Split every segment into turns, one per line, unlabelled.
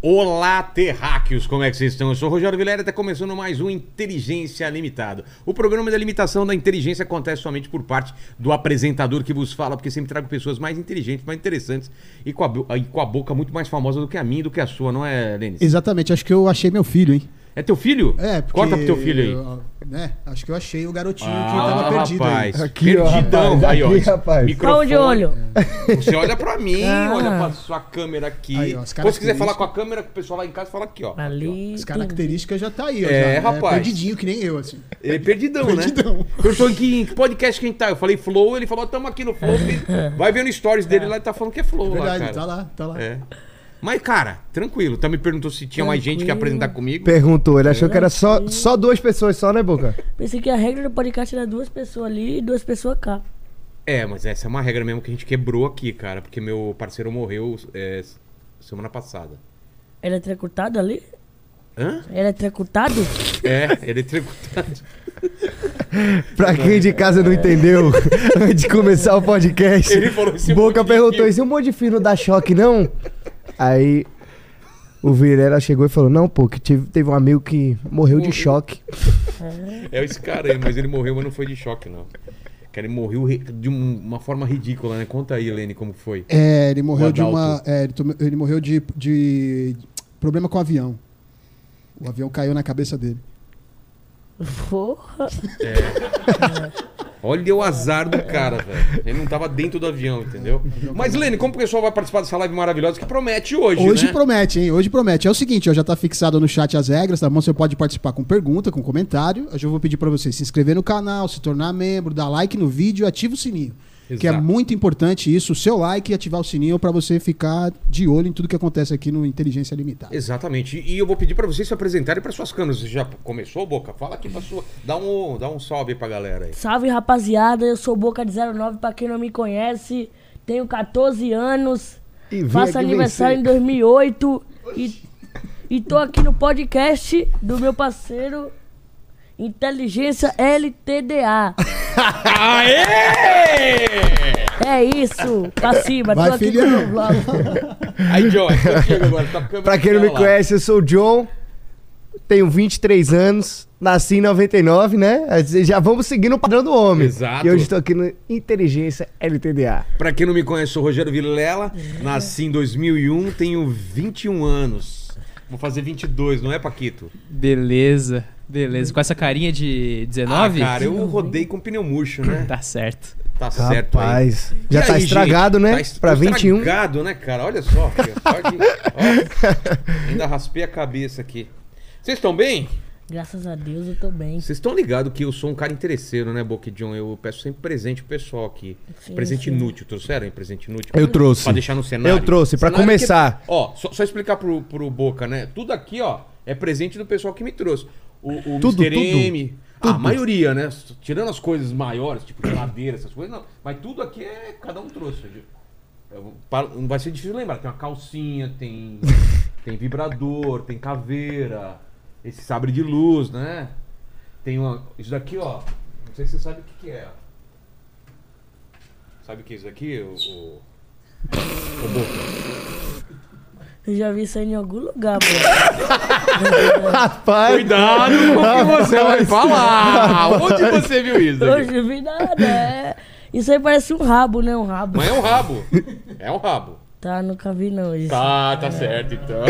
Olá, terráqueos, como é que vocês estão? Eu sou o Rogério Vilera e está começando mais um Inteligência Limitado. O programa da limitação da inteligência acontece somente por parte do apresentador que vos fala, porque sempre trago pessoas mais inteligentes, mais interessantes e com a, bo- e com a boca muito mais famosa do que a minha e do que a sua, não é, Denis?
Exatamente, acho que eu achei meu filho, hein?
É teu filho?
É, porque...
Corta pro teu filho aí.
Né? Acho que eu achei o garotinho que
Ah,
tava perdido aí.
rapaz.
Aqui, ó,
Perdidão.
rapaz,
aí, ó.
aqui, rapaz.
Microfone. É,
Pão de olho.
Você olha pra mim,
Ah.
olha pra sua câmera aqui.
Aí, ó, as
Se você quiser
características.
falar com a câmera, o pessoal lá em casa fala aqui, ó. Aqui,
Ali.
As características já tá aí, ó.
É,
já, né?
rapaz.
Perdidinho, que nem eu, assim.
ó. Ele é perdidão, né?
Perdidão.
Perguntou em que, em que podcast que a gente tá. Eu falei Flow, ele falou, tamo aqui no Flow. porque Vai vendo stories dele lá e tá falando que é Flow
É. Verdade,
lá, cara.
tá lá, tá lá.
É. Mas, cara, tranquilo. Tá me perguntou se tinha mais gente que ia apresentar comigo.
Perguntou, ele achou que era só, só duas pessoas só, né, Boca?
Pensei que a regra do podcast era duas pessoas ali e duas pessoas cá.
É, mas essa é uma regra mesmo que a gente quebrou aqui, cara. Porque meu parceiro morreu é, semana passada.
Ele é trecutado ali?
Hã?
Ele é trecutado?
É, ele é tributado.
Pra quem de casa não entendeu, antes de começar o podcast,
Ele falou esse
Boca
monte de
perguntou:
fio.
esse um monte de fio não dá choque, não? Aí o Virela chegou e falou: não, pô, que tive- teve um amigo que morreu de choque.
É esse cara aí, mas ele morreu, mas não foi de choque, não. Cara, ele morreu ri- de um- uma forma ridícula, né? Conta aí, Helene, como foi.
É, ele morreu
O
de uma.
Adalto.
é, ele, tome- ele morreu de, de problema com o avião. O avião caiu na cabeça dele.
Porra.
Olha o azar do cara, velho. Ele não tava dentro do avião, entendeu? Mas, Helene, como o pessoal vai participar dessa live maravilhosa que promete hoje,
Hoje
né?
promete, hein? Hoje promete. É o seguinte, ó, já tá fixado no chat as regras, tá bom? Você pode participar com pergunta, com comentário. Hoje eu vou pedir pra você se inscrever no canal, se tornar membro, dar like no vídeo e ativa o sininho. Que é
Exato.
muito importante isso, o seu like e ativar o sininho pra você ficar de olho em tudo que acontece aqui no Inteligência Limitada.
Exatamente. E eu vou pedir pra vocês se apresentarem para suas câmeras. Você já começou, Boca? Fala aqui pra sua. Dá um, dá um salve aí pra galera aí.
Salve, rapaziada. Eu sou Boca de 09, pra quem não me conhece. Tenho 14 anos.
E vim
Faço
aqui
aniversário
vencer.
em 2008. E, e tô aqui no podcast do meu parceiro Inteligência LTDA.
Aê!
É isso. Pra cima.
Vai,
tô aqui
filhão.
com o vlog.
Aí, John, chega agora. Tá câmera
Pra quem não me
lá.
conhece, eu sou o John, tenho 23 anos, nasci em 99, né? Já vamos seguindo o padrão do homem.
Exato.
E hoje estou aqui no Inteligência LTDA.
Pra quem não me conhece, sou Rogério Vilela, nasci em 2001, tenho 21 anos. Vou fazer 22, não é, Paquito?
Beleza, beleza. Com essa carinha de 19?
Ah, cara,
um.
eu rodei com pneu murcho, né? Tá,
Tá certo.
certo aí.
Rapaz, já
E
tá
aí,
estragado,
gente?
né?
Tá es-
pra 21.
Estragado, né, cara? Olha só. filho. Olha que- ó, ainda raspei a cabeça aqui. Vocês estão bem?
Graças a Deus eu tô bem.
Vocês estão ligados que eu sou um cara interesseiro, né, Boca e John? Eu peço sempre presente pro pessoal aqui.
Sim,
presente
sim.
inútil. Trouxeram presente inútil?
Eu trouxe.
Pra deixar no cenário.
Eu trouxe, pra
Cenário que-
começar.
Ó, só, só explicar pro, pro Boca, né? Tudo aqui, ó, é presente do pessoal que me trouxe. O, o
Tudo,
Mr.
tudo.
M. A maioria, né? Tirando as coisas maiores, tipo geladeira, essas coisas, não. Mas tudo aqui é. Cada um trouxe. viu? Eu vou- pa- Não vai ser difícil lembrar. Tem uma calcinha, tem. tem vibrador, tem caveira, esse sabre de luz, né? Tem uma. Isso daqui, ó. Não sei se você sabe o que, que é. ó. Sabe o que é isso daqui? O. o... o Boca?
Eu já vi isso aí em algum lugar, pô.
Rapaz,
Cuidado com o que você vai falar! Onde você viu isso? daqui?
Hoje eu vi nada. É... Isso aí parece um rabo, né? Um rabo.
Mas é um rabo. É um rabo.
Tá, nunca vi não isso.
Tá, tá certo então.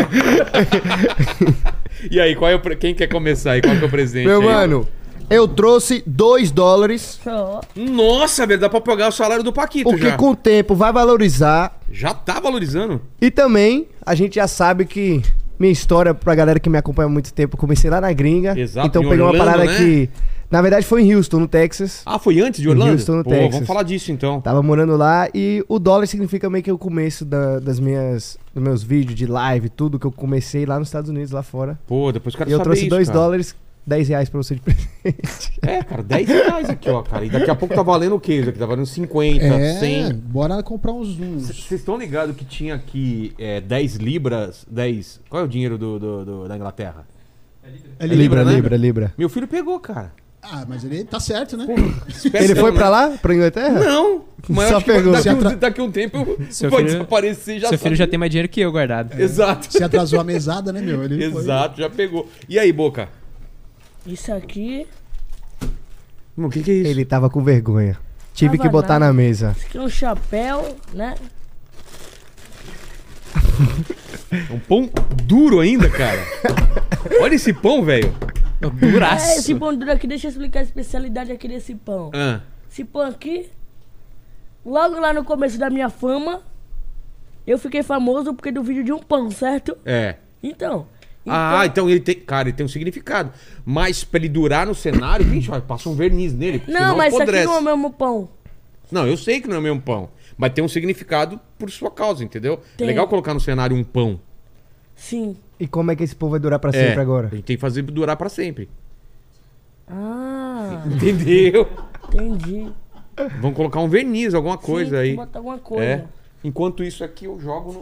e aí, qual é o pre- quem quer começar aí? Qual que é o presente?
meu
aí?
mano, eu trouxe 2 dólares,
Só.
Nossa, velho, dá pra pagar o salário do Paquito
o que
já.
com o tempo vai valorizar.
Já tá valorizando?
E também, a gente já sabe que minha história, pra galera que me acompanha há muito tempo, eu comecei lá na gringa.
Exato,
então
em
peguei uma
Orlando,
parada
né?
que, na verdade, foi em Houston, no Texas.
Ah, foi antes de
Em
Orlando?
Houston, no
Pô,
Texas. Tá.
vamos falar disso então.
Tava morando lá e o dólar significa meio que o começo da- das minhas, dos meus vídeos de live, tudo que eu comecei lá nos Estados Unidos, lá fora.
Pô, depois eu quero
E eu
saber
trouxe
isso,
2
cara.
dólares, 10 reais pra você de presente.
É, cara, 10 reais aqui, ó, cara. E daqui a pouco tá valendo o quê? Isso aqui tá valendo 50,
É,
100.
bora comprar uns. uns.
Vocês estão ligados que tinha aqui é, 10 libras, 10... Qual é o dinheiro do, do- do- da Inglaterra?
É
Libra, né?
Libra, Libra.
Meu filho pegou, cara.
Ah, mas ele tá certo, né?
Ele foi pra lá? Pra Inglaterra?
é Não, mas
Só
eu acho que
pegou.
daqui,
Se atra-
um- daqui um tempo
Seu
pode
filho-
desaparecer já
Seu filho
sabe. É.
já tem mais dinheiro que eu guardado.
Exato.
Se atrasou a mesada, né, meu? Ele foi-
Exato, já pegou. E aí, Boca?
Isso aqui,
O que, que é
Ele tava com vergonha. Tive
Tava
que botar
nada.
na mesa.
isso aqui é um chapéu, né?
É um pão duro ainda, cara. Olha esse pão, velho.
É, esse
Duraço.
pão duro aqui, deixa eu explicar a especialidade aqui desse pão.
Ah,
Esse pão aqui, logo lá no começo da minha fama, eu fiquei famoso porque do vídeo de um pão, certo?
é.
Então.
Ah, então ele tem. Cara, ele tem um significado. Mas pra ele durar no cenário, bicho, ó, passa um verniz nele. porque
Não,
senão
mas isso aqui
apodrece.
não é o mesmo pão.
Não, eu sei que não é o mesmo pão. Mas tem um significado por sua causa, entendeu? É
Tem.
legal colocar no cenário um pão.
Sim.
E como é que esse povo vai durar pra sempre
É,
agora?
A gente tem que fazer durar pra sempre.
Ah,
Entendeu?
entendi.
Vamos colocar um verniz, alguma coisa
Sim,
aí.
Bota alguma
É.
coisa.
Enquanto isso aqui, eu jogo no.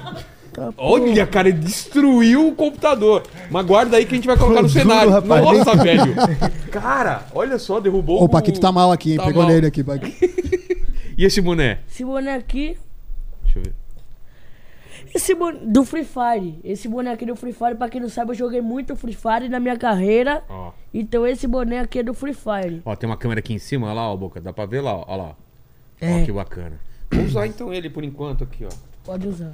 Tá,
Olha, cara, ele destruiu o computador. Mas guarda aí que a gente vai colocar no
Duro,
cenário.
rapaz.
Nossa, velho. Cara, olha só, derrubou
Ô, o Paquito tá mal aqui, hein?
Tá
Pegou
mal.
nele aqui, Paquito.
E esse boné?
Esse boné aqui.
Deixa eu ver.
Esse boné do Free Fire. Esse boné aqui do Free Fire, pra quem não sabe, eu joguei muito Free Fire na minha carreira.
Ó.
Então esse boné aqui é do Free Fire.
Ó, tem uma câmera aqui em cima, olha lá, ó, Boca. Dá pra ver lá, ó. Olha lá. Ó,
É.
que bacana. Vou usar então ele por enquanto aqui, ó.
Pode usar.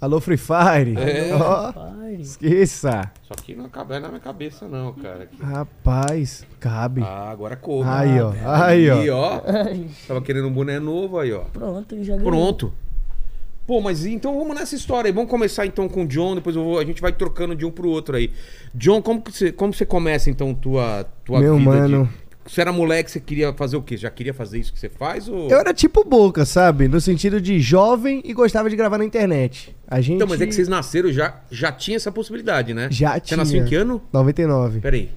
Alô, Free Fire?
É.
Ó,
Fire.
esqueça.
Só que não cabe na minha cabeça, não, cara. aqui.
Rapaz, cabe.
Ah, agora coube.
Aí, ó. Aí,
Aí,
ó.
ó. Tava querendo um boné novo aí, ó.
Pronto, já ganhou.
Pronto. Pô, mas então vamos nessa história aí. Vamos começar então com o John, depois eu vou- a gente vai trocando de um pro outro aí. John, como que você, como você começa então tua tua
Meu
vida
mano.
de- Você era moleque, você queria fazer o quê? Já queria fazer isso que você faz ou
Eu era tipo boca, sabe? No sentido de jovem e gostava de gravar na internet. A gente.
Então, mas é que vocês nasceram já já tinha essa possibilidade, né?
Já
Você
tinha.
nasceu em que ano?
99.
Pera aí.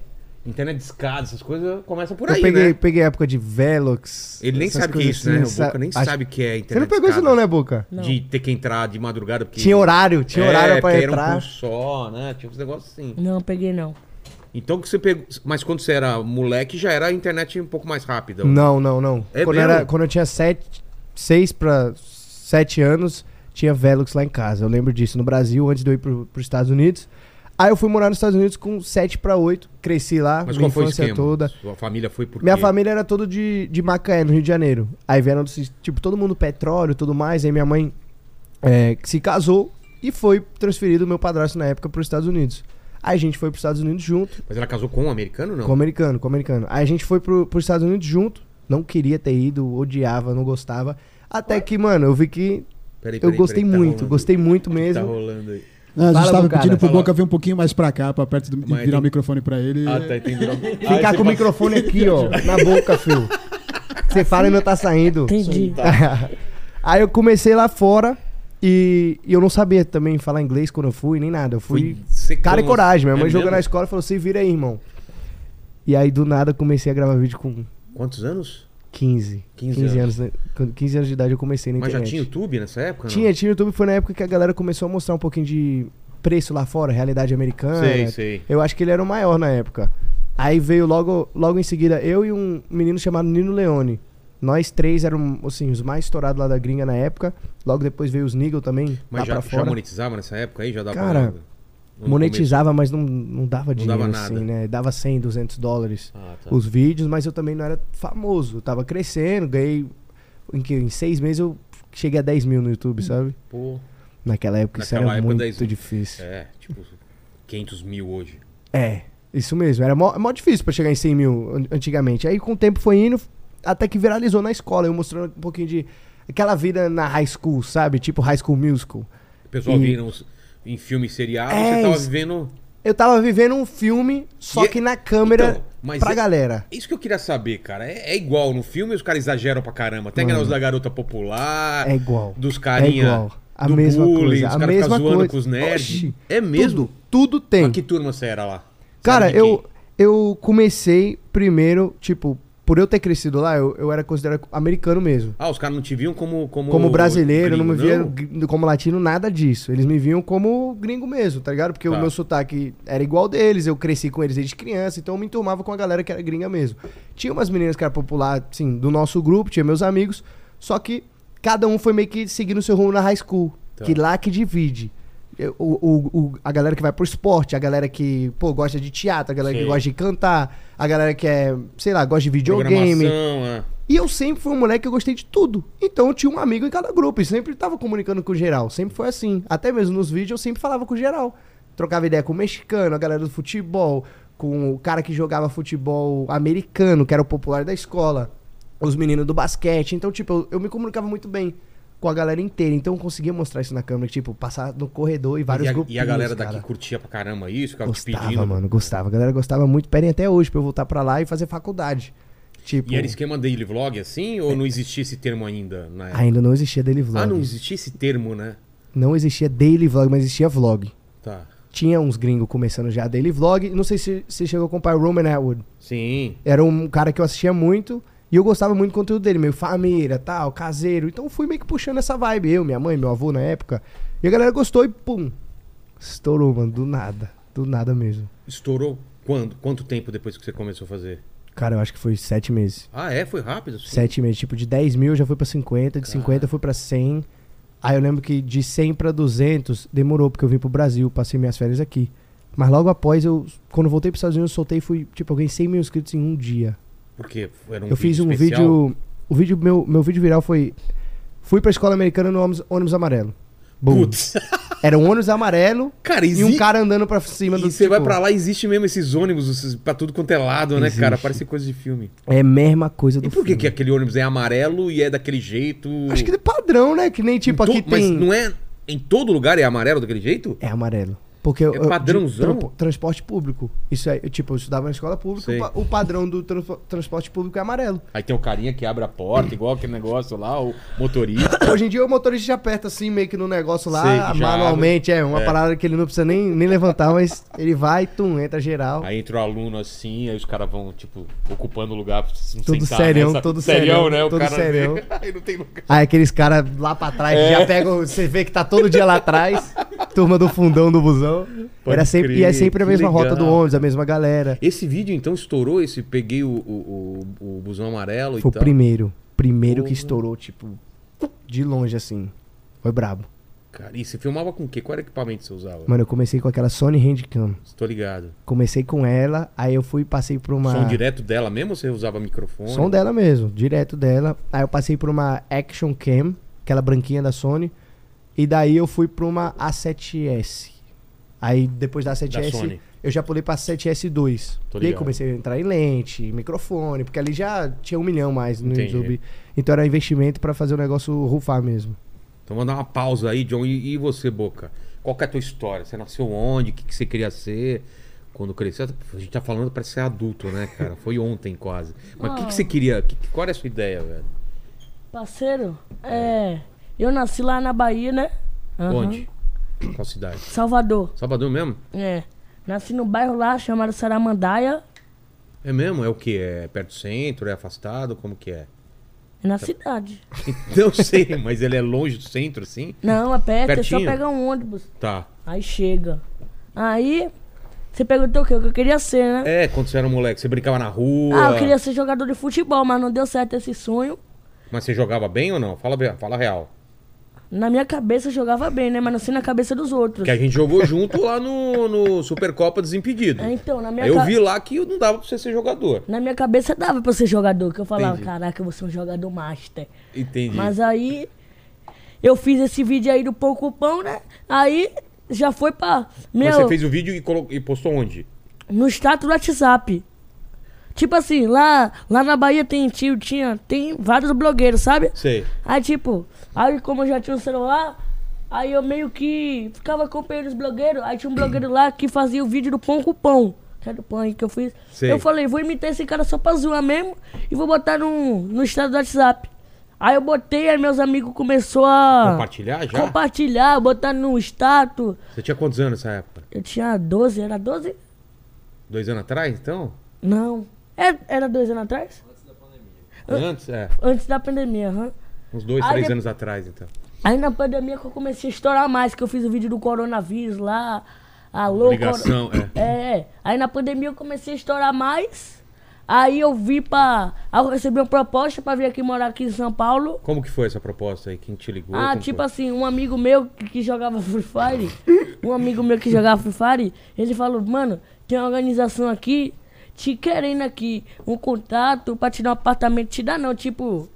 Internet discada, essas coisas começam É por
eu
aí,
peguei,
né?
peguei a época de Velox.
Ele nem
essas
sabe o que é
coisas
isso, né?
assim,
O Boca nem
acho-
sabe o que é internet
Você não pegou isso
discada.
não, né, Boca?
De ter que entrar de madrugada porque
Tinha horário, tinha
É,
horário pra
porque Era um
entrar.
curso só, né? Tinha uns negócios assim.
Não, peguei não.
Então que você pegou. Mas quando você era moleque, já era a internet um pouco mais rápida.
Não, não, não.
É
quando,
mesmo?
era, quando eu tinha 6 pra 7 anos, tinha Velox lá em casa. Eu lembro disso, no Brasil, antes de eu ir pro, pros Estados Unidos. Aí eu fui morar nos Estados Unidos com 7 pra 8, cresci lá,
Mas
minha
qual foi o
infância
esquema?
toda.
Sua família foi por
Minha
quê?
família era toda de, de Macaé, no Rio de Janeiro. Aí vieram, desses- tipo, todo mundo petróleo e tudo mais. Aí minha mãe é, se casou e foi transferido meu padrasto na época para os Estados Unidos. Aí a gente foi para os Estados Unidos junto,
Mas ela casou com um americano, não?
com o americano, com o americano. Aí a gente foi para os Estados Unidos junto, não queria ter ido, odiava, não gostava. Até que, mano, eu vi que
Peraí,
eu
peraí,
gostei
peraí, tá
muito,
rolando.
gostei muito
Tá
mesmo.
rolando aí.
Não, Ah, a gente
Fala,
tava
Bocara,
pedindo pro
fala.
Boca vir um pouquinho mais pra cá, pra perto do.
Mas
virar
tem-
o microfone pra ele.
Ah, tá, entendeu.
Ficar com o microfone aqui, ó, na boca, filho. Você fala e não tá saindo.
Entendi.
Aí eu comecei lá fora e, e eu não sabia também falar inglês quando eu fui, nem nada. Eu fui cara e coragem.
É
Minha mãe jogou na escola e falou: se vira aí, irmão. E aí do nada eu comecei a gravar vídeo com
Quantos anos?
15.
15
anos. né? Com 15 anos de idade eu comecei na
Mas já
internet.
tinha YouTube nessa época?
Tinha, tinha YouTube. Foi na época que a galera começou a mostrar um pouquinho de preço lá fora, realidade americana.
Não? Sei, sei.
Eu acho que ele era o maior na época. Aí veio logo, logo em seguida eu e um menino chamado Nino Leone. Nós três eram assim, os mais estourados lá da gringa na época. Logo depois veio os Nigel também,
Mas
lá
já,
pra
já
fora.
monetizava nessa época aí? Já dava
Cara,
pra- no
Monetizava, mas não, não dava dinheiro
dava
assim,
nada.
né? Dava 100, 200 dólares
começo? Ah, tá.
os vídeos, mas eu também não era famoso. Eu tava crescendo, ganhei... Em, que- em seis meses eu cheguei a 10 mil no YouTube,
Hum.
sabe?
Pô,
Naquela época isso
Naquela
era
época,
muito
10 mil.
difícil.
é, tipo, 500 mil hoje.
É, isso mesmo. Era mó, mó difícil pra chegar em 100 mil an- antigamente. Aí com o tempo foi indo, até que viralizou na escola. Eu mostrando um pouquinho de... Aquela vida na high school, sabe? Tipo high school musical.
O pessoal
E-
viram os- em filme e seriado,
É,
você tava
isso-
vivendo...
Eu tava vivendo um filme, só
E-
que na câmera
Então, mas
pra
é-
galera.
Isso que eu queria saber, cara. É, é igual no filme, os caras exageram pra caramba. Tem
Mano.
aquelas da garota popular,
É igual.
dos carinha
É igual. A
do
mesma
bullying,
coisa.
os
A
caras
mesma
ficam zoando
coisa.
com os nerds.
Oxi,
é mesmo?
Tudo, tudo tem.
Mas que turma você era lá? Você
Cara,
era de
eu, eu comecei primeiro, tipo, por eu ter crescido lá, eu, eu era considerado americano mesmo.
Ah, os caras não te viam como. Como,
Como brasileiro, não me
gringo,
viam gr- como latino, nada disso. Eles me viam como gringo mesmo, tá ligado? Porque
Tá.
o meu sotaque era igual deles, eu cresci com eles desde criança, então eu me enturmava com a galera que era gringa mesmo. Tinha umas meninas que era popular, assim, do nosso grupo, tinha meus amigos, só que cada um foi meio que seguindo seu rumo na high school,
Tá.
que lá que divide. Eu- O, o- o- a galera que vai pro esporte, a galera que, pô, gosta de teatro, a galera
Sei.
que gosta de cantar, a galera que é, sei lá, gosta de videogame.
Programação, é.
E eu sempre fui um moleque que eu gostei de tudo. Então eu tinha um amigo em cada grupo e sempre tava comunicando com o geral. Sempre foi assim. Até mesmo nos vídeos eu sempre falava com o geral. Trocava ideia com o mexicano, a galera do futebol, com o cara que jogava futebol americano, que era o popular da escola, os meninos do basquete. Então, tipo, eu, eu me comunicava muito bem com a galera inteira. Então eu conseguia mostrar isso na câmera, tipo, passar no corredor e vários
e, a,
grupos.
e a galera daqui curtia pra caramba isso, ficava te
Gostava,
pedindo.
mano, gostava. A galera gostava muito. Pedem até hoje pra eu voltar pra lá e fazer faculdade. Tipo,
E era esquema daily vlog assim? Ou não existia esse termo ainda na época?
ainda não existia daily vlog.
É. Ah, não existia esse termo, né?
Não existia daily vlog, mas existia vlog.
Tá.
Tinha uns gringos começando já daily vlog. Não sei se você chegou a acompanhar o Roman Atwood.
Sim.
Era um cara que eu assistia muito e eu gostava muito do conteúdo dele, meio família, tal, caseiro. Então eu fui meio que puxando essa vibe, eu, minha mãe, meu avô na época. E a galera gostou e pum, estourou, mano, do nada. Do nada mesmo.
Estourou quando? Quanto tempo depois que você começou a fazer?
Cara, eu acho que foi sete meses.
Ah, é? Foi rápido? assim?
Sete meses. Tipo, de 10 mil já foi pra 50, de 50 foi pra 100. Aí eu lembro que de 100 pra 200 demorou, porque eu vim pro Brasil, passei minhas férias aqui. Mas logo após, eu, quando voltei pros Estados Unidos, eu soltei e fui, tipo, eu ganhei 100 mil inscritos em um dia.
Porque era um
eu fiz um
especial?
vídeo. O vídeo, meu, meu vídeo viral foi. Fui pra escola americana no ônibus, ônibus amarelo. Bum.
Putz.
Era um ônibus amarelo
Cara, existe.
e um cara andando pra cima
e
do.
você vai
tipo,
pra lá, existe mesmo esses ônibus esses, pra tudo quanto é lado, né,
Existe.
cara? Parece coisa de filme.
É a mesma coisa do
E por que,
filme.
que aquele ônibus é amarelo e é daquele jeito?
Uhum. Acho que é padrão, né? Que nem tipo
Em to-
aqui tem.
Mas não é. Em todo lugar é amarelo daquele jeito?
É amarelo. Porque eu- eu-
padrãozão?
de trampo- transporte público. Isso é, eu, tipo, eu estudava na escola pública,
Sei.
o, pa- o padrão do transpo- transporte público é amarelo.
Aí tem o carinha que abre a porta, igual aquele negócio lá, o motorista.
Hoje em dia o motorista já aperta assim, meio que no negócio
Sei,
lá,
que já
manualmente, é uma parada que ele não precisa nem, nem levantar, mas ele vai, tum, entra geral.
Aí entra o aluno assim, aí os caras vão, tipo, ocupando o lugar pra se
Todo
sentar,
serião,
né? Sabe?
todo serião,
né? O
todo
cara
serião.
aí não tem lugar.
Aí aqueles caras lá pra trás
É.
que já pegam, você vê que tá todo dia lá atrás, turma do fundão do busão.
Pode
Era sempre, e
crer,
é sempre a
que
mesma rota
legal.
do ônibus, a mesma galera.
Esse vídeo, então, estourou esse. Peguei o, o, o, o busão amarelo
Foi
e
o
tal.
primeiro, primeiro
Então. Porra.
que estourou, tipo, de longe assim. Foi brabo.
Cara, e você filmava com o quê? Qual era o equipamento que você usava?
Mano, eu comecei com aquela Sony Handicam.
Estou ligado.
Comecei com ela, aí eu fui e passei por uma.
Som direto dela mesmo ou você usava microfone?
Som dela mesmo, direto dela. Aí eu passei por uma Action Cam, aquela branquinha da Sony. E daí eu fui pra uma A7S. Aí depois da A7S,
Sony.
eu já pulei pra 7S2.
Tô
E aí
ligado.
comecei a entrar em lente, microfone, porque ali já tinha um milhão mais no
Entendi.
YouTube. Então era investimento pra fazer o negócio rufar mesmo.
Então vamos dar uma pausa aí, John. E, e você, Boca? Qual que é a tua história? Você nasceu onde? O que, que você queria ser? Quando cresceu, a gente tá falando para ser adulto, né, cara? Foi ontem quase. Mas o que, que você queria? Que, que- qual era a sua ideia, velho?
Parceiro, é. Eu nasci lá na Bahia, né? Aham.
Onde? Qual cidade?
Salvador.
Salvador mesmo?
É. Nasci num bairro lá chamado Saramandaia.
É mesmo? É o que? É perto do centro? É afastado? Como que é?
É na cidade.
Não sei, mas ele é longe do centro, assim?
Não, é perto, é
Pertinho?
só pegar um ônibus.
Tá.
Aí chega. Aí, você perguntou o que? O que eu queria ser, né?
É, quando você era moleque, você brincava na rua.
Ah, eu queria ser jogador de futebol, mas não deu certo esse sonho.
Mas você jogava bem ou não? Fala, bem- fala real.
Na minha cabeça eu jogava bem, né? Mas não sei na cabeça dos outros.
Porque a gente jogou junto lá no, no Supercopa Desimpedido.
É, então, na minha
Aí eu
ca-
vi lá que não dava pra você ser jogador.
Na minha cabeça dava pra ser jogador, que eu falava,
Entendi.
caraca, eu vou ser um jogador master.
Entendi.
Mas aí eu fiz esse vídeo aí do Pouco Pão, né? Aí já foi pra. Meu,
Mas você fez o vídeo e, colo- e postou onde?
no status do WhatsApp. Tipo assim, lá, lá na Bahia tem tio, tinha, tem vários blogueiros, sabe?
Sei.
Aí tipo, aí como eu já tinha um celular, aí eu meio que ficava acompanhando os blogueiros, aí tinha um blogueiro lá que fazia o vídeo do pão com pão. Que era do pão aí que eu fiz.
Sei.
Eu falei, vou imitar esse cara só pra zoar mesmo e vou botar no, no estado do WhatsApp. Aí eu botei, aí meus amigos começaram a
Compartilhar já?
compartilhar, botar no status.
Você tinha quantos anos nessa época?
Eu tinha 12, era 12?
Dois anos atrás, então?
Não. É- era dois anos atrás?
Antes, é.
Antes da pandemia, aham.
Uns dois,
Aí
três
Ah, de-
anos atrás, então.
Aí na pandemia que eu comecei a estourar mais, que eu fiz o vídeo do coronavírus lá. Alô,
Ligação, é.
É, é. Aí na pandemia eu comecei a estourar mais. Aí eu vi pra. Aí eu recebi uma proposta pra vir aqui morar aqui em São Paulo.
Como que foi essa proposta aí? Quem te ligou?
Ah,
Como
tipo
foi?
assim, um amigo meu que, que jogava Free Fire, um amigo meu que jogava Free Fire, ele falou, mano, tem uma organização aqui te querendo aqui um contato pra te dar um apartamento. Te dá não, tipo,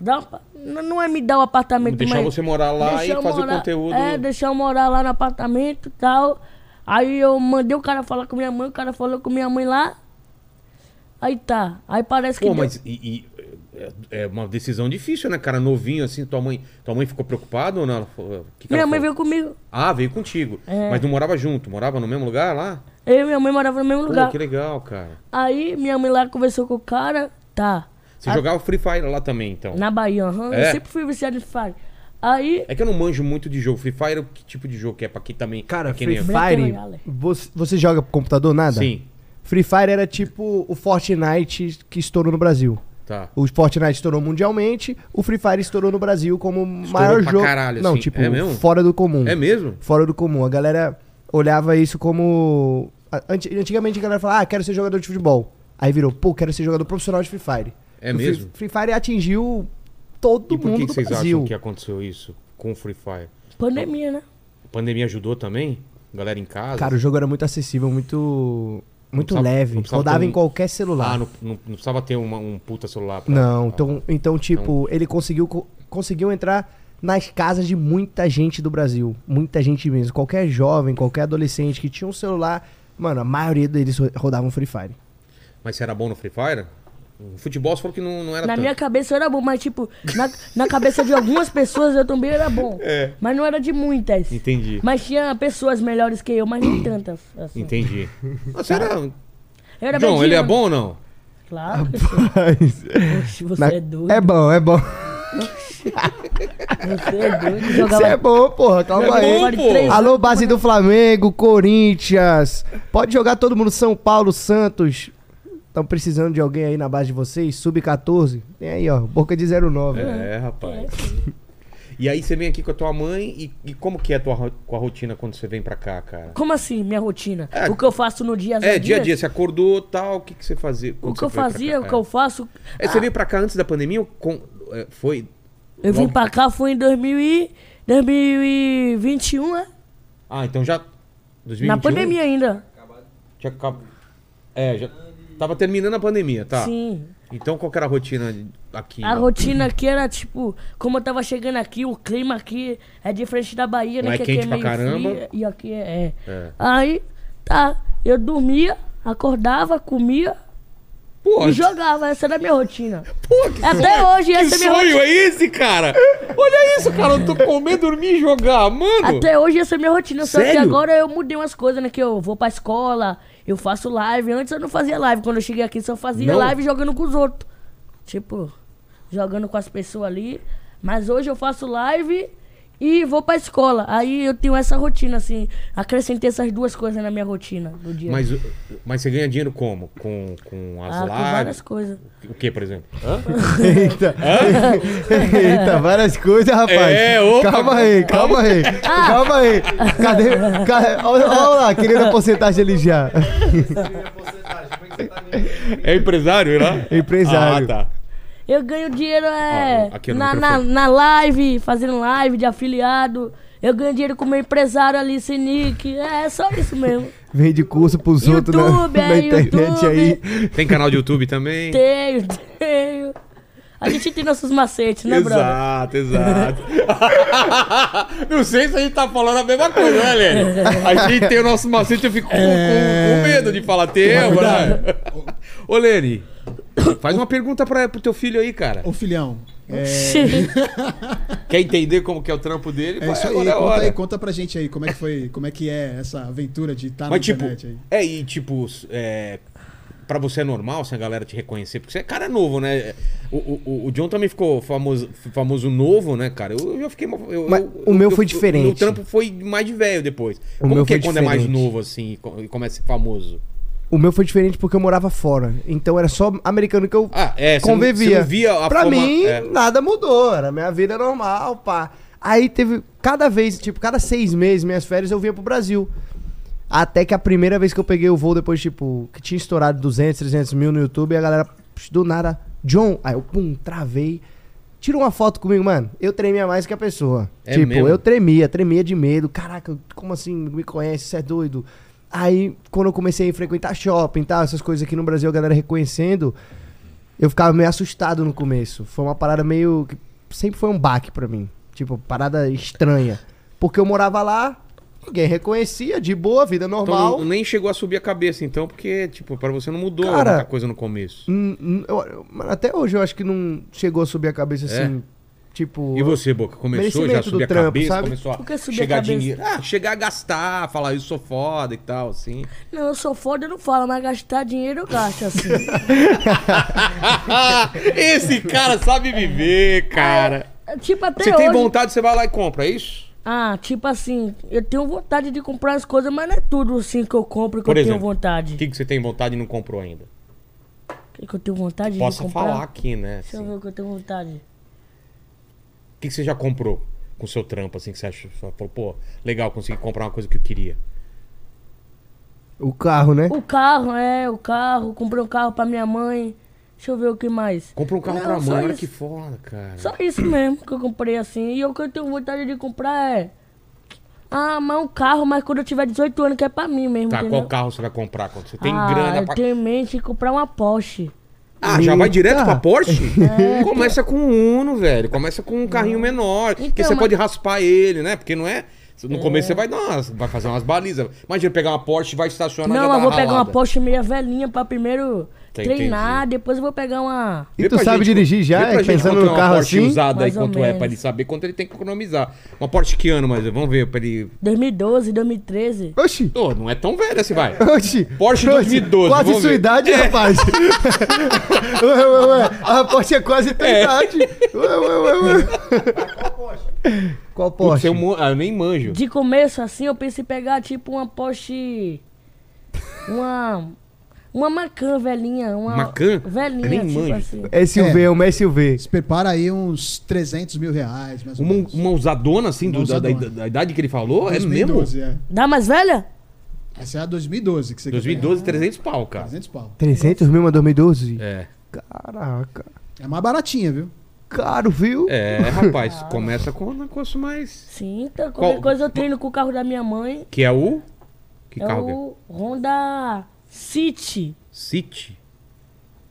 dá um pa- n- não é me dar um apartamento,
Deixar
mas...
você morar lá
deixar
e
eu
fazer o
morar-
conteúdo.
É, deixar eu morar lá no apartamento e tal. Aí eu mandei o cara falar com minha mãe, o cara falou com minha mãe lá. Aí tá, aí parece que...
Pô,
deu-
mas e- e- é é uma decisão difícil, né, cara? Novinho, assim, tua mãe, tua mãe ficou preocupada ou não? Ela falou- o que que
Minha
ela
mãe
falou?
veio comigo,
Ah, veio contigo.
É.
Mas não morava junto, morava no mesmo lugar lá?
eu e minha mãe moravam no mesmo lugar.
Pô, que legal, cara.
Aí minha mãe lá conversou com o cara, tá.
Você jogava Free Fire lá também, então?
Na Bahia, aham.
É?
Eu sempre fui viciado em Fire. Aí.
É que eu não manjo muito de jogo. Free Fire, que tipo de jogo que é pra quem também...
Cara,
pra quem
Free
nem eu?
Black
Fire. né? é
Royale.
Você, você joga pro computador nada?
Sim,
Free Fire era tipo o Fortnite que estourou no Brasil.
tá.
O Fortnite estourou mundialmente, o Free Fire estourou no Brasil como o maior
pra
jogo.
caralho,
Não,
assim.
tipo,
É mesmo?
fora do comum.
É mesmo?
Fora do comum. A galera olhava isso como. a- anti- Antigamente a galera falava, ah, quero ser jogador de futebol. Aí virou, pô, quero ser jogador profissional de Free Fire.
É
O Free-
mesmo?
Free, Fire atingiu todo
E por
mundo
que, que
do
vocês
Brasil.
acham que é aconteceu isso com o Free Fire?
Pandemia, né?
A pandemia ajudou também? Galera em casa?
Cara, o jogo era muito acessível, muito. Muito
precisava-
leve.
não precisava
Rodava
ter um-
em qualquer celular.
Ah, não, não- não precisava ter uma- um puta celular pra...
Não,
pra- um
então, então tipo, ele conseguiu, co- conseguiu entrar nas casas de muita gente do Brasil. Muita gente mesmo. Qualquer jovem, qualquer adolescente que tinha um celular, mano, a maioria deles ro- rodavam Free Fire.
Mas você era bom no Free Fire? No futebol você falou que não, não era
Na
tanto.
minha cabeça eu era bom, mas tipo, na, na cabeça de algumas pessoas eu também era bom.
É.
Mas não era de muitas.
Entendi.
Mas tinha pessoas melhores que eu, mas nem tantas. assim.
Entendi. Você era...
Eu era né?
John, ele é
mediano.
bom ou não?
Claro. Oxe, você
Na-
é doido.
É bom, é bom.
Você é doido.
Você
Jogava
é bom, porra. Calma
É bom,
aí.
bola de três
Alô, base do Flamengo, Corinthians. Pode jogar todo mundo, São Paulo, Santos. Estão precisando de alguém aí na base de vocês? Sub-14? Tem aí, ó. Boca de 09.
É, rapaz. E aí você vem aqui com a tua mãe e, e como que é a tua ro- com a rotina quando você vem pra cá, cara?
Como assim, minha rotina?
É.
O que eu faço no dia a
É, dia a dia, você acordou tal, o que, que você fazia?
O
quando
que
você
eu
veio pra
fazia,
cá?
o que eu faço.
É, você veio pra cá antes da pandemia ou com- é, foi...
Eu vim
logo-
pra cá, foi em 2000 e- 2021, né?
Ah, então já... 2021?
Na pandemia ainda.
Tinha acab- É, já... Tava terminando a pandemia, tá?
Sim.
Então qual que era a rotina aqui?
A rotina aqui era tipo, como eu tava chegando aqui, o clima aqui é diferente da Bahia, né?
Lá é
aqui
quente pra caramba.
frio, e aqui é. é.
É.
Aí, tá, eu dormia, acordava, comia
Pô,
e jogava. Essa era a minha rotina.
pô, que
Até
sonho, que
hoje, essa é minha
sonho é esse, cara? Olha isso, cara, eu tô comendo, dormir e jogar, mano.
Até hoje essa é a minha rotina, só que
Sério?
agora eu mudei umas coisas, né? Que eu vou pra escola, eu faço live. Antes eu não fazia live. Quando eu cheguei aqui, só fazia
Não?
live jogando com os outros. Tipo, jogando com as pessoas ali. Mas hoje eu faço live e vou pra escola. Aí eu tenho essa rotina, assim. Acrescentei essas duas coisas na minha rotina do dia.
Mas, mas você ganha dinheiro como? Com, com as
ah, com várias
lives?
coisas.
O que, por exemplo?
Eita. Eita, várias coisas, rapaz.
É, opa.
Calma aí, calma aí.
Ah.
Calma aí. Cadê? Cadê? Olha, olha lá, querendo a porcentagem ali já.
É empresário, lá?
Empresário.
Ah, tá.
Eu ganho dinheiro é,
Ah, aqui no
na, na,
microfone.
na live, fazendo live de afiliado. Eu ganho dinheiro com meu empresário ali, Sinic. É, é só isso mesmo.
Vende curso pros outros na,
YouTube,
na
é,
internet aí.
Tem canal de YouTube também?
Tenho, tenho. A gente tem nossos macetes, né, brother?
Exato, exato. Não sei se a gente tá falando a mesma coisa, né, Lene? A gente tem o nosso macete, eu fico com,
É.
com- com medo de falar teu, né? Ô, Lene, faz uma pergunta pra, pro teu filho aí, cara.
Ô, filhão, é,
Quer entender como que é o trampo dele?
é
Vai,
isso
agora
aí.
é a
Conta,
hora.
aí, conta pra gente aí como é que foi, como é que é essa aventura de estar na
Mas, tipo,
internet aí.
é, e, tipo, é, pra você é normal se a galera te reconhecer? Porque você é cara novo, né? O, o- o, o John também ficou famoso, famoso novo, né, cara? Eu, eu já fiquei... eu-
Mas
eu-
o meu
eu-
foi
eu-
diferente.
O meu trampo foi mais de velho depois.
meu
Como que é
foi
quando é mais
diferente.
novo, assim, e co- e começa a ser famoso?
O meu foi diferente porque eu morava fora. Então era só americano que eu
Ah, é, você não-
convivia.
você não via a
pra
forma-
mim,
é.
nada mudou. Era minha vida normal, pá. Aí teve. Cada vez, tipo, cada seis meses, minhas férias, eu vinha pro Brasil. Até que a primeira vez que eu peguei o voo, depois, tipo, que tinha estourado 200, 300 mil no YouTube, e a galera, psh, do nada, John. Aí eu, pum, travei. Tira uma foto comigo, mano. Eu tremia mais que a pessoa.
É
tipo,
mesmo?
eu tremia, tremia de medo. Caraca, como assim? Me conhece, você é doido. Aí, quando eu comecei a frequentar shopping e tal, essas coisas aqui no Brasil, a galera reconhecendo, eu ficava meio assustado no começo. Foi uma parada meio. que Sempre foi um baque pra mim. Tipo, parada estranha. Porque eu morava lá, ninguém reconhecia, de boa, vida
Então
normal.
não- nem chegou a subir a cabeça, então, porque, tipo, pra você não mudou
Cara,
muita coisa no começo.
Hum, hum, eu- eu- mano, até hoje eu acho que não chegou a subir a cabeça
É?
assim. Tipo.
E você, Boca, começou já a
merecimento do
subir a
trampo,
cabeça,
sabe?
começou
Por que
a
subir a
chegar
cabeça?
dinheiro. Ah, chegar a gastar, falar isso sou foda e tal, assim.
Não, eu sou foda, eu não falo, mas gastar dinheiro eu gasto, assim.
Esse cara sabe viver, cara.
É, tipo, até
Você
hoje...
tem vontade, você vai lá e compra, é isso?
Ah, tipo assim, eu tenho vontade de comprar as coisas, mas não é tudo assim que eu compro que
Por
eu
exemplo,
tenho vontade. É
O que, que você tem vontade e não comprou ainda?
Que... que eu tenho vontade de
Posso
comprar?
falar aqui, né?
Deixa eu
assim.
ver o que eu tenho vontade.
O que, que você já comprou com o seu trampo, assim, que você achou? Você falou, pô, legal, consegui comprar uma coisa que eu queria.
O carro, né?
O carro, é, o carro. Comprei um carro pra minha mãe. Deixa eu ver o que mais.
Comprou um carro
Não,
pra
só
mãe, olha
isso.
que foda, cara.
Só isso mesmo que eu comprei assim. E o que eu tenho vontade de comprar é. Ah, mas um carro, mas quando eu tiver 18 anos, que é pra mim mesmo.
Tá,
entendeu?
qual carro você vai comprar? Quando você tem
ah,
grana
eu
pra...
tenho em mente em comprar uma Porsche.
Ah, já vai direto
Eita.
pra Porsche? Começa com um Uno, velho. Começa com um carrinho menor. Porque
Então,
você
mas-
pode raspar ele, né? Porque não é... No começo você vai, dar umas, vai fazer umas balizas. Imagina pegar uma Porsche e vai estacionar já
Não,
dá
eu vou
uma
pegar uma
ralada.
Porsche meia velhinha pra primeiro
Tá,
treinar,
entendi.
depois eu vou pegar uma.
E
Vê
tu
pra
sabe dirigir já,
vê pra
é,
gente
pensando
quanto
no
é uma
carro
Porsche
assim?
usada aí,
Mais ou
quanto é, pra
menos.
ele saber quanto ele tem que economizar. Uma Porsche que ano, mas vamos ver pra ele...
2012, 2013.
Oxi!
Ô, não é tão velho assim, vai.
Oxi!
Porsche
Oxi,
2012,
Quase
vamos
sua
ver. É.
idade, rapaz! ué, ué, ué. A Porsche é quase tua idade! Ué, ué, ué, ué. Qual
Putz,
Porsche?
eu, mo- ah, eu nem manjo.
De começo, assim, eu pensei em pegar tipo uma Porsche. Uma. Uma Macan velhinha. Uma
Macan?
Velhinha,
Nem
tipo
manjo.
assim.
SUV,
É.
uma SUV.
Se prepara aí uns 300 mil reais, mais ou
Uma,
menos.
uma usadona, assim, do- da- da,
usadona.
da idade que ele falou? É mesmo?
2012, é.
Dá mais velha?
Essa é a 2012 que você quer
2012,
pegar.
300 pau, cara.
300 pau.
300 mil, mas 2012?
É.
Caraca!
É mais baratinha, viu?
Caro, viu?
É, rapaz,
Ah.
começa com um negócio mais.
Sim, então
Qual-
qualquer coisa eu treino com o carro da minha mãe.
Que é o. Que
é
carro que é?
o Honda City.
City?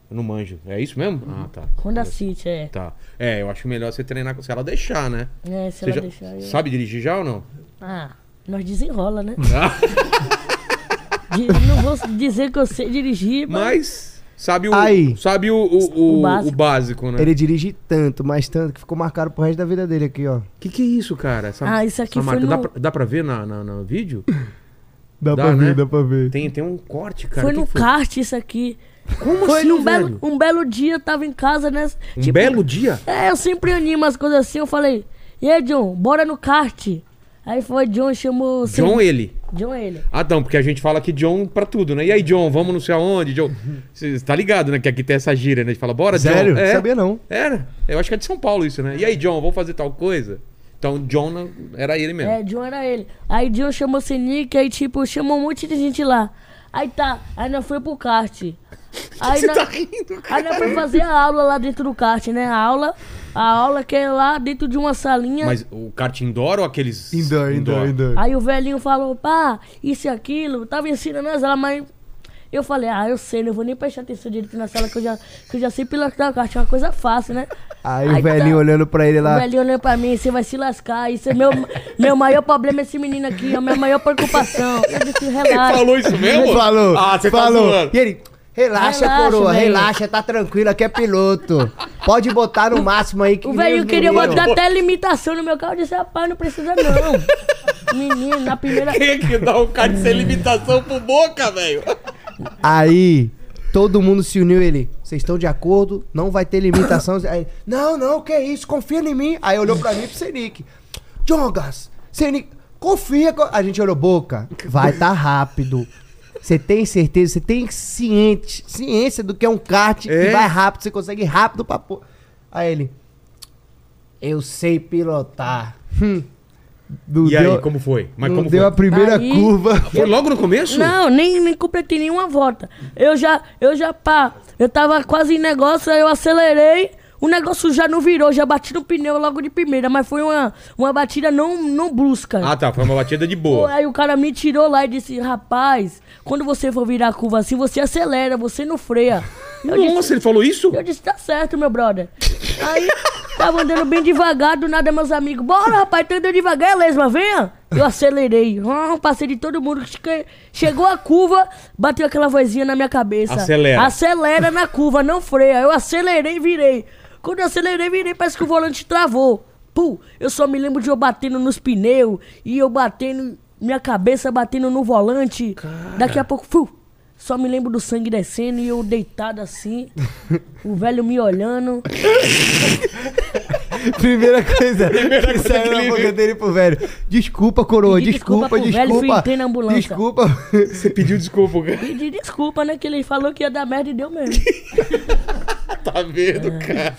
Eu não manjo. É isso mesmo? Ah, tá.
Uhum. Honda City, é.
Tá. É, eu acho melhor você treinar com se ela deixar, né?
É, se
Você
ela
já
deixar eu.
sabe dirigir já ou não?
Ah, nós desenrola, né? Di- não vou dizer que eu sei dirigir, mas.
Mas sabe o.
Aí.
Sabe o, o, o-
O básico.
o básico, né?
Ele dirige tanto, mas tanto, que ficou marcado pro resto da vida dele aqui, ó.
Que que é isso, cara? Essa,
Ah, isso aqui
essa
foi
marca. Dá,
no-
pra, dá pra ver na, na, na vídeo?
Dá,
Dá,
pra ver,
né?
dá pra ver.
Tem, tem um corte, cara.
foi
que
no
foi?
kart isso aqui.
Como
Foi
assim,
num
velho?
belo, um belo dia, eu tava em casa, né?
Um belo dia?
É, eu sempre animo as coisas assim, eu falei, e aí, John, bora no kart. Aí foi, John chamou... o
John,
servi-
ele.
John ele.
Ah, não, porque a gente fala que John pra tudo, né? E aí, John, vamos não sei aonde, John. Você tá ligado, né? Que aqui tem essa gíria, né? A gente fala, bora,
Sério?
John. É,
Sabia não.
Era. Eu acho que é de São Paulo isso, né? E aí, John, vamos fazer tal coisa? Então, John não- era ele mesmo.
É, John era ele. Aí John chamou o Senic, aí tipo, chamou um monte de gente lá. Aí tá, aí nós foi pro kart. Aí
Você
nós-
tá rindo, cara.
Aí nós foi fazer a aula lá dentro do kart, né? A aula, a aula que é lá dentro de uma salinha.
Mas o kart indoor ou aqueles...
Indoor, indoor, indoor.
Aí o velhinho falou, pá, isso e aquilo, tava ensinando as aulas, mas eu falei, ah, eu sei, não vou nem prestar atenção direito na sala que eu já, que eu já sei pilotar o kart, é uma coisa fácil, né?
Aí, o velhinho
tá,
olhando pra ele lá.
O velhinho olhando pra mim, você vai se lascar, isso é meu, meu maior problema, esse menino aqui, é a minha maior preocupação. Eu disse, relaxa.
Falou isso mesmo?
Falou,
Ah, você tá
falou.
zoando.
e ele, relaxa,
Relaxa,
coroa,
velho.
relaxa, tá tranquilo, aqui é piloto. Pode botar no máximo aí que
O
nem
velhinho
os
queria
meninos."
botar até limitação no meu carro, eu disse, rapaz, não precisa não. menino, na primeira...
Quem é que dá um kart sem limitação pro boca, velho?
Aí, todo mundo se uniu ele. Vocês estão de acordo? Não vai ter limitação. Aí, não, não, que isso, confia em mim. Aí olhou pra mim e pro Senic. Jongas, Senic, confia. co-" A gente olhou, boca, vai tá rápido. Você tem certeza, você tem ciente, ciência do que é um kart
É.
que vai rápido, você consegue ir rápido pra pôr. Aí ele. Eu sei pilotar. Hum. Não
E aí,
deu-
como foi? Mas
não
como
deu
foi?
a primeira
Aí-
curva.
Foi logo no começo?
Não, nem, nem completei nenhuma volta. Eu já, eu já, pá, eu tava quase em negócio, aí eu acelerei, o negócio já não virou, já bati no pneu logo de primeira, mas foi uma, uma batida não, não brusca.
Ah, tá. Foi uma batida de
Pô,
boa.
Aí o cara me tirou lá e disse, rapaz, quando você for virar a curva assim, você acelera, você não freia. Eu disse,
Nossa, ele falou isso?
eu disse, tá certo, meu brother. Aí, tava andando bem devagar, do nada meus amigos, bora, rapaz, tá andando devagar, lesma, venha. Eu acelerei, hum, passei de todo mundo, che- chegou a curva, bateu aquela vozinha na minha cabeça.
Acelera.
Acelera na curva, não freia. Eu acelerei e virei. Quando eu acelerei, virei, parece que o volante travou. Pum, eu só me lembro de eu batendo nos pneus e eu batendo, minha cabeça batendo no volante. Daqui a pouco, fu, só me lembro do sangue descendo e eu deitado assim, o velho me olhando.
Primeira coisa que
coisa que
saiu
ele
na boca
viu.
dele pro velho. Desculpa, coroa,
Pedi
desculpa,
desculpa pro velho,
desculpa.
fui, entrei na ambulância.
Desculpa.
Você pediu desculpa, cara.
Pedi desculpa, né? Que ele falou que ia dar merda e deu mesmo.
Tá vendo,
É.
cara?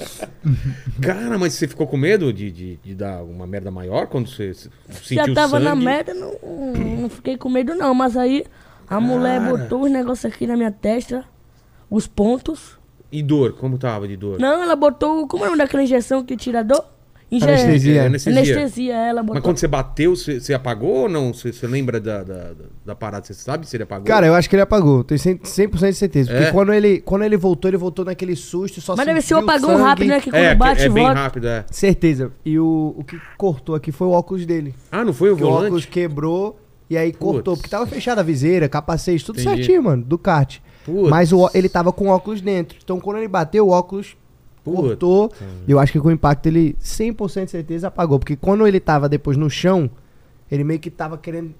Cara, mas você ficou com medo de, de, de dar uma merda maior quando você se- sentiu
Já tava
sangue?
na merda, não, não fiquei com medo não, mas aí a mulher botou os negócios aqui na minha testa, os pontos.
E dor? Como tava de dor?
Não, ela botou. Como é o nome daquela injeção que tira a dor? Inje-
Anestesia.
É, anestesia.
Anestesia. ela botou.
Mas quando você bateu, você, você apagou ou não? Você, você lembra da, da, da parada? Você sabe se ele apagou?
Cara, eu acho que ele apagou. Tenho 100%, 100 de certeza. Porque
É?
quando ele, quando ele voltou, ele voltou naquele susto. Só
Mas deve ser um
sentiu
apagão
sangue.
rápido, né? Que quando
é,
bate,
é, é bem
volta.
rápido, é.
Certeza. E o, o que cortou aqui foi o óculos dele.
Ah, não foi o
Porque o óculos
volante?
quebrou e aí cortou.
Putz.
Porque tava fechada a viseira, capacete, tudo
Entendi.
certinho, mano, do kart.
Putz.
Mas o, ó- ele tava com o óculos dentro. Então quando ele bateu, o óculos
Putz.
cortou. Eu acho que com o impacto ele 100% de certeza apagou. Porque quando ele tava depois no chão, ele meio que tava querendo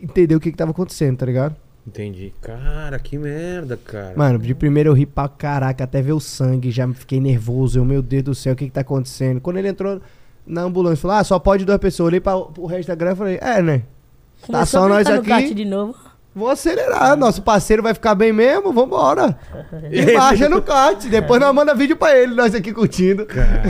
entender o que que tava acontecendo, tá ligado?
Entendi. Cara, que merda, cara.
Mano, de primeiro eu ri pra caraca, até ver o sangue, já fiquei nervoso. Eu, meu Deus do céu, o que que tá acontecendo? Quando ele entrou na ambulância, falou, ah, só pode duas pessoas. Eu olhei pra, pro resto da grana e falei, é, né?
Começou
tá só
a
nós
brincar no
aqui.
kart de novo.
Vou acelerar, nosso parceiro vai ficar bem mesmo, vambora. E marcha no kart, depois nós manda vídeo pra ele, nós aqui curtindo.
Cara.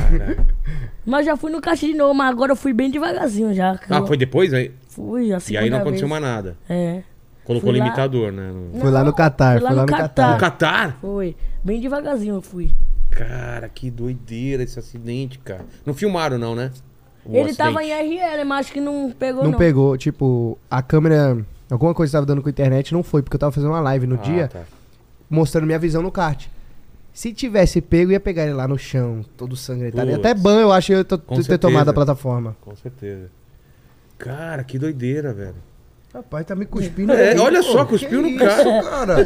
Mas já fui no kart de novo, mas agora eu fui bem devagarzinho já. que
Ah,
eu
foi depois? Aí,
Fui, a
e aí não
segunda
aconteceu
vez.
mais nada.
É.
Colocou
Fui lá.
limitador, né? No...
Foi lá no Catar,
Fui
foi lá no Catar.
No Catar?
Foi. Bem devagarzinho eu fui.
Cara, que doideira esse acidente, cara. Não filmaram, não, né? O
ele tava em
acidente.
RL, mas acho que não pegou
Não
não.
pegou, tipo, a câmera, alguma coisa tava dando com a internet, não foi, porque eu tava fazendo uma live no
Ah,
dia.
tá.
mostrando minha visão no kart. Se tivesse pego, ia pegar ele lá no chão, todo sangrentado. E
Putz.
Até ban, eu acho, eu tô-
Com
ter
certeza.
tomado a plataforma.
Com certeza. Cara, que doideira, velho.
Rapaz, tá me cuspindo.
É, aqui, olha pô. só, cuspiu Que no isso, cara.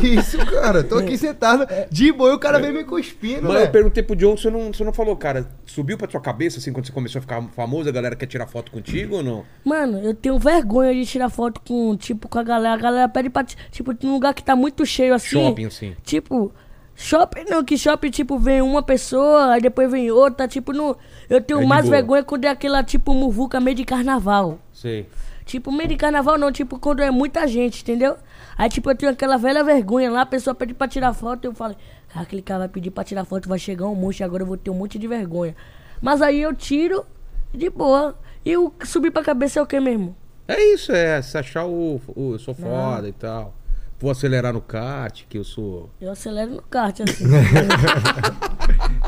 que isso, cara? Tô aqui sentado de boa e o cara vem me cuspindo, né?
Mas eu perguntei pro John, você não, você não falou, cara, subiu pra tua cabeça, assim, quando você começou a ficar famoso, a galera quer tirar foto contigo ou não?
Mano, eu tenho vergonha de tirar foto com, tipo, com a galera. A galera pede pra. ti- Tipo, num lugar que tá muito cheio assim.
Shopping, assim.
Tipo, shopping não, que shopping, tipo, vem uma pessoa, aí depois vem outra, tipo, não. Eu tenho
É de
mais
boa.
vergonha quando é aquela, tipo, muvuca meio de carnaval.
Sei.
Tipo, meio de carnaval não, tipo, quando é muita gente, entendeu? Aí, tipo, eu tenho aquela velha vergonha lá, a pessoa pede pra tirar foto, eu falo, ah, aquele cara vai pedir pra tirar foto, vai chegar um monte, agora eu vou ter um monte de vergonha. Mas aí eu tiro, de boa. E o que subir pra cabeça é o quê mesmo?
É isso, é, se achar o, o eu sou foda e tal. Vou acelerar no kart, que eu sou...
Eu acelero no kart, assim.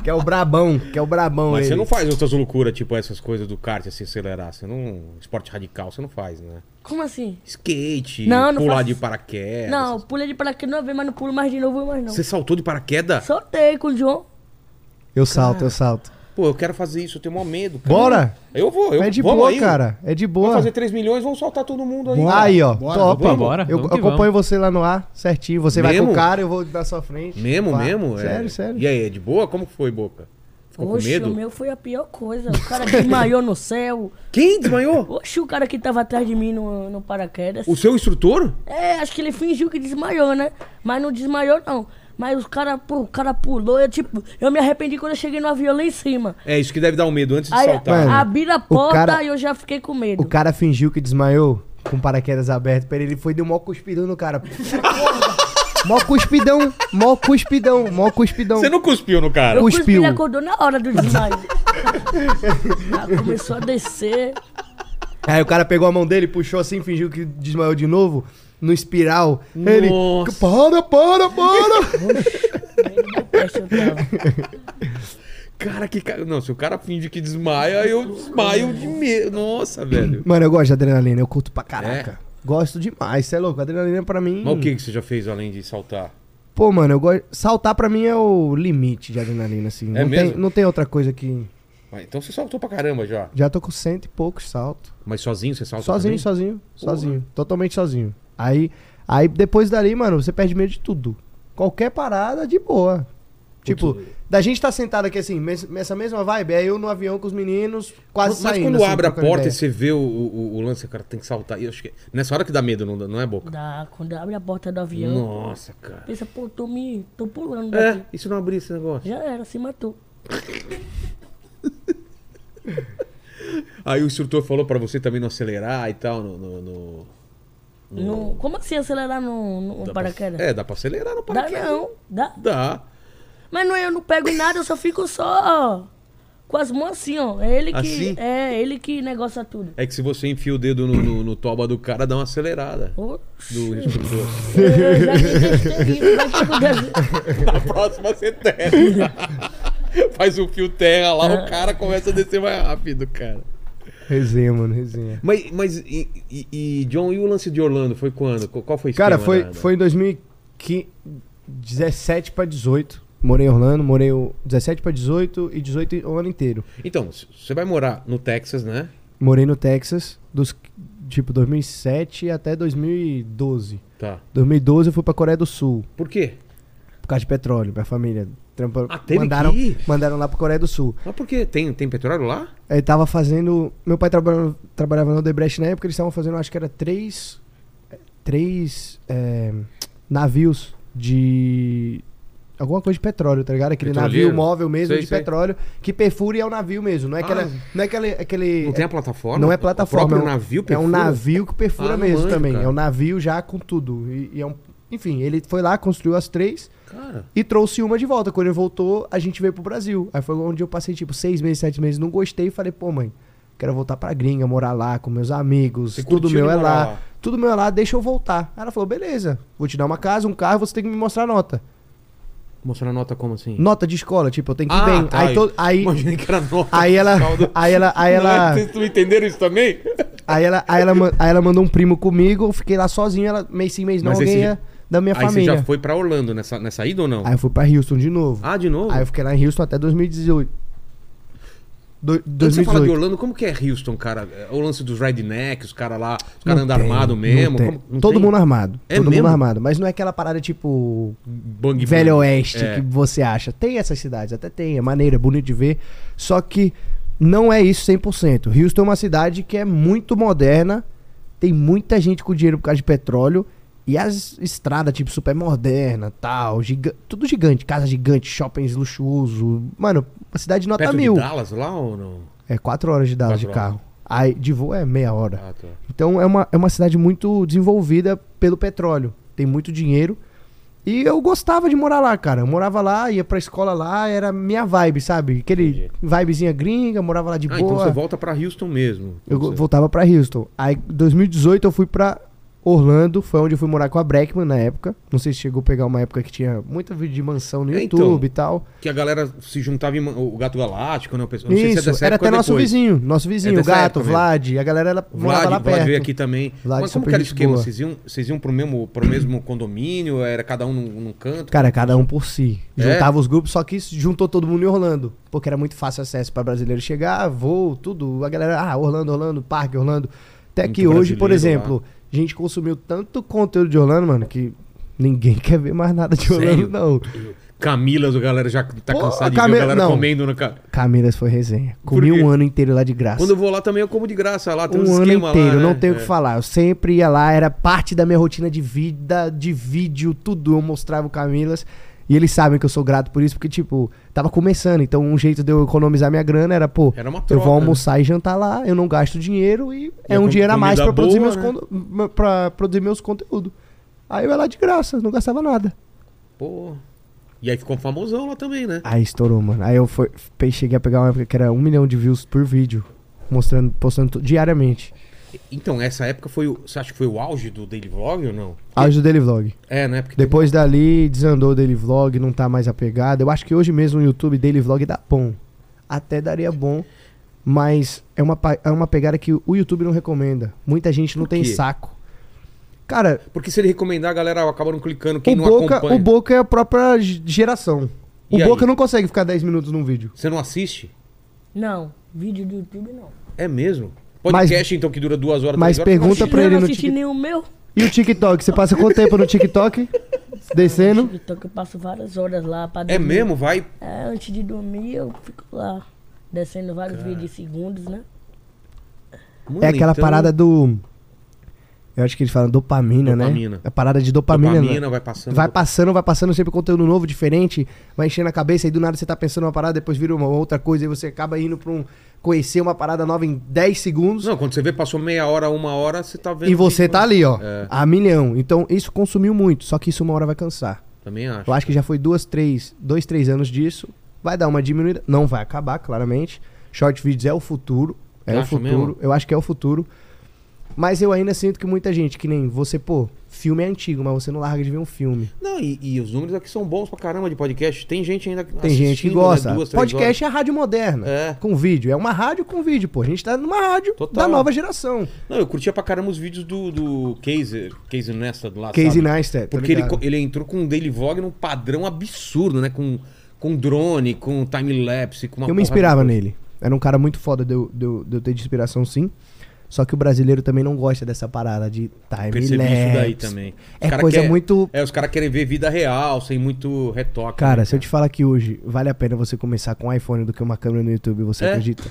Que é o brabão, que é o brabão
Mas
ele.
você não faz outras loucuras, tipo essas coisas do kart, assim, acelerar. Você não... Esporte radical você não faz, né?
Como assim?
Skate,
Não, não
pular
faço.
de paraquedas.
não,
essas-
pulei de paraquedas uma vez, mas não pulo mais de novo, mais não.
Você saltou de paraquedas?
Soltei com o John.
Eu salto, eu salto.
Pô, eu quero fazer isso, eu tenho maior medo. cara.
Bora?
Eu vou, eu
é de
vamos
boa,
aí,
cara. É de boa.
Vamos fazer 3 milhões, vamos soltar todo mundo aí.
Bora.
Aí, ó.
Bora,
top.
vamos, bora,
Eu
Ah, vamos que
acompanho você lá no ar, certinho. Você vai com
Mesmo?
o cara, eu vou na sua frente.
Mesmo,
Pá.
mesmo? É.
Sério, sério.
E aí, é de boa? Como que foi, Boca? Ficou Tá com
Oxe,
medo?
o meu foi a pior coisa. O cara desmaiou no céu.
Quem desmaiou?
Oxe, o cara que tava atrás de mim no, no paraquedas.
O seu instrutor?
É, acho que ele fingiu que desmaiou, né? Mas não desmaiou, não. Mas os cara, pô, o cara pulou, eu tipo, eu me arrependi quando eu cheguei no avião lá em cima.
É, isso que deve dar um medo antes de
Aí
saltar.
Mano,
abriram a porta
cara-
e eu já fiquei com medo.
O cara fingiu que desmaiou. com paraquedas aberto pra ele. Ele foi e deu mó cuspidão no cara. mó cuspidão, mó cuspidão, mó cuspidão.
Você não cuspiu no cara?
Eu cuspi,
Cuspiu.
ele acordou na hora do desmaio. Ah, começou a descer.
Aí o cara pegou a mão dele, puxou assim, fingiu que desmaiou de novo, no espiral. Ele.
Nossa.
Para, para, para!
Aí deu peste, eu tava.
Cara, que cara. Não, se o cara finge que desmaia, eu desmaio de medo. Nossa, velho.
Mano, eu gosto de adrenalina, eu curto pra caraca. Gosto demais, cê é louco. Adrenalina pra mim.
É. Mas o que, que você já fez além de saltar?
Pô, mano, eu gosto. Saltar pra mim é o limite de adrenalina, assim. não,
É mesmo?
Tem, não tem outra coisa que.
Ah, então você saltou pra caramba já.
Já tô com cento e poucos saltos.
Mas sozinho você salta?
Sozinho,
também?
sozinho, sozinho. Totalmente sozinho. Aí, aí depois dali, mano, você perde medo de tudo. Qualquer parada, de boa. Tipo, da gente tá sentado aqui assim, mes- nessa mesma vibe, é eu no avião com os meninos, quase
Mas
saindo.
quando
assim,
abre a
trocando
porta e
ideia.
você vê o, o, o lance, o cara tem que saltar. Eu acho que é nessa hora que dá medo, não, dá- não é boca?
Dá, quando abre a porta do avião,
Nossa, cara.
pensa, pô, tô me. tô pulando daqui.
É, e se não abrir esse negócio?
Já era, se matou.
Aí o instrutor falou pra você também não acelerar e tal no. no, no-
Não- como assim acelerar no, no
dá pra-
paraquedas?
É, dá pra acelerar no
Dá
paraquedas.
não, dá.
Dá.
Mas não, é, eu não pego em nada, eu só fico só com as mãos assim, ó. É ele que.
Assim?
É, ele que negocia tudo.
É que se você enfia o dedo no, no, no toba do cara, dá uma acelerada.
Oxi,
Do instrutor.
eu já detestei isso, vai que acontece.
Na próxima você terra. Faz um fio terra lá,
É.
o cara começa a descer mais rápido, cara.
Resenha, mano, resenha.
Mas, mas e, e- e, John, e o lance de Orlando? Foi quando? Qu- Qual foi o
Cara,
esquema
foi,
da- da-
foi em 2017 pra 18. Morei em Orlando, morei o 17 pra 18 e 18 o ano inteiro.
Então, c- você vai morar no Texas, né?
Morei no Texas, dos tipo 2007 até 2012.
Tá.
2012 eu fui pra Coreia do Sul,
Por quê?
por causa de petróleo, minha família. Trampa,
Ah, teve
mandaram,
que ir?
mandaram lá pra Coreia do Sul.
Mas por quê? Tem, tem petróleo lá?
Aí tava fazendo. Meu pai trabalhava, trabalhava no Debrecht na época, eles estavam fazendo, acho que era três. Três. é, navios de. Alguma coisa de petróleo, tá ligado? Aquele
Petroleiro.
navio móvel mesmo
Sei,
de
sei.
petróleo que perfura e é o navio mesmo. Não é,
Ah.
aquela, não é aquele. aquele
Não tem
é-
a plataforma?
não é
O
plataforma.
próprio
um-
navio
É um
perfura?
navio que perfura
Ah, não
mesmo
manjo,
também.
cara.
É um navio já com tudo. E, e é um, enfim, ele foi lá, construiu as três
Cara,
e trouxe uma de volta. Quando ele voltou, a gente veio pro Brasil. Aí foi onde eu passei, tipo, seis meses, sete meses, não gostei e falei, pô, mãe, quero voltar pra gringa, morar lá com meus amigos,
Você
tudo
curtiu
meu
de
é
morar
lá,
lá?
tudo meu é lá, deixa eu voltar. Aí ela falou, beleza, vou te dar uma casa, um carro, você tem que me mostrar a nota.
mostrando a nota como assim?
Nota de escola, tipo, eu tenho que ir bem.
tá,
Aí, to- aí,
Imaginei que era nota.
aí ela,
Caldo.
aí ela, aí ela...
Vocês não entenderam isso também?
Aí ela, aí, ela, ma- aí ela mandou um primo comigo, eu fiquei lá sozinho, ela mês sim, mês não,
Mas esse
alguém
já-
ia da minha
Aí você
família.
já foi pra Orlando nessa, nessa ida ou não?
Aí eu fui pra Houston de novo.
Ah, de novo?
Aí eu fiquei lá em Houston até 2018. Do,
Quando você fala de
2018.
Orlando, como que é Houston, cara? É O lance dos redneck, os caras lá, os caras
Não
andam
tem,
armado
não
mesmo.
tem.
como- não
Todo
tem?
mundo armado.
É
todo
mesmo?
mundo armado. Mas não é aquela parada tipo
Bang,
Velho
bang.
Oeste
É.
que você acha. Tem essas cidades, até tem, é maneiro, é bonito de ver. Só que não é isso 100%. Houston é uma cidade que é muito moderna, tem muita gente com dinheiro por causa de petróleo. E as estradas, tipo, super moderna, tal, giga- tudo gigante, casa gigante, shoppings luxuoso. Mano, uma cidade nota
Perto
tá mil.
de Dallas lá ou não?
É quatro horas de Dallas de
Quatro horas.
carro. Aí de voo é meia hora.
Ah, tá.
Então é uma, é uma cidade muito desenvolvida pelo petróleo. Tem muito dinheiro. E eu gostava de morar lá, cara. Eu morava lá, ia pra escola lá, era minha vibe, sabe? Aquele
Entendi.
vibezinha gringa, morava lá de
Ah, então
boa.
você volta pra Houston mesmo.
eu
Você-
voltava pra Houston. Aí, em 2018, eu fui pra Orlando, foi onde eu fui morar com a Breckman na época. Não sei se chegou a pegar uma época que tinha muito vídeo de mansão no
É, então.
YouTube e tal.
Que a galera se juntava em ma- o Gato Galáctico, né? Eu penso- Não sei se é
Isso,
dessa
era
época
até
ou
nosso
depois. É
vizinho, nosso vizinho, o
dessa
gato,
época mesmo.
Vlad. A galera ela morava lá
Vlad, Vlad
perto.
veio aqui também.
Vlad
Mas como
super
que era o
gente
esquema?
boa.
Vocês iam, vocês iam pro, mesmo, pro mesmo condomínio? Era cada um num, num canto?
Cara, cada um por si.
É?
Juntava os grupos, só que isso juntou todo mundo em Orlando. Porque era muito fácil acesso pra brasileiro chegar, voo, tudo. A galera, ah, Orlando, Orlando, parque, Orlando. Até
Muito
que hoje, por
brasileiro
exemplo, a gente consumiu tanto conteúdo de Orlando, mano, que ninguém quer ver mais nada de
Sério?
Orlando, não.
Camila, a galera já tá
Pô,
cansada de ver
Camila-
a galera
não.
comendo no ca...
Camilas foi resenha.
Por
Comi
quê?
um ano inteiro lá de graça.
Quando eu vou lá também eu como de graça lá. Tem
um
uns
ano
esquema
inteiro,
lá,
não
né?
tenho o
É.
que falar. Eu sempre ia lá, era parte da minha rotina de vida, de vídeo, tudo. Eu mostrava o Camilas. E eles sabem que eu sou grato por isso, porque, tipo, tava começando. Então, um jeito de eu economizar minha grana era, pô,
Era uma
eu
troca, né?
vou almoçar e jantar lá, eu não gasto dinheiro e,
E a
é um
com-
dinheiro a mais
comida
pra produzir,
boa,
meus
né?
conto- pra produzir meus conteúdos. Aí eu ia lá de graça, não gastava nada.
Pô. E aí ficou um famosão lá também, né?
Aí estourou, mano. Aí eu foi, pe- cheguei a pegar uma época que era um milhão de views por vídeo, mostrando, postando to- diariamente.
Então, essa época foi o. Você acha que foi o auge do Daily Vlog ou não?
Auge do Daily Vlog.
É, né? Porque
Depois dali, desandou o Daily Vlog, não tá mais apegado. Eu acho que hoje mesmo o YouTube Daily Vlog dá bom. Até daria bom, mas é uma, pa- é uma pegada que o YouTube não recomenda. Muita gente não
Por
tem
quê?
saco. Cara,
Porque se ele recomendar, a galera acaba não clicando. Quem
o
não
Boca,
acompanha.
o Boca é a própria g- geração. O
E aí?
Boca não consegue ficar 10 minutos num vídeo.
Você não assiste?
Não, vídeo do YouTube não.
É mesmo. Podcast, então, que dura duas horas,
mas
três horas.
pergunta- Conta pra
eu
ele
não
no
assisti
Tik-
nenhum meu.
E o TikTok? Você passa quanto tempo no TikTok?
No
Descendo?
TikTok Então eu passo várias horas lá pra
É
dormir.
mesmo? Vai.
É, antes de dormir eu fico lá, descendo vários vídeos de segundos, né?
Mano,
É aquela
então,
parada do. Eu acho que eles falam dopamina,
Dopamina.
né? A parada de dopamina.
dopamina,
né?
vai passando.
Vai passando, vai passando sempre conteúdo novo, diferente, vai enchendo a cabeça, aí do nada você tá pensando uma parada, depois vira uma outra coisa, e você acaba indo pra um. conhecer uma parada nova em 10 segundos.
Não, quando você vê, passou meia hora, uma hora, você tá vendo.
E você
que-
tá ali, ó,
É.
a milhão. Então isso consumiu muito, só que isso uma hora vai cansar.
Também acho.
Eu acho que já foi duas, três, dois, três anos disso. Vai dar uma diminuída. Não vai acabar, claramente. Short videos é o futuro. É
Eu
o
acho
futuro.
mesmo.
Eu acho que é o futuro. Mas eu ainda sinto que muita gente, que nem você, pô, filme é antigo, mas você não larga de ver um filme.
Não, e, e os números aqui são bons pra caramba de podcast. Tem gente ainda
Tem gente que
Tá assistindo,
gosta.
né, duas, três
Podcast é a rádio moderna.
É.
Com vídeo. É uma rádio com vídeo, pô. A gente tá numa rádio
Total.
da nova geração.
horas. Não, eu curtia pra caramba os vídeos do, do Casey, Casey Neistat lá,
Casey
sabe?
Neistat. tá
Porque ele, co-
ligado?
ele entrou com um daily vlog num padrão absurdo, né? Com, com drone, com time-lapse, com uma
eu
porrada
me inspirava
de coisa.
nele. Era um cara muito foda de eu, de eu- de eu ter de inspiração, sim. Só que o brasileiro também não gosta dessa parada de time
Percebi isso daí também. Os
É
cara
coisa
quer-
muito...
É, os caras querem ver vida real, sem muito retoque.
Cara,
né,
se eu te falar que hoje vale a pena você começar com um iPhone do que uma câmera no YouTube, você
É,
acredita?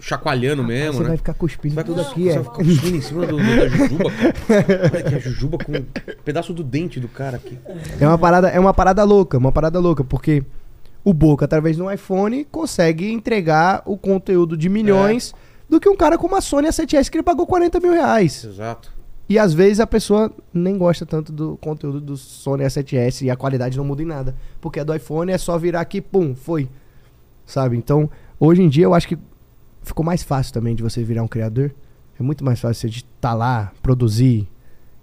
Chacoalhando mesmo,
Ah, você
né?
vai ficar cuspindo
Você vai,
tudo
ficar-
aqui,
você
é.
vai ficar cuspindo em cima do, do- da jujuba, cara. Olha aqui a jujuba com um pedaço do dente do cara aqui.
É uma parada, é uma parada louca, uma parada louca, porque o Boca, através de um iPhone, consegue entregar o conteúdo de milhões do que um cara com uma Sony A7S que ele pagou 40 mil reais.
Exato.
E às vezes a pessoa nem gosta tanto do conteúdo do Sony A7S e a qualidade não muda em nada. Porque a do iPhone é só virar aqui, pum, foi. Sabe? Então, hoje em dia eu acho que ficou mais fácil também de você virar um criador. É muito mais fácil você de estar lá, produzir,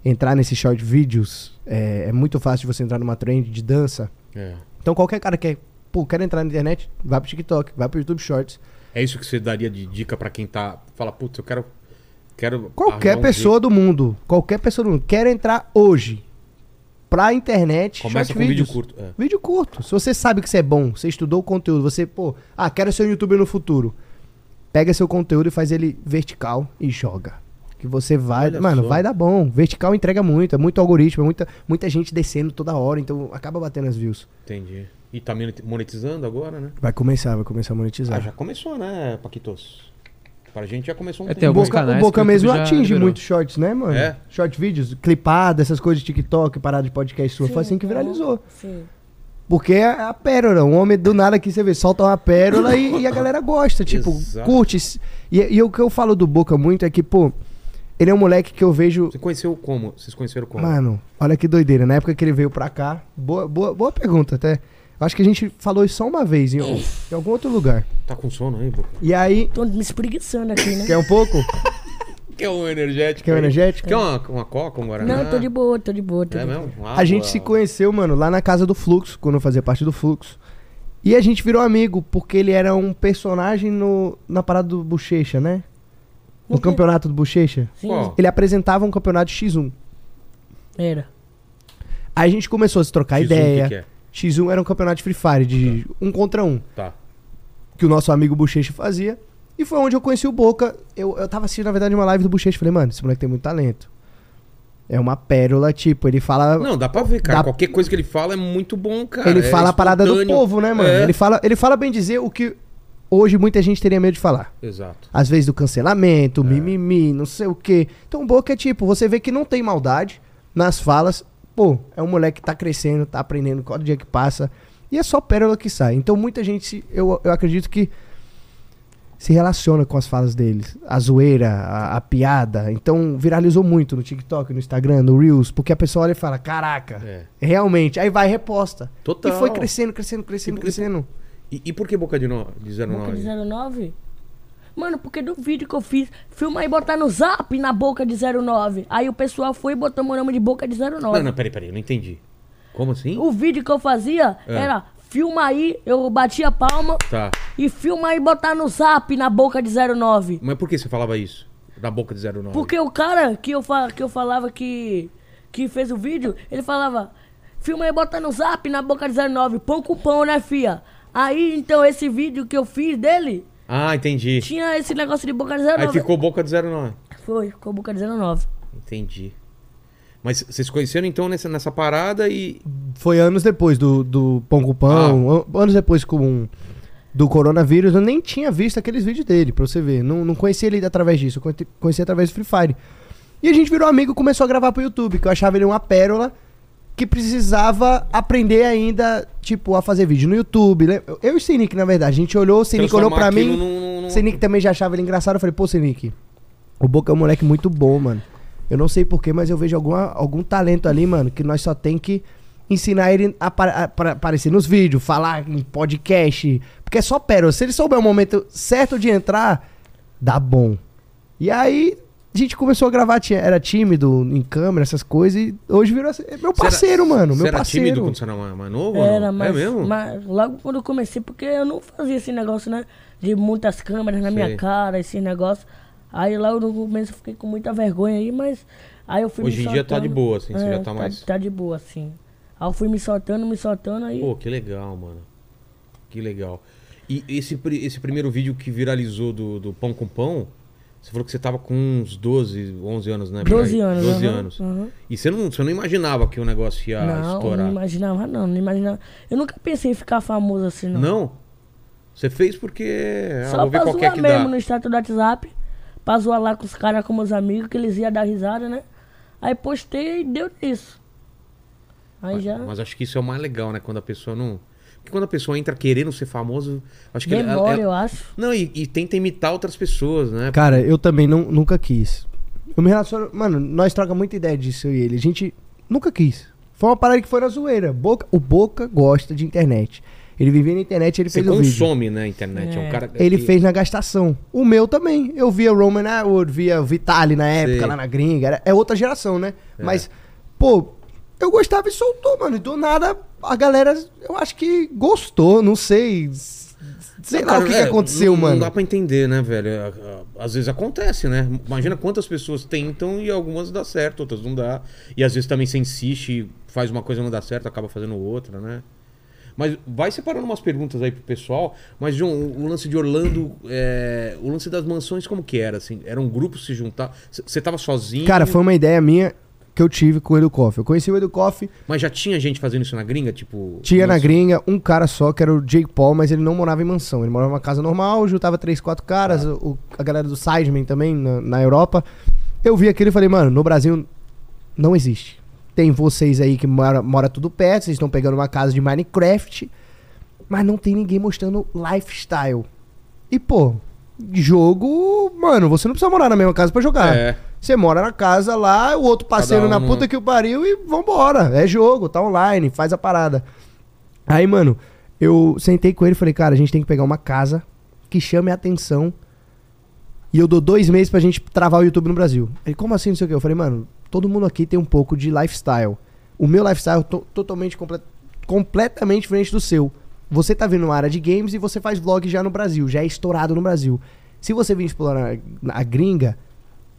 entrar nesses short vídeos. É, é muito fácil de você entrar numa trend de dança.
É.
Então qualquer cara que pô, quer entrar na internet, vai pro TikTok, vai pro YouTube Shorts.
É isso que você daria de dica pra quem tá. Fala, putz, eu quero. quero
Qualquer
arrumar um
pessoa do mundo, qualquer pessoa do mundo, quer entrar hoje pra internet,
jeito. Começa
short
com vídeo
vídeos.
curto. É.
Vídeo curto. Se você sabe que você é bom, você estudou o conteúdo, você, pô, ah, quero ser um youtuber no futuro. Pega seu conteúdo e faz ele vertical e joga. Que você vai.
Olha
mano,
só.
vai dar bom. Vertical entrega muito, é muito algoritmo, é muita, muita gente descendo toda hora, então acaba batendo as views.
Entendi. E tá monet- monetizando agora, né?
Vai começar, vai começar a monetizar.
Ah, já começou, né, Paquitos? Pra gente já começou um
É,
tempo.
tem
O
alguns
Boca, o
canais
Boca
que o
mesmo
YouTube já
atinge
liberou.
muitos shorts, né, mano?
É.
Short vídeos, clipada, essas coisas de TikTok, parada de podcast sua. Foi assim
é.
que viralizou.
Sim.
Porque é a pérola. Um homem do nada que você vê, solta uma pérola e, e a galera gosta. Tipo,
Exato.
curte. E, e o que eu falo do Boca muito é que, pô, ele é um moleque que eu vejo.
Você conheceu como? Vocês conheceram como?
Mano, olha que doideira. Na época que ele veio pra cá, boa, boa, boa pergunta até. Eu acho que a gente falou isso só uma vez em, algum- em algum outro lugar.
Tá com sono aí, Boca?
E aí.
Tô me espreguiçando aqui, né?
Quer um pouco?
Quer um energético?
Quer um
aí?
energético?
Quer uma, uma coca, um guaraná?
Não, tô de boa, tô de boa. Tô
É
de boa.
mesmo? Uma
A gente
água.
se conheceu, mano, lá na casa do Fluxo, quando eu fazia parte do Fluxo. E a gente virou amigo, porque ele era um personagem no, na parada do Bochecha, né? No
quê?
campeonato do Bochecha.
Sim,
Qual?
Ele apresentava um campeonato X1.
era.
Aí a gente começou a se trocar
X1,
ideia.
o que que é?
X1 era um campeonato de Free Fire, de um contra um,
Tá.
que o nosso amigo Bochecha fazia. E foi onde eu conheci o Boca. Eu, eu tava assistindo, na verdade, uma live do Bochecha. Falei, mano, esse moleque tem muito talento. É uma pérola, tipo, ele fala.
Não, dá pra ver, cara.
Dá-
Qualquer coisa que ele fala é muito bom, cara.
ele
É
fala a parada do
espontâneo.
povo, né, mano?
É.
Ele, fala, ele fala bem dizer o que hoje muita gente teria medo de falar.
Exato.
Às vezes do é cancelamento, mimimi, não sei o quê. Então o Boca é tipo, você vê que não tem maldade nas falas, Pô, é um moleque que tá crescendo, tá aprendendo cada dia que passa. E é só pérola que sai. Então muita gente, eu, eu acredito que se relaciona com as falas deles. A zoeira, a, a piada. Então viralizou muito no TikTok, no Instagram, no Reels, porque a pessoa olha e fala: Caraca,
É.
realmente. Aí vai e reposta.
Total.
E foi crescendo, crescendo, crescendo, crescendo.
E, e por que boca de, no... de
Boca
09?
de 09? Mano, porque do vídeo que eu fiz, filma e botar no zap na boca de 09. Aí o pessoal foi e botou meu nome de boca de 09.
Não, não, peraí, peraí, eu não entendi. Como assim?
O vídeo que eu fazia
É.
era filma aí, eu batia a palma
Tá.
e filma aí botar no zap na boca de 09.
Mas por que você falava isso? Da boca de 09?
Porque o cara que eu, fa- que eu falava que, que fez o vídeo, ele falava, filma aí botar no zap na boca de 09, pão com pão, né, fia? Aí, então, esse vídeo que eu fiz dele,
Ah, entendi.
tinha esse negócio de boca de
Aí
09.
ficou boca de 09.
Foi, ficou boca de 09.
Entendi. Mas vocês se conheceram então nessa, nessa parada e.
Foi anos depois do, do Pão com Pão, an- anos depois com um, do coronavírus, eu nem tinha visto aqueles vídeos dele, pra você ver. Não, não conhecia ele através disso, eu conheci- conheci através do Free Fire. E a gente virou amigo e começou a gravar pro YouTube, que eu achava ele uma pérola que precisava aprender ainda, tipo, a fazer vídeo no YouTube. né? Eu- Eu e o Sinik, na verdade, a gente olhou, o Sinik olhou pra
transformar
mim.
aquilo num- num- num-
Sinik também já achava ele engraçado. Eu falei, pô, Sinik, o Boca é um moleque muito bom, mano. Eu não sei porquê, mas eu vejo alguma, algum talento ali, mano, que nós só tem que ensinar ele a, apa- a- pra- aparecer nos vídeos, falar em podcast. Porque é só pérola. Se ele souber o momento certo de entrar, dá bom. E aí. A gente começou a gravar, tinha- era tímido em câmera, essas coisas, e hoje virou assim, é meu
Você era-
parceiro, mano.
Você
Meu
era
parceiro.
tímido quando você era mais, mais novo? ou não?
Era, mas,
É mesmo?
mas logo quando eu comecei, porque eu não fazia esse negócio, né? De muitas câmeras na
Sei.
minha cara, esse negócio. Aí logo no começo eu fiquei com muita vergonha aí, mas aí eu fui
Hoje
me
em dia tá
soltando.
de boa, assim, você já tá mais-
Tá de boa, assim. Aí eu fui me soltando, me soltando aí.
Pô, que legal, mano. Que legal. E esse, pri- esse primeiro vídeo que viralizou do, do Pão com Pão, você falou que você tava com uns 12, 11 anos, né? por aí?
12 anos,
12
aham,
anos.
aham.
E você não, você não imaginava que o negócio ia
não, eu
estourar?
não imaginava não, não imaginava. Eu nunca pensei em ficar famoso assim, não.
Não? Você fez porque. ah,
Só
vou ver
pra
qual que é
zoar
que
mesmo né?
dá.
no status do WhatsApp. Pra zoar lá com os caras, com meus amigos, que eles iam dar risada, né? Aí postei e deu nisso. Aí já.
Mas acho que isso é o mais legal, né? Quando a pessoa não. Porque quando a pessoa entra querendo ser famoso, acho que ela- é
Demora,
ela-
eu acho.
Não, e, e tenta imitar outras pessoas, né?
Cara, eu também não, nunca quis. Eu me relaciono. Mano, nós troca muita ideia disso eu e ele. A gente nunca quis. Foi uma parada que foi na zoeira. Boca, o Boca gosta de internet. Ele vivia na internet ele
Você
fez o vídeo.
consome, né, a internet. É. um
É.
cara
Ele
que-
fez na gastação. O meu também. Eu via Roman Atwood, via Vitali na época,
Sei.
lá na gringa. Era- é outra geração, né?
É.
Mas, pô, eu gostava e soltou, mano. E do nada, a galera, eu acho que gostou, não sei. Sei lá
Cara,
o que, que
é,
aconteceu,
não,
mano.
Não dá pra entender, né, velho? À- à- Às vezes acontece, né? Imagina quantas pessoas tentam e algumas dá certo, outras não dá. E às vezes também você insiste, faz uma coisa e não dá certo, acaba fazendo outra, né? Mas vai separando umas perguntas aí pro pessoal. Mas, João, o o lance de Orlando, é, o lance das mansões, como que era? Assim, era um grupo se juntar? C- Você tava sozinho?
Cara, foi um uma ideia minha que eu tive com o Edu Koff. Eu conheci o Edu Koff,
Mas já tinha gente fazendo isso na gringa? Tipo.
tinha na
mansão?
gringa um cara só, que era o Jake Paul, mas ele não morava em mansão. Ele morava numa casa normal, juntava três, quatro caras, o- a galera do Sidemen também, na, na Europa. Eu vi aquilo e falei, mano, no Brasil não existe. Tem vocês aí que mora, mora tudo perto, vocês estão pegando uma casa de Minecraft, mas não tem ninguém mostrando lifestyle. E, pô, jogo, mano, você não precisa morar na mesma casa pra jogar.
É.
Você mora na casa lá, o outro parceiro
um
na
num-
puta que o pariu e vambora. É jogo, tá online, faz a parada. Aí, mano, eu sentei com ele e falei, cara, a gente tem que pegar uma casa que chame a atenção. E eu dou dois meses pra gente travar o YouTube no Brasil. Ele, como assim, não sei o quê? Eu falei, mano, todo mundo aqui tem um pouco de lifestyle. O meu lifestyle é to- totalmente, comple- completamente diferente do seu. Você tá vindo numa área de games e você faz vlog já no Brasil, já é estourado no Brasil. Se você vir explorar a a gringa,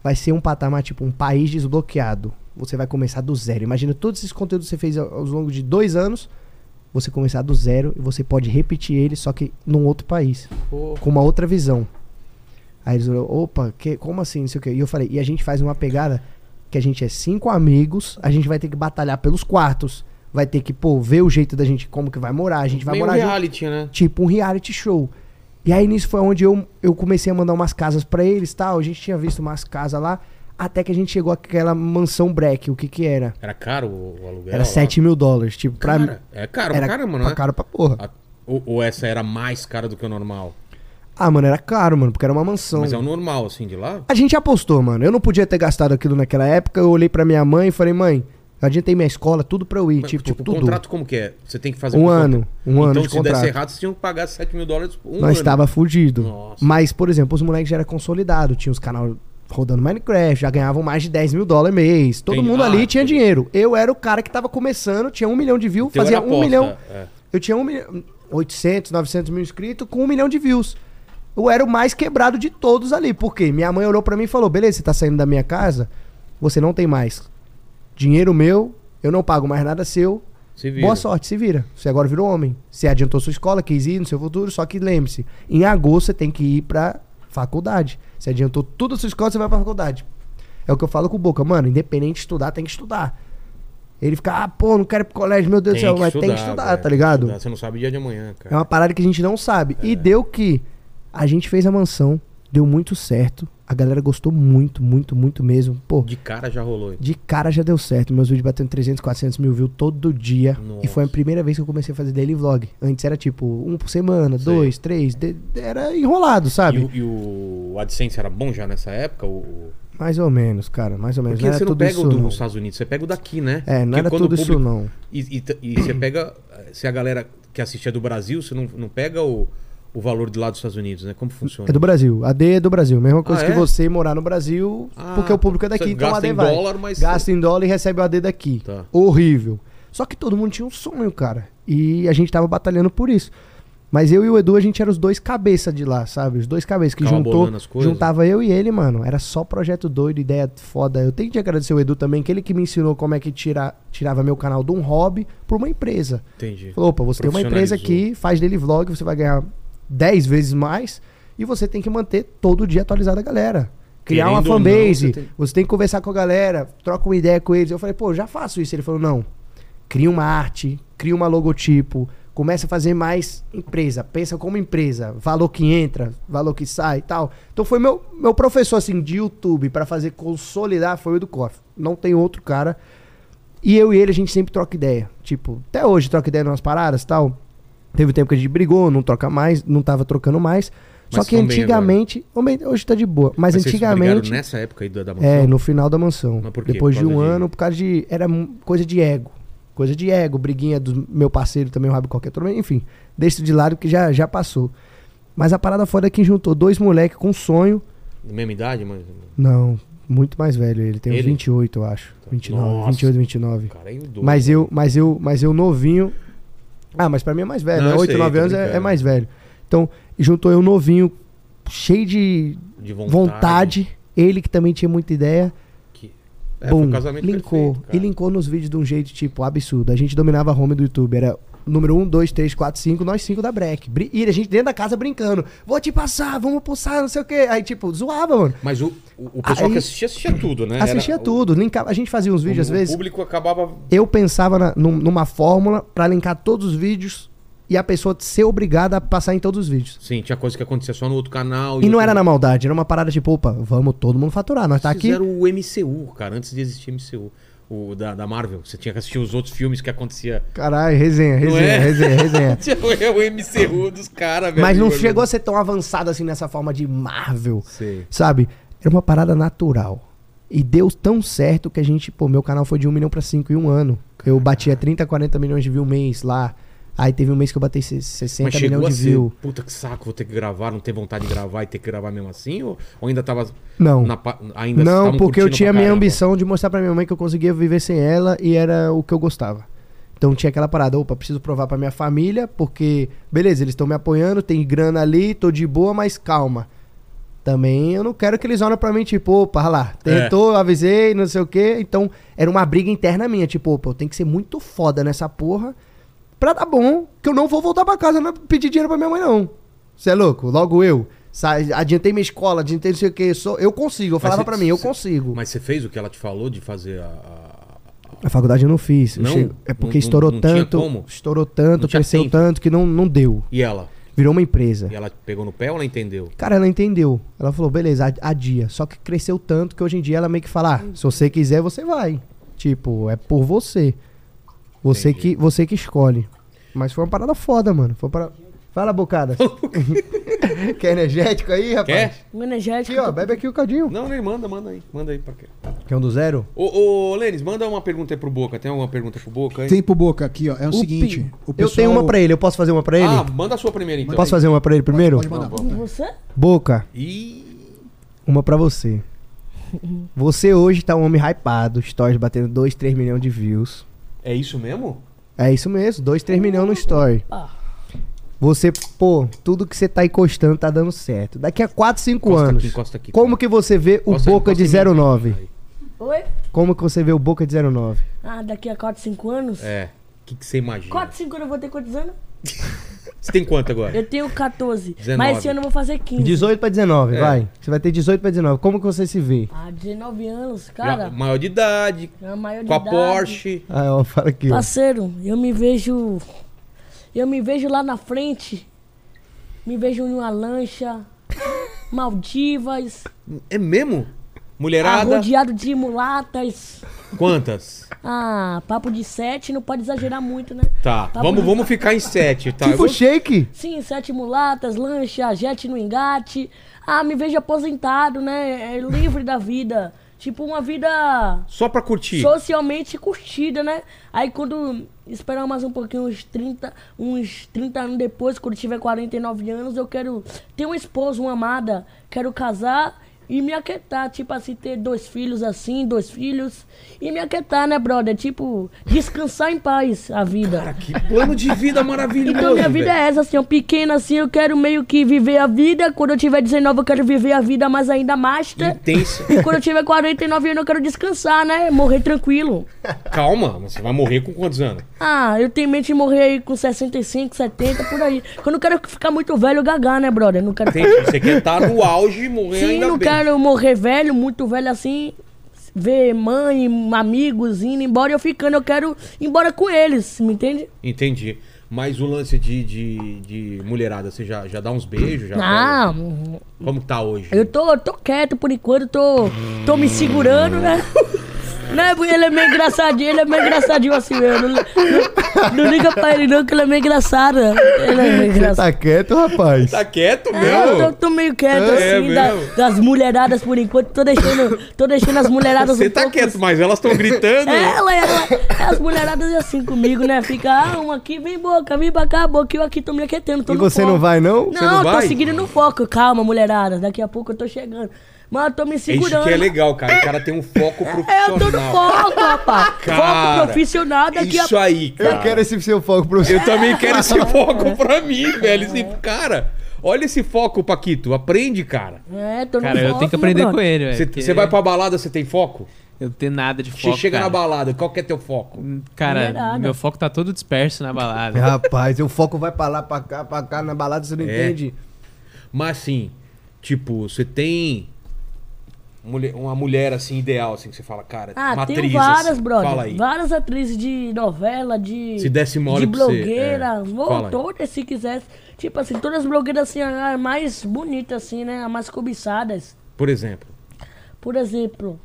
vai ser um patamar, tipo, um país desbloqueado. Você vai começar do zero. Imagina todos esses conteúdos que você fez ao ao longo de dois anos, você começar do zero e você pode repetir ele, só que num outro país,
Pô,
com uma outra visão. Aí eles olharam, opa, que, como assim, não sei o quê. E eu falei, e a gente faz uma pegada que a gente é cinco amigos, a gente vai ter que batalhar pelos quartos, vai ter que, pô, ver o jeito da gente, como que vai morar, a gente vai
meio
morar junto
reality, né?
tipo um reality show. E aí nisso foi onde eu, eu comecei a mandar umas casas pra eles, tal. A gente tinha visto umas casas lá. Até que a gente chegou àquela mansão break, o que que era?
Era caro o o aluguel?
Era
lá?
7 mil dólares, tipo, pra mim.
Cara, É caro pra caramba, não
pra
é?
caro pra porra.
A- ou, ou essa era mais cara do que o normal?
Ah, mano, era caro, mano, porque era uma mansão.
Mas é o normal, assim, de lá?
A gente apostou, mano. Eu não podia ter gastado aquilo naquela época. Eu olhei pra minha mãe e falei, mãe, adiantei minha escola, tudo pra eu ir.
Mas,
tipo,
tipo, o
tudo.
contrato como que é? Você tem que fazer
Um
por conta-
ano, um ano
Então,
de
se
contrato.
desse errado, você tinha que pagar 7 mil dólares por um ano.
Nós estava fudido.
Nossa.
Mas, por exemplo, os moleques já eram consolidados. Tinha os canal rodando Minecraft, já ganhavam mais de 10 mil dólares mês. Todo
Entendi.
mundo
Ah,
ali tinha
entendi.
dinheiro. Eu era o cara que tava começando, tinha um milhão de views,
Então
fazia
era
um
aposta,
milhão.
é.
Eu tinha um milhão, 800, 900 mil inscritos com um milhão de views. Eu era o mais quebrado de todos ali. Por quê? Minha mãe olhou pra mim e falou: beleza, você tá saindo da minha casa, você não tem mais dinheiro meu, eu não pago mais nada seu,
Se vira.
Boa sorte, se vira. Você agora virou homem. Você adiantou sua escola, quis ir no seu futuro, só que lembre-se, em agosto você tem que ir pra faculdade. Você adiantou tudo a sua escola, você vai pra faculdade. É o que eu falo com o Boca, mano, independente de estudar, tem que estudar. Ele fica, ah, pô, não quero ir pro colégio, meu Deus do céu, mas tem que É. estudar,
velho,
tá ligado?
estudar. Você não sabe o dia de amanhã, cara.
É uma parada que a gente não sabe. E deu que a gente fez a mansão, deu muito certo. A galera gostou muito, muito, muito mesmo. Pô,
De cara já rolou.
de cara já deu certo. Meus vídeos batendo 300, 400 mil views todo dia.
Nossa.
E foi a primeira vez que eu comecei a fazer daily vlog. Antes era tipo um por semana,
Sei.
dois, três. de- era enrolado,
E,
sabe?
o- e o AdSense era bom já nessa época? O, o-
Mais ou menos, cara. Mais ou menos.
Porque
era
você não
tudo
pega
isso,
o do-
não.
dos Estados Unidos, você pega o daqui, né?
É, não
Porque
era
quando o
tudo isso,
público-
não.
E, e t- e você pega. eh, Se a galera que assistia do Brasil, você não, não pega o, o valor de lá dos Estados Unidos, né? Como funciona?
É do Brasil. AD é do Brasil. Mesma coisa
Ah,
que
é?
você morar no Brasil,
Ah,
porque o público é daqui,
você
então o
gasta em
AD vai.
dólar, mas-
Gasta em dólar e recebe o AD daqui.
Tá.
Horrível. Só que todo mundo tinha um sonho, cara. E a gente tava batalhando por isso. Mas eu e o Edu, a gente era os dois cabeça de lá, sabe? Os dois cabeças que
Ficava
juntou,
bolando as coisas.
juntava eu e ele, mano. Era só projeto doido, ideia foda. Eu tenho que agradecer o Edu também, que ele que me ensinou como é que tira, tirava meu canal de um hobby pra uma empresa.
Entendi.
Falou, opa, você tem uma empresa aqui, faz dele vlog, você vai ganhar 10 vezes mais e você tem que manter todo dia atualizado a galera. Criar uma
Querendo ou
fanbase,
não,
você,
você
tem...
tem-
que conversar com a galera, troca uma ideia com eles. Eu falei, pô, já faço isso. Ele falou, não, cria uma arte, cria uma logotipo, começa a fazer mais empresa, pensa como empresa, valor que entra, valor que sai e tal. Então foi meu, meu professor, assim, de YouTube pra fazer consolidar, foi o Edu Koff. Não tem outro cara e eu e ele, a gente sempre troca ideia. Tipo, até hoje troca ideia nas paradas e tal. Teve um tempo que a gente brigou, não troca mais, não tava trocando mais. Só
Mas
que
tão bem
antigamente. Homem, Hoje tá de boa. Mas,
vocês brigaram
antigamente.
Nessa época aí da, da
É,
mansão?
no final da mansão.
Mas por quê?
Depois de
Por
um
causa de-
ano, por causa de. Era mu- coisa de ego. Coisa de ego, briguinha do meu parceiro também, o Rabi Qualquer também, enfim. Deixa isso de lado que já, já passou. Mas a parada foda é que juntou dois moleques com um sonho.
Da mesma idade, mas.
Não, muito mais velho. Ele tem uns
Ele?
28, eu acho. 29,
Nossa.
28, 29.
Cara, é doido.
Mas eu, mas eu, mas eu novinho. Ah, mas pra mim é mais velho.
Não,
né?
eu
8,
sei,
9
tô
anos é,
brincando.
é mais velho. Então, juntou eu novinho, cheio de
De vontade.
vontade. Ele que também tinha muita ideia.
Que...
É,
É, foi um casamento
linkou.
perfeito, cara.
e linkou nos vídeos de um jeito, tipo, absurdo. A gente dominava a home do YouTube. Era número 1, 2, 3, 4, 5, nós 5 da break. Bri- E a gente dentro da casa brincando. Vou te passar, vamos pulsar, não sei o quê. Aí, tipo, zoava, mano.
Mas o, o, o pessoal
Aí-
que assistia, assistia tudo, né? Era- um
Assistia tudo. Linkava. A gente fazia uns
O,
vídeos,
o
às vezes.
público acabava.
eu pensava na- num- numa fórmula pra linkar todos os vídeos e a pessoa ser obrigada a passar em todos os vídeos.
Sim, tinha coisa que acontecia só no outro canal.
E não
outro-
era na maldade, era uma parada tipo, opa, vamos todo mundo faturar, nós tá aqui.
Fizeram o MCU, cara, antes de existir MCU. O da, da Marvel. Você tinha que assistir os outros filmes que acontecia.
Caralho, resenha, resenha,
um é?
resenha, resenha.
É o MCU dos caras, velho.
Mas não
Eu-
chegou a ser tão avançado assim nessa forma de Marvel.
Sei.
Sabe? Era uma parada natural. E deu tão certo que a gente, pô, meu canal foi de 1 milhão pra 5 em um ano. Eu batia 30, 40 milhões de views mês lá. Aí teve um mês que eu bati 60
Mas chegou
milhões
a
de
ser,
views.
puta que saco, vou ter que gravar, não ter vontade de gravar e ter que gravar mesmo assim? Ou, ou ainda tava.
Não.
na pa- ainda
Não,
tavam
porque eu
curtindo
tinha
pra
minha
caramba?
ambição de mostrar pra minha mãe que eu conseguia viver sem ela e era o que eu gostava. Então tinha aquela parada, opa, preciso provar pra minha família, porque, beleza, eles estão me apoiando, tem grana ali, tô de boa, mas calma. Também eu não quero que eles olhem pra mim, tipo, opa, olha lá,
É.
tentou, avisei, não sei o quê. Então, era uma briga interna minha, tipo, opa, eu tenho que ser muito foda nessa porra pra dar bom, que eu não vou voltar pra casa não é pedir dinheiro pra minha mãe, não. Você é louco? Logo eu. Sai, adiantei minha escola, adiantei não sei o quê. Sou, eu consigo, eu
Mas
falava
cê-
pra mim, eu
cê-
consigo.
Mas você fez o que ela te falou de fazer a. a- a-
A faculdade eu não fiz. eu
Não?
chego- é porque
Não- não-
estourou
não tinha
tanto,
como?
estourou tanto,
Não tinha
cresceu
tempo?
tanto que não, não deu.
E ela?
Virou uma empresa.
E ela pegou no pé ou ela entendeu?
Cara, ela entendeu. Ela falou, beleza, ad- adia. Só que cresceu tanto que hoje em dia ela meio que fala, ah, se você quiser, você vai. Tipo, é por você. Você
Entendi.
que, você que escolhe. Mas foi uma parada foda, mano. Foi para Fala, bocada. Quer energético aí, rapaz?
Quer?
Um energético.
Aqui, ó, bebe aqui o caldinho.
Não, nem manda, manda aí. Manda aí pra quê?
Quer um do zero?
Ô, ô, Lênis, manda uma pergunta aí pro Boca. Tem alguma pergunta pro Boca aí?
Tem pro Boca aqui, ó. É o,
O
seguinte.
pi-
o
Eu tenho uma pra ele, eu posso fazer uma pra ele?
Ah, manda a sua primeira então.
posso fazer uma pra ele primeiro?
Pode mandar.
Com você?
Boca,
Ih,
uma pra você. Você hoje tá um homem hypado, stories batendo 2, 3 milhões de views.
é isso mesmo?
É isso mesmo, 2, 3 milhões no story.
Ah.
Você, pô, tudo que você tá encostando tá dando certo. Daqui a 4, 5
Encosta
anos,
aqui, encosta aqui,
como
cara.
que você vê o
Encosta-
Boca de
encosta em mim.
09?
Oi?
Como que você vê o Boca de 09?
Ah, daqui a 4, 5 anos?
É. O que que você imagina?
4, 5 anos eu vou ter quantos anos?
Você tem quanto agora?
Eu tenho 14.
19.
Mas esse ano eu vou fazer 15.
18 pra 19,
É.
vai. Você vai ter 18 pra 19. Como que você se vê?
Ah, 19 anos,
Já
cara. é
maior de idade,
Na maioridade.
com a Porsche.
Ah, ó, fala aqui. ó.
Tá Parceiro, eu me vejo. Eu me vejo lá na frente. Me vejo em uma lancha. Maldivas.
É mesmo? Mulherada?
Rodeado de mulatas.
Quantas?
Ah, papo de 7, não pode exagerar muito, né?
Tá,
Tá
vamos,
bonito.
vamos ficar em sete, tá? Eu
Tipo
vou-
shake?
Sim, sete mulatas, lancha, jet no engate. Ah, me vejo aposentado, né? É, livre da vida. Tipo, uma vida
Só pra curtir.
socialmente curtida, né? Aí quando esperar mais um pouquinho, uns 30, uns 30 anos depois, quando tiver 49 anos, eu quero ter uma esposa, uma amada, quero casar e me aquietar, tipo assim, ter dois filhos assim, dois filhos e me aquietar, né, brother? Tipo, descansar em paz a vida.
Tá, Que plano de vida maravilhoso.
Então minha vida
velho.
é essa, assim, ó, pequena assim, eu quero meio que viver a vida. Quando eu tiver 19, eu quero viver a vida mais ainda master.
Intensa.
E quando eu tiver 49 anos, eu quero descansar, né? Morrer tranquilo.
Calma, você vai morrer com quantos anos?
Ah, eu tenho em mente de morrer aí com 65, 70, por aí. Porque eu não quero ficar muito velho gagar, né, brother? Não quero...
Tem- Você quer estar no auge e morrer
Sim,
ainda
não
bem.
quero morrer velho, muito velho assim. Ver mãe, amigos indo embora e eu ficando. Eu quero ir embora com eles, me entende?
Entendi. Mas o lance de, de, de mulherada, você já, já dá uns beijos? Já
Ah,
Como que tá hoje?
Eu tô, tô quieto por enquanto, tô, tô me segurando, né? Né, porque ele é meio engraçadinho, ele é meio engraçadinho assim mesmo. Não, não- não liga pra ele não, que ele é meio engraçado. né? Ele é meio
Você
engraçado.
tá quieto, rapaz?
Tá quieto,
É, eu tô,
meu?
tô meio quieto
É
assim, da-
mesmo?
das mulheradas por enquanto. Tô deixando, tô deixando as mulheradas
Você
um
tá
pouco-
quieto, mas elas estão gritando.
É, Ela, ela, as mulheradas é assim comigo, né? Fica, ah, uma aqui, vem boca, vem pra cá, boca, eu aqui tô me aquietando. Tô
E
no
você
foco.
não vai, não?
não
Não, eu tô
vai?
seguindo no foco. Calma, mulherada. Daqui a pouco eu tô chegando. Mas eu tô me
É
segurando.
isso que é legal, cara. O cara tem um foco
É,
profissional.
eu tô no foco, rapaz.
Cara,
foco profissional daqui
Isso
a...
aí, cara.
Eu quero esse seu foco pra você.
Eu também quero esse foco pra mim, velho. Esse cara, olha esse foco, Paquito. Aprende, cara.
É, tô no
Cara, eu
foco,
tenho É, que
meu
aprender
brother.
com ele, velho.
Você
porque
você vai pra balada, você tem foco?
Eu não tenho nada de
Você
foco.
chega
cara. Hum,
na balada, qual que é teu foco?
Cara,
Mulherada.
meu foco tá todo disperso na balada.
Rapaz, o foco vai pra lá, pra cá, pra cá, na balada, você não
É.
entende.
Mas assim, tipo, você tem mulher- uma mulher assim ideal, assim, que você fala, cara,
Ah,
uma
tenho
atriz,
várias,
assim.
brother.
Fala aí.
Várias atrizes de novela, de.
Se desse mole
De
pra você,
blogueira.
é.
vou-
Fala aí.
todas, se quisesse. Tipo assim, todas as blogueiras assim, as mais bonitas, assim, né? As mais cobiçadas.
Por exemplo.
Por exemplo.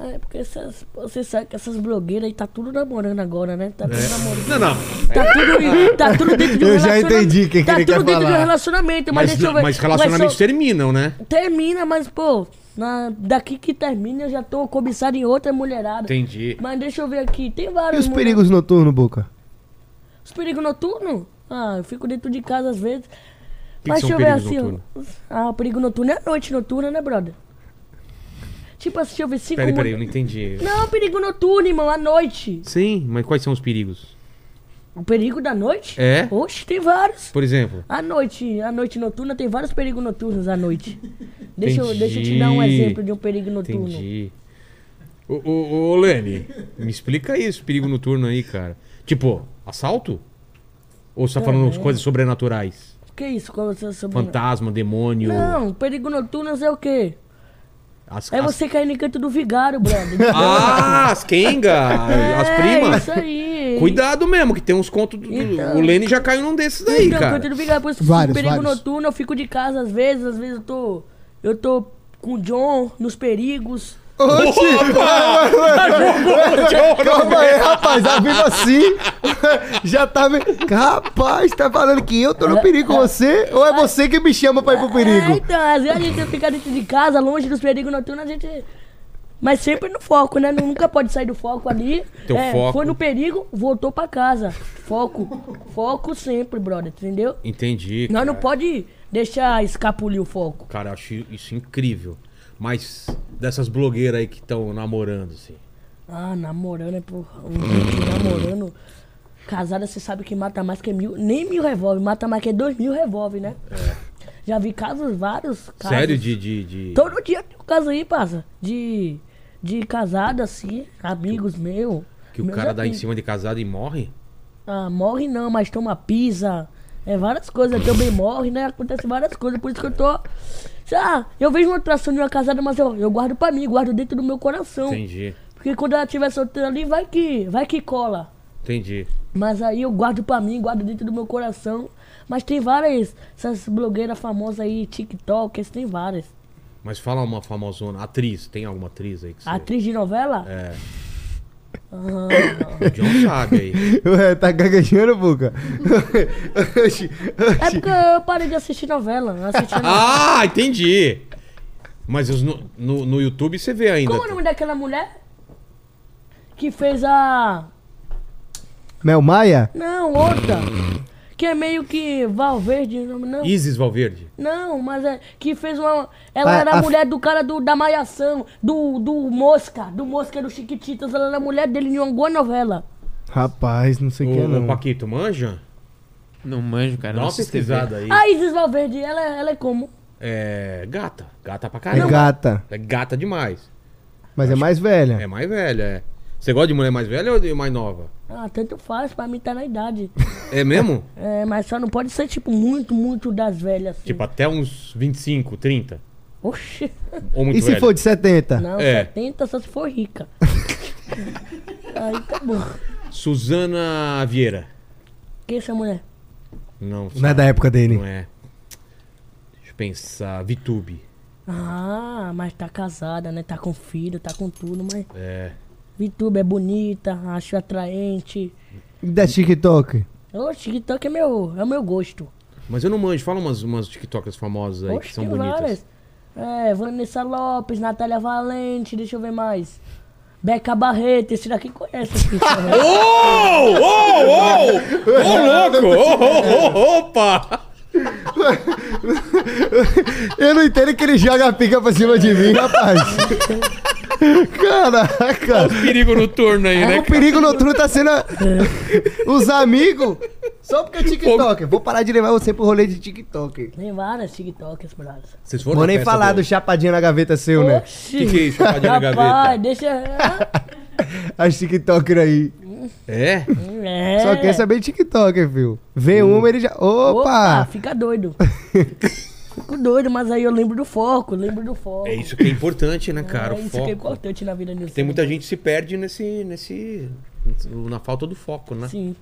É, porque essas, você sabe que essas blogueiras aí tá tudo namorando agora, né? Tá tudo
É.
namorando.
Não, não.
Tá tudo, tá tudo dentro de um
Eu já
relaciona-
entendi o que que
Tá
ele quer
tudo dentro de
falar.
um relacionamento, mas,
Mas,
deixa eu ver.
mas relacionamentos
só-
terminam, né?
termina, mas, pô, na- daqui que termina eu já tô cobiçado em outra mulherada.
Entendi.
Mas deixa eu ver aqui, tem
E
vários.
os
mulher-
perigos noturnos, Boca?
Os perigos noturnos? Ah, eu fico dentro de casa às vezes.
que
mas
são
deixa eu ver
perigos
assim. ó. Ah, o perigo noturno é a noite noturna, né, brother? Tipo assim, deixa eu ver cinco.
Peraí, peraí, eu
mu-
não entendi.
Não, perigo noturno, irmão, à noite.
Sim, mas quais são os perigos?
O perigo da noite?
É?
Oxe, tem vários.
Por exemplo.
À noite, à noite noturna, tem vários perigos noturnos à noite. Deixa eu, deixa eu te dar um
Entendi.
exemplo de um perigo noturno.
Entendi. Ô, ô, ô, Lene, me explica isso, perigo noturno aí, cara. Tipo, assalto? Ou você tá falando umas coisas sobrenaturais?
O que é isso? Qual é o seu sobrenome?
Fantasma, demônio.
Não, perigo noturno é o quê?
As,
É
as-
você cair no canto do vigário, brother.
Ah, as Kenga, as
É,
primas.
isso aí. aí.
Cuidado mesmo, que tem uns contos do. do-
Então.
o Lene já caiu num desses aí,
então,
cara.
conto do Big Brother, por isso que
Vários,
perigo
vários.
noturno, eu fico de casa às vezes, às vezes eu tô. Eu tô com o John nos perigos.
Calma aí, rapaz, a vivo assim. Já tá. me- Rapaz, tá falando que eu tô no perigo com você? Ou é você que me chama pra ir pro
É,
perigo?
então, às vezes a gente fica dentro de casa, longe dos perigos noturnos, a gente. Mas sempre no foco, né? Nunca pode sair do foco ali.
Teu
É,
foco.
Foi no perigo, voltou pra casa. Foco. Foco sempre, brother, entendeu?
Entendi.
Nós não
cara.
pode deixar escapulir o foco.
Cara, eu acho isso incrível. Mas dessas blogueiras aí que estão namorando, assim.
Ah, namorando é porra. Um gente namorando. Casada, você sabe que mata mais que mil. Nem mil revólver, mata mais que dois mil revólver, né? Já vi casos, vários casos.
É. Sério, de. de, de-
Todo dia tem um caso aí, passa. De. De casada, assim. Amigos meus.
Que o
meus
cara dá em
amigos.
cima de casado e morre?
Ah, morre não, mas toma pizza. É várias coisas. Também morre, né? Acontece várias coisas. Por isso que eu tô. Sei lá, eu vejo uma atração de uma casada, mas eu, eu guardo pra mim, guardo dentro do meu coração.
Entendi.
Porque quando ela estiver solteira ali, vai que, vai que cola.
Entendi.
Mas aí eu guardo pra mim, guardo dentro do meu coração. Mas tem várias, essas blogueiras famosas aí, TikTokers, tem várias.
Mas fala uma famosona. Atriz, tem alguma atriz aí que você.
Atriz de novela?
É.
Ah.
O John sabe aí.
Ué, tá gaguejando, Buca? Oxi,
É porque eu parei de assistir novela. não assistia novela.
Ah, entendi. Mas os no, no, no YouTube você vê ainda.
Como é o nome daquela mulher? Que fez a.
Mel Maia?
Não, outra. Que é meio que Valverde, não. não.
Isis Valverde.
Não, mas é que fez uma. Ela
Ah,
era a
a-
mulher do cara do, da Malhação, do, do Mosca, do Mosca do Chiquititas. Ela era a mulher dele em uma boa novela.
Rapaz, não sei
O,
o que é, não.
Paquito, manja?
Não manjo, cara.
Dá
não
uma
assisto TV.
pesquisada aí.
A Isis Valverde, ela, ela é como?
É. Gata. Gata pra
É
caramba.
gata,
É gata demais.
mas é mais
É
velha.
mais velha, é. Você gosta de mulher mais velha ou de mais nova?
Ah, tanto faz, pra mim tá na idade.
É mesmo?
É, mas só não pode ser, tipo, muito, muito das velhas. Assim.
tipo, até uns 25, 30.
Oxi.
Ou muito
E se
velha.
for de 70?
Não,
É.
70 só se for rica. Aí tá bom.
Suzana Vieira.
Quem é essa mulher?
Não,
Não é da época dele.
não é. Deixa eu pensar. Vitube.
Ah, mas tá casada, né? Tá com filho, tá com tudo, mas.
É.
Vituba é bonita, acho atraente.
E da TikTok?
O TikTok é meu, é o meu gosto.
Mas eu não manjo. Fala umas, umas TikTokers famosas aí que
Oxe,
são
tem
bonitas.
várias. É, Vanessa Lopes, Natália Valente, deixa eu ver mais. Beca Barreto, esse daqui conhece. esse né? cara.
Oh! Oh! Oh! Ô, louco! Ô, ô, ô, Opa!
Eu não entendo que ele joga a pica pra cima de mim, rapaz. Caraca.
Perigo no turno aí, né?
O perigo noturno tá sendo a- os amigos só porque é TikTok. Vou parar de levar você pro rolê de TikTok.
tem várias TikToks, brother.
Vocês foram
Vou
na
nem
festa
falar
do-
do chapadinho na gaveta seu, né?
Oxi!
Que que é isso, chapadinha na gaveta?
Rapaz, deixa.
As TikToker aí.
É?
É.
Só quer saber de TikToker, viu? Vê uma, ele já. Opa!
Fica doido. Fico doido, mas aí eu lembro do foco, lembro do foco.
É isso que é importante, né, cara?
É
o
isso
foco.
que é importante na vida Nilson.
Tem muita gente que se perde nesse, nesse, na falta do foco, né?
Sim.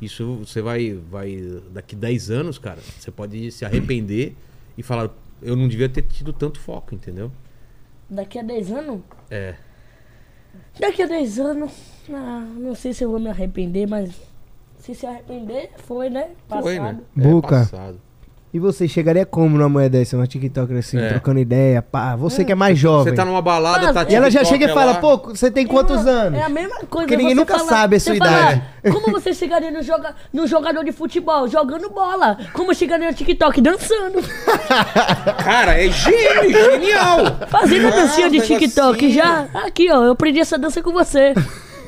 Isso você vai, vai daqui 10 anos, cara, você pode se arrepender e falar, eu não devia ter tido tanto foco, entendeu?
Daqui a 10 anos.
É.
Daqui a 10 anos. ah, não sei se eu vou me arrepender, mas. Se se arrepender, foi, né? Passado.
Foi, né?
Boca.
É, passado.
E você chegaria como numa mulher dessa, uma TikToker assim,
É.
trocando ideia, pá? Você que é mais
Você
jovem.
tá numa balada,
Mas-
tá
E ela já
TikTok
chega e fala,
lá.
pô, você tem quantos
é,
anos?
É a mesma coisa.
Porque ninguém
você
nunca
falar-
sabe a sua
você falar,
idade. né?
Como você chegaria no, joga, no jogador de futebol? Jogando bola. Como eu chegaria no TikTok? Dançando.
Cara, é gênio, genial!
Fazendo a dancinha
Ah,
de
um
TikTok
negocinho.
já. Aqui, ó, eu aprendi essa dança com você.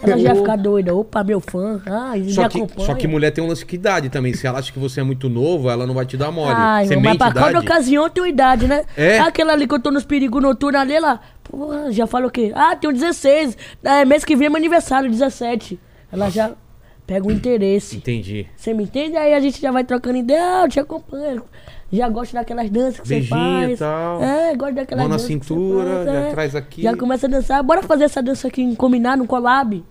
Ela já ia ficar doida. Opa, meu fã. Ah, ele
Só
me
que,
acompanha.
só que mulher tem um lance que idade também. Se ela acha que você é muito novo, ela não vai te dar mole.
Ah,
você
irmão, mas
mente
pra cada
idade.
ocasião tem uma idade, né?
É.
Aquela ali que eu tô nos perigos noturnos ali, ela. Porra, já fala o quê? Ah, tenho 16. É, mês que vem é meu aniversário, 17. Ela já pega o interesse.
Entendi.
Você me entende? Aí a gente já vai trocando ideia, ah, eu te acompanho. Já gosto daquelas danças que
Beijinho
você faz.
e tal.
É, gosto daquelas
Mão na
danças que você
cintura,
faz,
já
é.
traz aqui.
Já começa a dançar. Bora fazer essa dança aqui, em combinar no collab.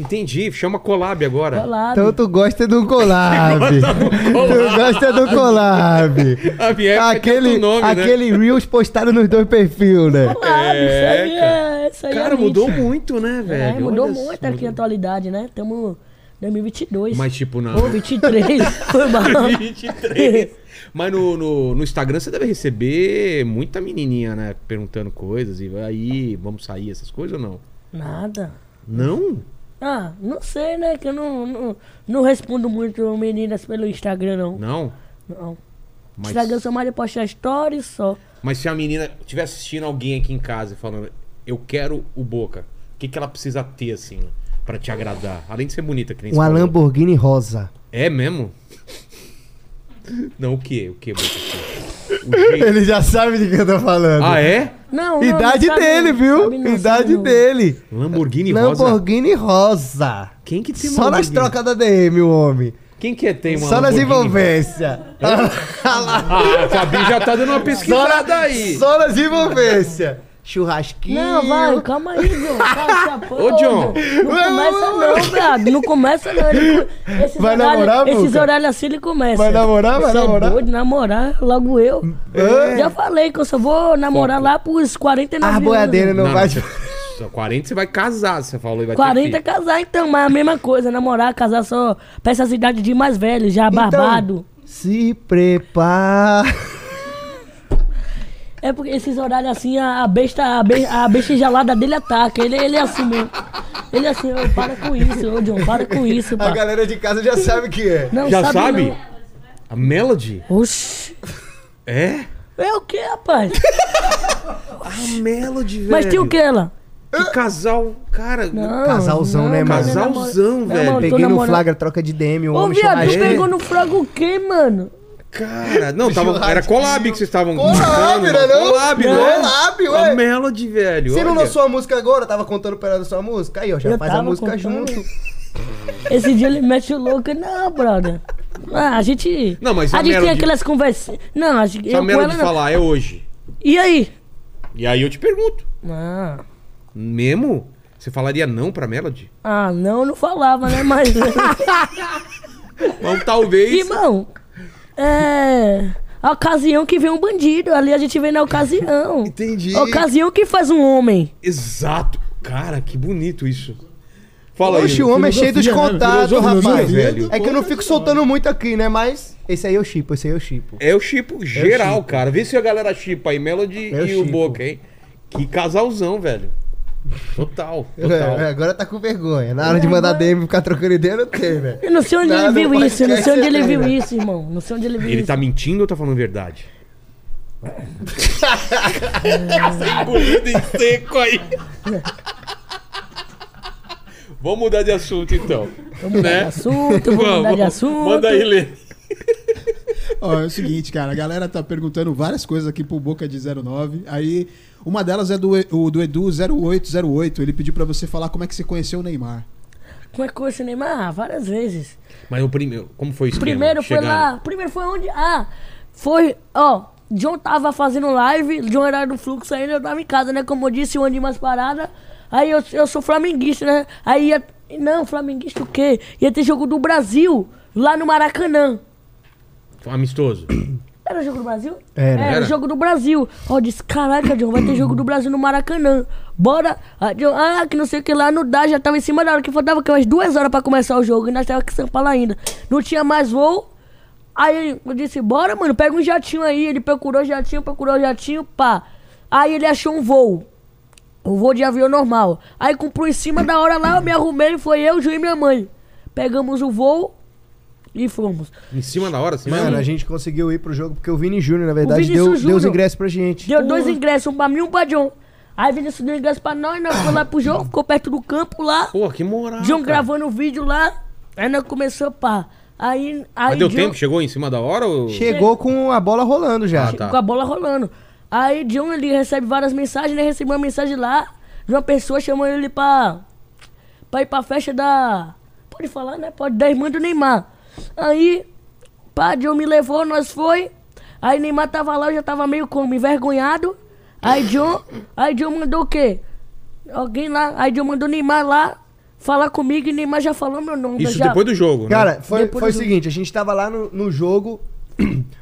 Entendi, chama collab agora.
Colado.
Então tu gosta do collab. tu gosta do collab.
A Vier
aquele
nome, né?
aquele Reels postado nos dois perfis, né?
Colado, isso aí
cara.
é. Isso aí
Cara,
é
mudou
muito.
muito, né,
É,
velho?
mudou
Olha só,
muito aqui a
mudou.
atualidade, né? Estamos em 2022.
Mas tipo, na...
Ou 23. Foi mal.
23. Mas no, no, no Instagram você deve receber muita menininha, né? Perguntando coisas e aí, vamos sair, essas coisas ou não?
Nada.
Não?
Ah, não sei, né? Que eu não, não, não respondo muito meninas pelo Instagram, não.
Não?
Não.
Mas,
Instagram eu sou mais de postar stories só.
mas se a menina estiver assistindo alguém aqui em casa e falando, eu quero o Boca, o que, que ela precisa ter, assim, pra te agradar? Além de ser bonita, que nem você
Uma
falou.
Lamborghini rosa.
É mesmo? Não, o quê? O quê, Boca? O jeito.
Ele já sabe de que eu tô falando.
Ah, é?
Não, não,
Idade
não sabe,
dele,
não
viu?
sabe não,
Idade
sabe não.
dele.
Lamborghini, rosa?
Lamborghini rosa.
Quem que tem uma
Só nas
Lamborghini?
trocas da DM, o homem.
Quem que é, tem uma
Só nas
Lamborghini? Tá
envolvências.
Ah, a Fabi já tá dando uma pesquisada aí.
Só nas envolvências. Churrasquinho.
Não, vai, calma aí, John. Cala essa porra,
Ô, John.
Não começa não, brado. Não começa não. Ele, esses
Vai
horários,
namorar,
Esses
Muca?
horários assim ele começa.
Vai namorar, vai
Você
namorar?
É doido, namorar, logo eu.
É.
Já falei que eu só vou namorar lá pros 49
A
anos.
boiadeira né, não,
Não,
vai.
não. Só 40 você vai casar, você falou. E vai ter
40 é
filho.
casar então, mas é a mesma coisa. Namorar, casar só pra essas idades de mais velho, já barbado.
Então, Se prepara.
É porque esses horários assim, a a besta, a be- a besta enjalada dele ataca. Ele, ele é assim mesmo. Ele é assim, ô, para com isso, ô John, para com isso,
A
pá.
galera de casa já sabe que é.
Não
Já sabe?
não.
A Melody?
Oxi.
É?
É o que, rapaz?
A Melody, velho.
Mas tem o que lá?
Que casal, cara.
Não,
Casalzão, né, mano?
cara, eu namoro-
Casalzão,
eu
velho.
namoro- tô
Peguei no
namorando-
flagra, troca de DM, o
Ô,
homem chama
viado,
a
tu
gente.
pegou no frango o quê, mano?
Cara, não, tava, era collab que vocês estavam.
Collab,
brincando,
né,
mano.
não?
Collab,
Não.
né?
Collab,
A
ué.
Melody, velho.
Você não
olha.
lançou a música agora? Tava contando o pedaço da sua música? Aí, ó, já
Eu
faz a
tava
música
contando.
junto.
Esse dia ele mete o louco. Não, brother. Ah, a gente.
Não, mas
A
a
gente tem
Melody-
aquelas conversas. Não, a gente.
Se a
Eu com ela
Melody
não.
falar, é hoje.
E aí?
E aí eu te pergunto,
Ah.
mesmo? Você falaria não pra Melody?
Ah, não, não falava, né? Mas.
Mas talvez.
Irmão, é. A ocasião que vem um bandido. Ali a gente vem na ocasião.
Entendi.
A ocasião que faz um homem.
Exato. Cara, que bonito isso. Fala
Oxe,
aí.
o homem é cheio dos
Filosofia, né?
contatos,
Filosofia,
rapaz.
velho.
É que eu não fico soltando muito aqui, né? Mas esse aí eu chipo, esse aí eu chipo.
É o Chipo geral,
chipo.
cara. Vê se a galera chipa aí, Melody
É o
e o
chipo.
Boca, hein? Que casalzão, velho. Total, total.
É, agora tá com vergonha. Na hora de mandar DM ficar trocando ideia, eu não tem, né?
Eu não sei onde
Nada,
ele viu
mas
isso, eu não sei onde ele
esquece,
viu
né?
isso, irmão. Não sei onde ele viu
Ele
isso.
tá mentindo ou tá falando verdade? Engolido em é seco aí. Vamos mudar de assunto então.
Vamos mudar
né?
de assunto, vamos mudar de assunto.
Manda aí, Lê.
Ó, é o seguinte, cara, a galera tá perguntando várias coisas aqui pro Boca de 09. Aí, uma delas é do, E- o, do Edu 0808. Ele pediu pra você falar como é que você conheceu o Neymar.
Como é que conheci o Neymar? Ah, várias vezes.
Mas o primeiro, como foi isso?
Primeiro foi lá. Primeiro foi onde? Ah, foi. Ó, John tava fazendo live, John era do fluxo ainda, eu tava em casa, né? Como eu disse, um ano de mais parada. Aí eu, eu sou flamenguista, né? Aí ia. Não, flamenguista o quê? Ia ter jogo do Brasil lá no Maracanã.
Amistoso.
Era jogo do Brasil?
Era.
Era,
Era.
jogo do Brasil. Ó, eu disse, caraca, John, vai ter jogo do Brasil no Maracanã. Bora. Ah, John, ah, que não sei o que lá, não dá, já tava em cima da hora, que faltava que umas duas horas pra começar o jogo, e nós tava aqui em São Paulo ainda. Não tinha mais voo. Aí eu disse, bora, mano, pega um jatinho aí. Ele procurou jatinho, procurou jatinho, pá. Aí ele achou um voo. Um voo de avião normal. Aí comprou em cima da hora lá, eu me arrumei, foi eu, o Ju e minha mãe. Pegamos o voo e fomos.
Em cima da hora, assim.
Mano,
mesmo?
a gente conseguiu ir pro jogo porque o Vini Júnior, na verdade, deu,
Vinícius
deu os
Júnior.
ingressos pra gente.
Deu dois ingressos, um pra mim e um pra John. Aí Vinícius deu ingresso pra nós, nós fomos lá pro jogo, ficou perto do campo lá.
Pô, que moral.
John
cara.
gravando o vídeo lá, aí nós começou pá. Aí, aí
Mas deu
John
tempo? Chegou em cima da hora? Ou...
Chegou com a bola rolando já.
Ah, tá.
com a bola rolando. Aí John ele recebe várias mensagens, né? Recebeu uma mensagem lá de uma pessoa chamando ele pra, pra ir pra festa da. Pode falar, né? Pode, da irmã do Neymar. Aí, pá, John me levou, nós foi. Aí Neymar tava lá, eu já tava meio como, envergonhado. um, Aí John, aí John mandou o quê? Alguém lá, aí John mandou um Neymar lá. falar comigo e Neymar já falou meu nome. eu
Isso
já...
depois do jogo, né?
Cara, foi,
Depois
foi o
do-
seguinte, a gente tava lá no, no jogo,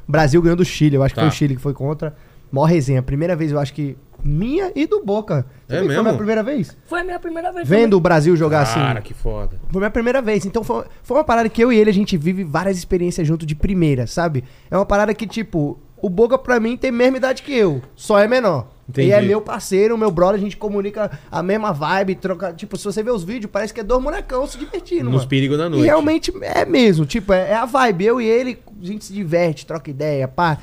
Brasil ganhando do Chile, eu acho que
Tá.
foi o Chile que foi contra. Mó resenha, primeira vez eu acho que minha e do Boca.
É
Sabe que Foi
mesmo?
minha primeira vez?
Foi a minha primeira vez.
Vendo o Brasil jogar
Cara,
assim.
que foda.
Foi minha primeira vez, então foi, foi uma parada que eu e ele, a gente vive várias experiências junto de primeira, sabe? É uma parada que, tipo, o Boca pra mim tem a mesma idade que eu, só é menor.
Entendi.
E é meu parceiro, meu brother, a gente comunica a mesma vibe, troca... Tipo, se você ver os vídeos, parece que é dois bonecão se divertindo,
Nos
mano.
perigos da
E
noite.
realmente é mesmo, tipo, é, é a vibe. Eu e ele, a gente se diverte, troca ideia, pá.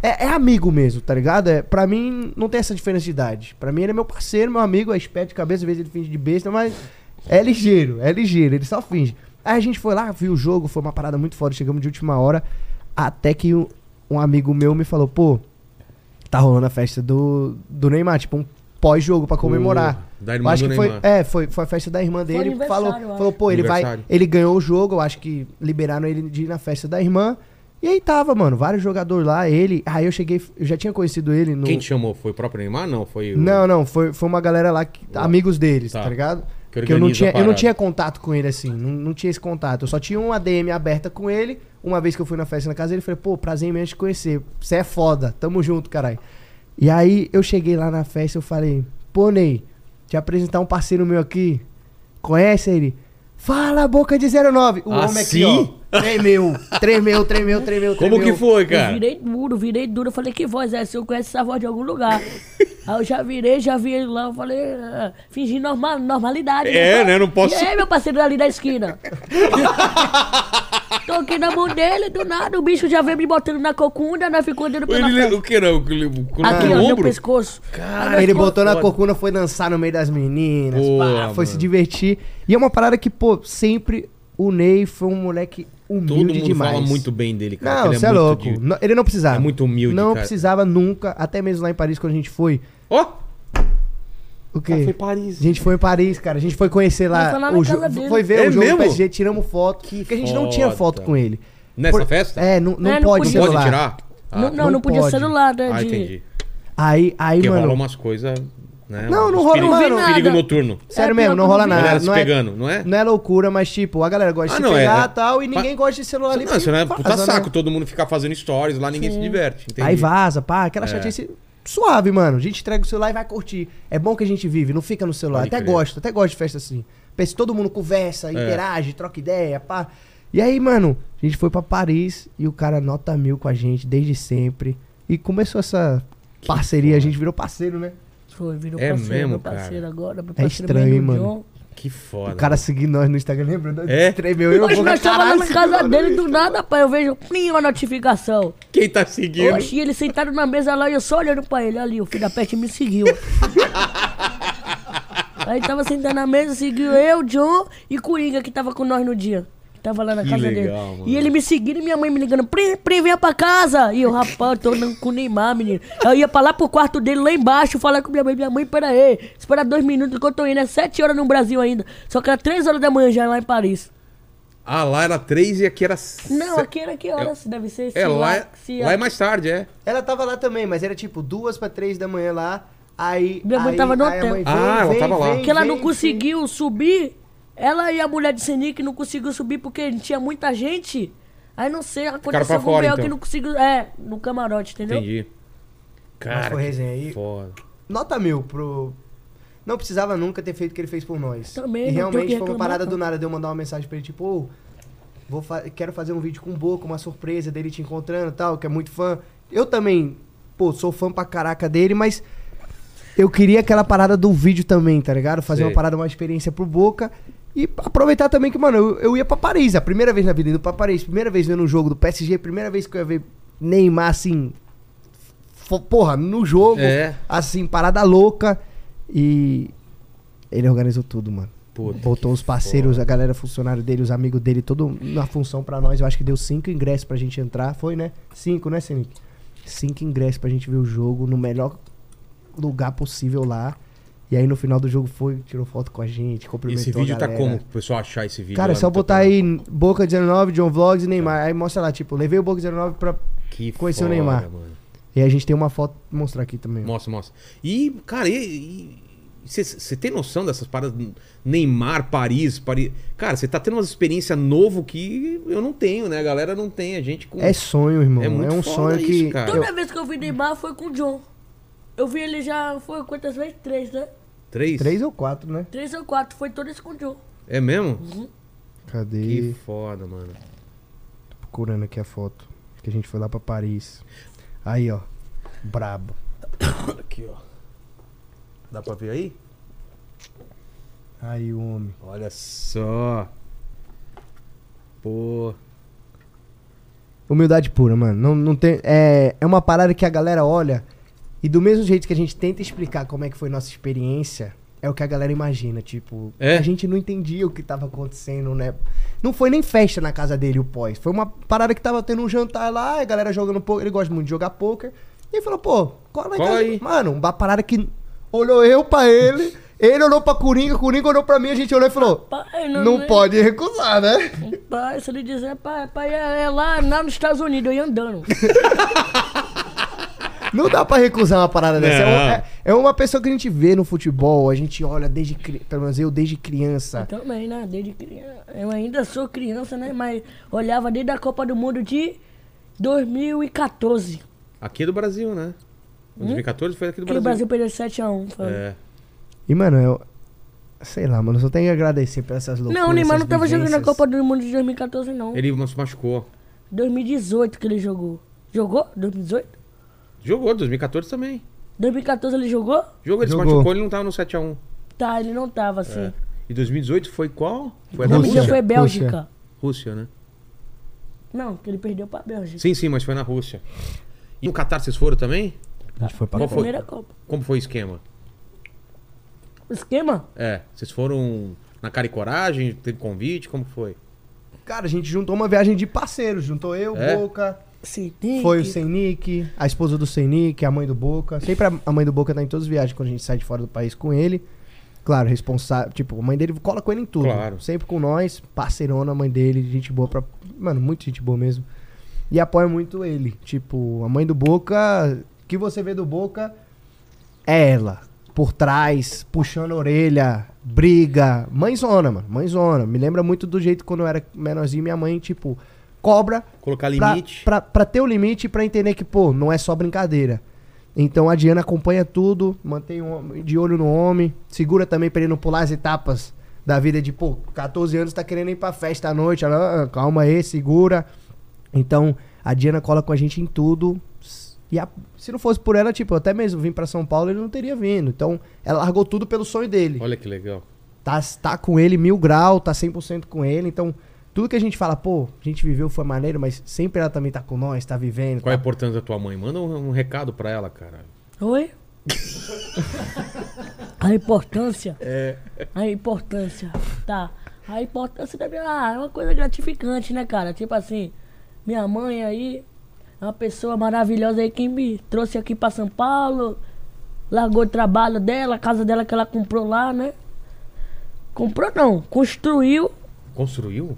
É, é amigo mesmo, tá ligado? É, pra mim, não tem essa diferença de idade. Pra mim, ele é meu parceiro, meu amigo, é esperto de cabeça, às vezes ele finge de besta, mas é ligeiro, é ligeiro, ele só finge. Aí a gente foi lá, viu o jogo, foi uma parada muito foda, chegamos de última hora, até que um, um amigo meu me falou, pô, tá rolando a festa do, do Neymar, tipo, um pós-jogo pra comemorar.
Da
Eu
irmã
acho
do
que foi,
Neymar.
é, foi, foi a festa da irmã dele.
aniversário,
Falou,
eu acho.
falou, pô, ele vai.
Aniversário.
Ele ganhou o jogo, eu acho que liberaram ele de ir na festa da irmã. E aí tava, mano, vários jogadores lá, ele. Aí eu cheguei, eu já tinha conhecido ele no.
Quem te chamou? Foi o próprio Neymar? Não, foi o...
Não, não, foi, foi uma galera lá, que- amigos deles,
Tá.
tá, ligado?
Que
Que eu não
organiza a
tinha, eu não
parada.
tinha contato com ele assim, não, não tinha esse contato. Eu só tinha uma DM aberta com ele. Uma vez que eu fui na festa na casa dele, eu falei, pô, prazer imenso te conhecer. Você é foda, tamo junto, caralho. E aí eu cheguei lá na festa eu falei, pô, Ney, te apresentar um parceiro meu aqui. Conhece ele? Fala, boca de 09. O homem aqui,
Assim?
ó, tremeu, tremeu, tremeu, tremeu,
Como que
tremeu.
foi,
Eu
cara?
virei duro, virei duro. Eu falei, que voz é essa? Eu conheço essa voz de algum lugar. Aí eu já virei, já vi ele lá. Eu falei, ah, fingi normal, normalidade.
É, né? Não posso-
E aí, meu parceiro ali da esquina? Toquei na mão dele, do nada. O bicho já veio me botando na cocunda, nós ficou andando pela
Ele lembra
frente.
o que não? O que ele- o que ele-
Aqui,
no
ó, meu
ombro?
pescoço. Aí nós
Ele
ficou-
botou na corcunda, foi dançar no meio das meninas,
Pô,
pá,
mano.
foi se divertir. E é uma parada que, pô, sempre o Ney foi um moleque humilde
Todo mundo
demais.
fala muito bem dele, cara. que
Não,
ele
você é,
muito
louco.
de-
Não, ele não precisava.
é muito humilde,
Não
cara.
precisava nunca, até mesmo lá em Paris, quando a gente foi.
Ó!
O quê?
Foi Paris.
A gente foi em Paris, cara. A gente foi conhecer
Nós
lá.
foi lá na
O jo-
casa dele.
foi ver
É
o jogo
mesmo?
do PSG, tiramos foto. Que porque a gente não tinha
foda.
foto com ele.
Nessa
Por-
festa?
É, não, não
É, não
pode
Não
podia.
celular.
pode tirar? Ah,
Não, não,
não
não podia
pode.
celular, né?
ah,
de-
entendi.
Aí, aí,
Porque
mano.
rola umas coisas, né?
Não, não
uns
rola,
perigo-
mano.
Perigo
Nada.
noturno.
Sério
É,
mesmo,
pior
não
que
rola
eu não vi.
Galera
nada.
se
Não é,
pegando, não é?
não é loucura, mas tipo, a galera gosta
Ah,
de se
não, é.
pegar e tal, e
Mas-
ninguém gosta de celular ali.
Não, isso não é
porque
puta
vaza, né?
saco. Todo mundo fica fazendo stories lá, ninguém se diverte. Entendi.
Aí vaza, pá, aquela
É.
chatice suave, mano. A gente entrega o celular e vai curtir. É bom que a gente vive, não fica no celular.
Pode
até
crer. É.
gosto, até gosto de festa assim. Pensa, todo mundo conversa, interage, troca ideia, pá. E aí, mano, a gente foi pra Paris e o cara nota mil com a gente desde sempre. E começou essa parceria, a gente virou parceiro, né?
Foi, virou
É
parceiro,
mesmo,
meu parceiro
cara.
agora. Meu
É
parceiro
estranho,
bem
hein,
do
mano?
John.
Que foda.
O cara seguiu nós no Instagram, lembra?
É?
Tremeu eu.
Hoje
vou-
nós tava lá na
Caralho,
casa
seguiu
dele
nós.
do nada, pai. Eu vejo plim, uma notificação.
Quem tá seguindo?
Oxi, ele sentado na mesa lá e eu só olhando pra ele. Ali, o filho da peste me seguiu. Aí tava sentado na mesa, seguiu eu, John e Coringa, que tava com nós no dia. Que Tava lá na
Que
casa dele.
legal, mano.
E ele me seguindo e minha mãe me ligando, Prim, Prim, venha pra casa. E eu, rapaz, eu tô não- com o Neymar, menino. Eu ia pra lá pro quarto dele, lá embaixo, falar com minha mãe. Minha mãe, pera aí, espera dois minutos que eu tô indo. É sete horas no Brasil ainda. Só que era três horas da manhã já lá em Paris.
Ah, lá era 3 e aqui era. se-
Não,
é
aqui era que horas? Deve ser
É,
se
lá, é-
se
lá é mais tarde, é.
Ela tava lá também, mas era tipo duas pra três da manhã lá. Aí.
Minha mãe
aí-
tava no
aí a
hotel.
mãe
Ah, ela tava lá.
Porque ela
vem,
não
vem.
conseguiu subir. Ela e a mulher de Senic não conseguiu subir porque tinha muita gente. Aí não sei, aconteceu
pra
com o
fora,
Bel
então.
que não conseguiu. É, no camarote, entendeu?
Entendi.
Mas
Cara,
foi resenha
que
aí.
foda.
Nota mil pro. Não precisava nunca ter feito o que ele fez por nós.
Também,
E
não tenho o
realmente
que
foi uma
reclamar,
parada
não.
do nada de eu mandar uma mensagem pra ele, tipo, ô, vou fa- quero fazer um vídeo com o Boca, uma surpresa dele te encontrando e tal, que é muito fã. Eu também, pô, sou fã pra caraca dele, mas eu queria aquela parada do vídeo também, tá ligado? Fazer
Sei.
uma parada, uma experiência pro Boca. E aproveitar também que, mano, eu, eu ia pra Paris, a primeira vez na vida indo pra Paris, primeira vez vendo um jogo do PSG, primeira vez que eu ia ver Neymar, assim, fo- porra, no jogo,
É.
assim, parada louca. E ele organizou tudo, mano.
Puta
Botou
que
os parceiros, a galera funcionário dele, os amigos dele, todo na função pra nós. Eu acho que deu cinco ingressos pra gente entrar. Foi, né? Cinco, né, Senic? Cinco ingressos pra gente ver o jogo no melhor lugar possível lá. E aí no final do jogo foi, tirou foto com a gente, cumprimentou
Esse vídeo
a
tá
galera.
como? O pessoal achar esse vídeo. tá
Cara, é
lá
só
no teu
botar
canal?
aí Boca 19, John Vlogs e Neymar. Aí mostra lá, tipo, levei o Boca 19 pra.
Que
Conhecer o
foda,
Neymar.
mano.
E a gente tem uma foto pra mostrar aqui também. ó.
Mostra, mostra. E, cara, e, e- Você tem noção dessas paradas? Neymar, Paris, Paris. Cara, você tá tendo uma experiência novo que eu não tenho, né? A galera não tem. A gente com.
É sonho, irmão.
É
É,
muito
um
foda
sonho
isso,
que.
cara.
Toda
eu-
vez que eu vi Neymar foi com o John. Eu vi ele já, foi quantas vezes? Três, né?
Três?
Três ou quatro, né?
Três ou quatro, foi todas com o John.
É mesmo? Que
Cadê?
foda, mano.
Tô procurando aqui a foto. Que a gente foi lá pra Paris. Aí, ó. Brabo.
Aqui, ó. Dá pra ver aí?
Aí, o homem.
Olha só. Pô.
Humildade pura, mano. Não, não tem, é, é uma parada que a galera olha e do mesmo jeito que a gente tenta explicar como é que foi nossa experiência, é o que a galera imagina. Tipo,
É?
a gente não entendia o que tava acontecendo, né? Não foi nem festa na casa dele o pós. Foi uma parada que tava tendo um jantar lá, a galera jogando poker. Ele gosta muito de jogar poker. E ele falou, pô, cola lá em
Cola
casa.
aí.
Mano, uma parada que olhou eu pra ele, ele olhou pra Coringa, Coringa olhou pra mim, a gente olhou e falou,
Pai,
não pode recusar, né?
Pai, se ele dizer, pai, pai, é, é lá, lá nos Estados Unidos, eu ia andando.
Não dá pra recusar uma parada dessa. É,
Não.
um- é- é uma pessoa que a gente vê no futebol, a gente olha desde criança, pelo menos eu desde criança.
Também, né? Desde criança. Eu ainda sou criança, né? Mas olhava desde a Copa do Mundo de 2014.
Aqui é do Brasil, né? 2014 foi aqui do
Que o
Brasil.
Brasil perdeu 7x1. Foi.
É.
E, mano, eu. Sei lá, mano, eu só tenho que agradecer por essas loucuras.
não, o Neymar não
essas
tava jogando a
vivências.
Copa do Mundo de 2014, não.
Ele se machucou.
2018 que ele jogou. Jogou? 2018?
Jogou, 2014 também.
2014 ele jogou?
Jogou, ele
Jogou.
se machucou, ele não tava no 7x1.
Tá, ele não tava assim.
E 2018 foi qual? É, Foi a da
Não,
Rússia?
mentira, foi Bélgica.
Rússia.
Rússia, né?
Não, que ele perdeu pra Bélgica.
Sim, sim, mas foi na Rússia. E no Catar vocês foram também?
A gente foi pra
Minha
Qual foi?
primeira Copa.
Como foi o esquema?
O esquema?
É, vocês foram na cara e coragem, teve convite, como foi?
Cara, a gente juntou uma viagem de parceiros. Juntou eu,
É?
Boca.
Sim, tem
Foi o
que-
Sem Nick, a esposa do Sem Nick, a mãe do Boca. Sempre a- a mãe do Boca tá em todas as viagens quando a gente sai de fora do país com ele. Claro, responsável. Tipo, a mãe dele cola com ele em tudo.
Claro.
Sempre com nós, parceirona, a mãe dele, gente boa pra. Mano, muito gente boa mesmo. E apoia muito ele. Tipo, a mãe do Boca. O que você vê do Boca é ela. Por trás, puxando a orelha, briga. Mãezona, mano. Mãezona. Me lembra muito do jeito quando eu era menorzinho, minha mãe, tipo, cobra
Colocar
pra-
limite.
Pra, pra ter o limite e pra entender que, pô, não é só brincadeira. Então a Diana acompanha tudo, mantém o homem- de olho no homem, segura também pra ele não pular as etapas da vida de, pô, 14 anos tá querendo ir pra festa à noite. ela, ah, calma aí, segura. Então a Diana cola com a gente em tudo. E a- se não fosse por ela, tipo, eu até mesmo vim pra São Paulo, ele não teria vindo. Então ela largou tudo pelo sonho dele
Olha que legal.
tá, tá com ele mil grau, tá 100% com ele. Então, tudo que a gente fala, pô, a gente viveu, foi maneiro, mas sempre ela também tá com nós, tá vivendo.
Qual é a
tá-
importância da tua mãe? Manda um, um recado pra ela, cara.
Oi? a importância.
É.
A importância. Tá. A importância da minha. Ah, é uma coisa gratificante, né, cara? Tipo assim, minha mãe aí é uma pessoa maravilhosa aí que me trouxe aqui pra São Paulo. Largou o trabalho dela, a casa dela que ela comprou lá, né? Comprou não, construiu.
Construiu?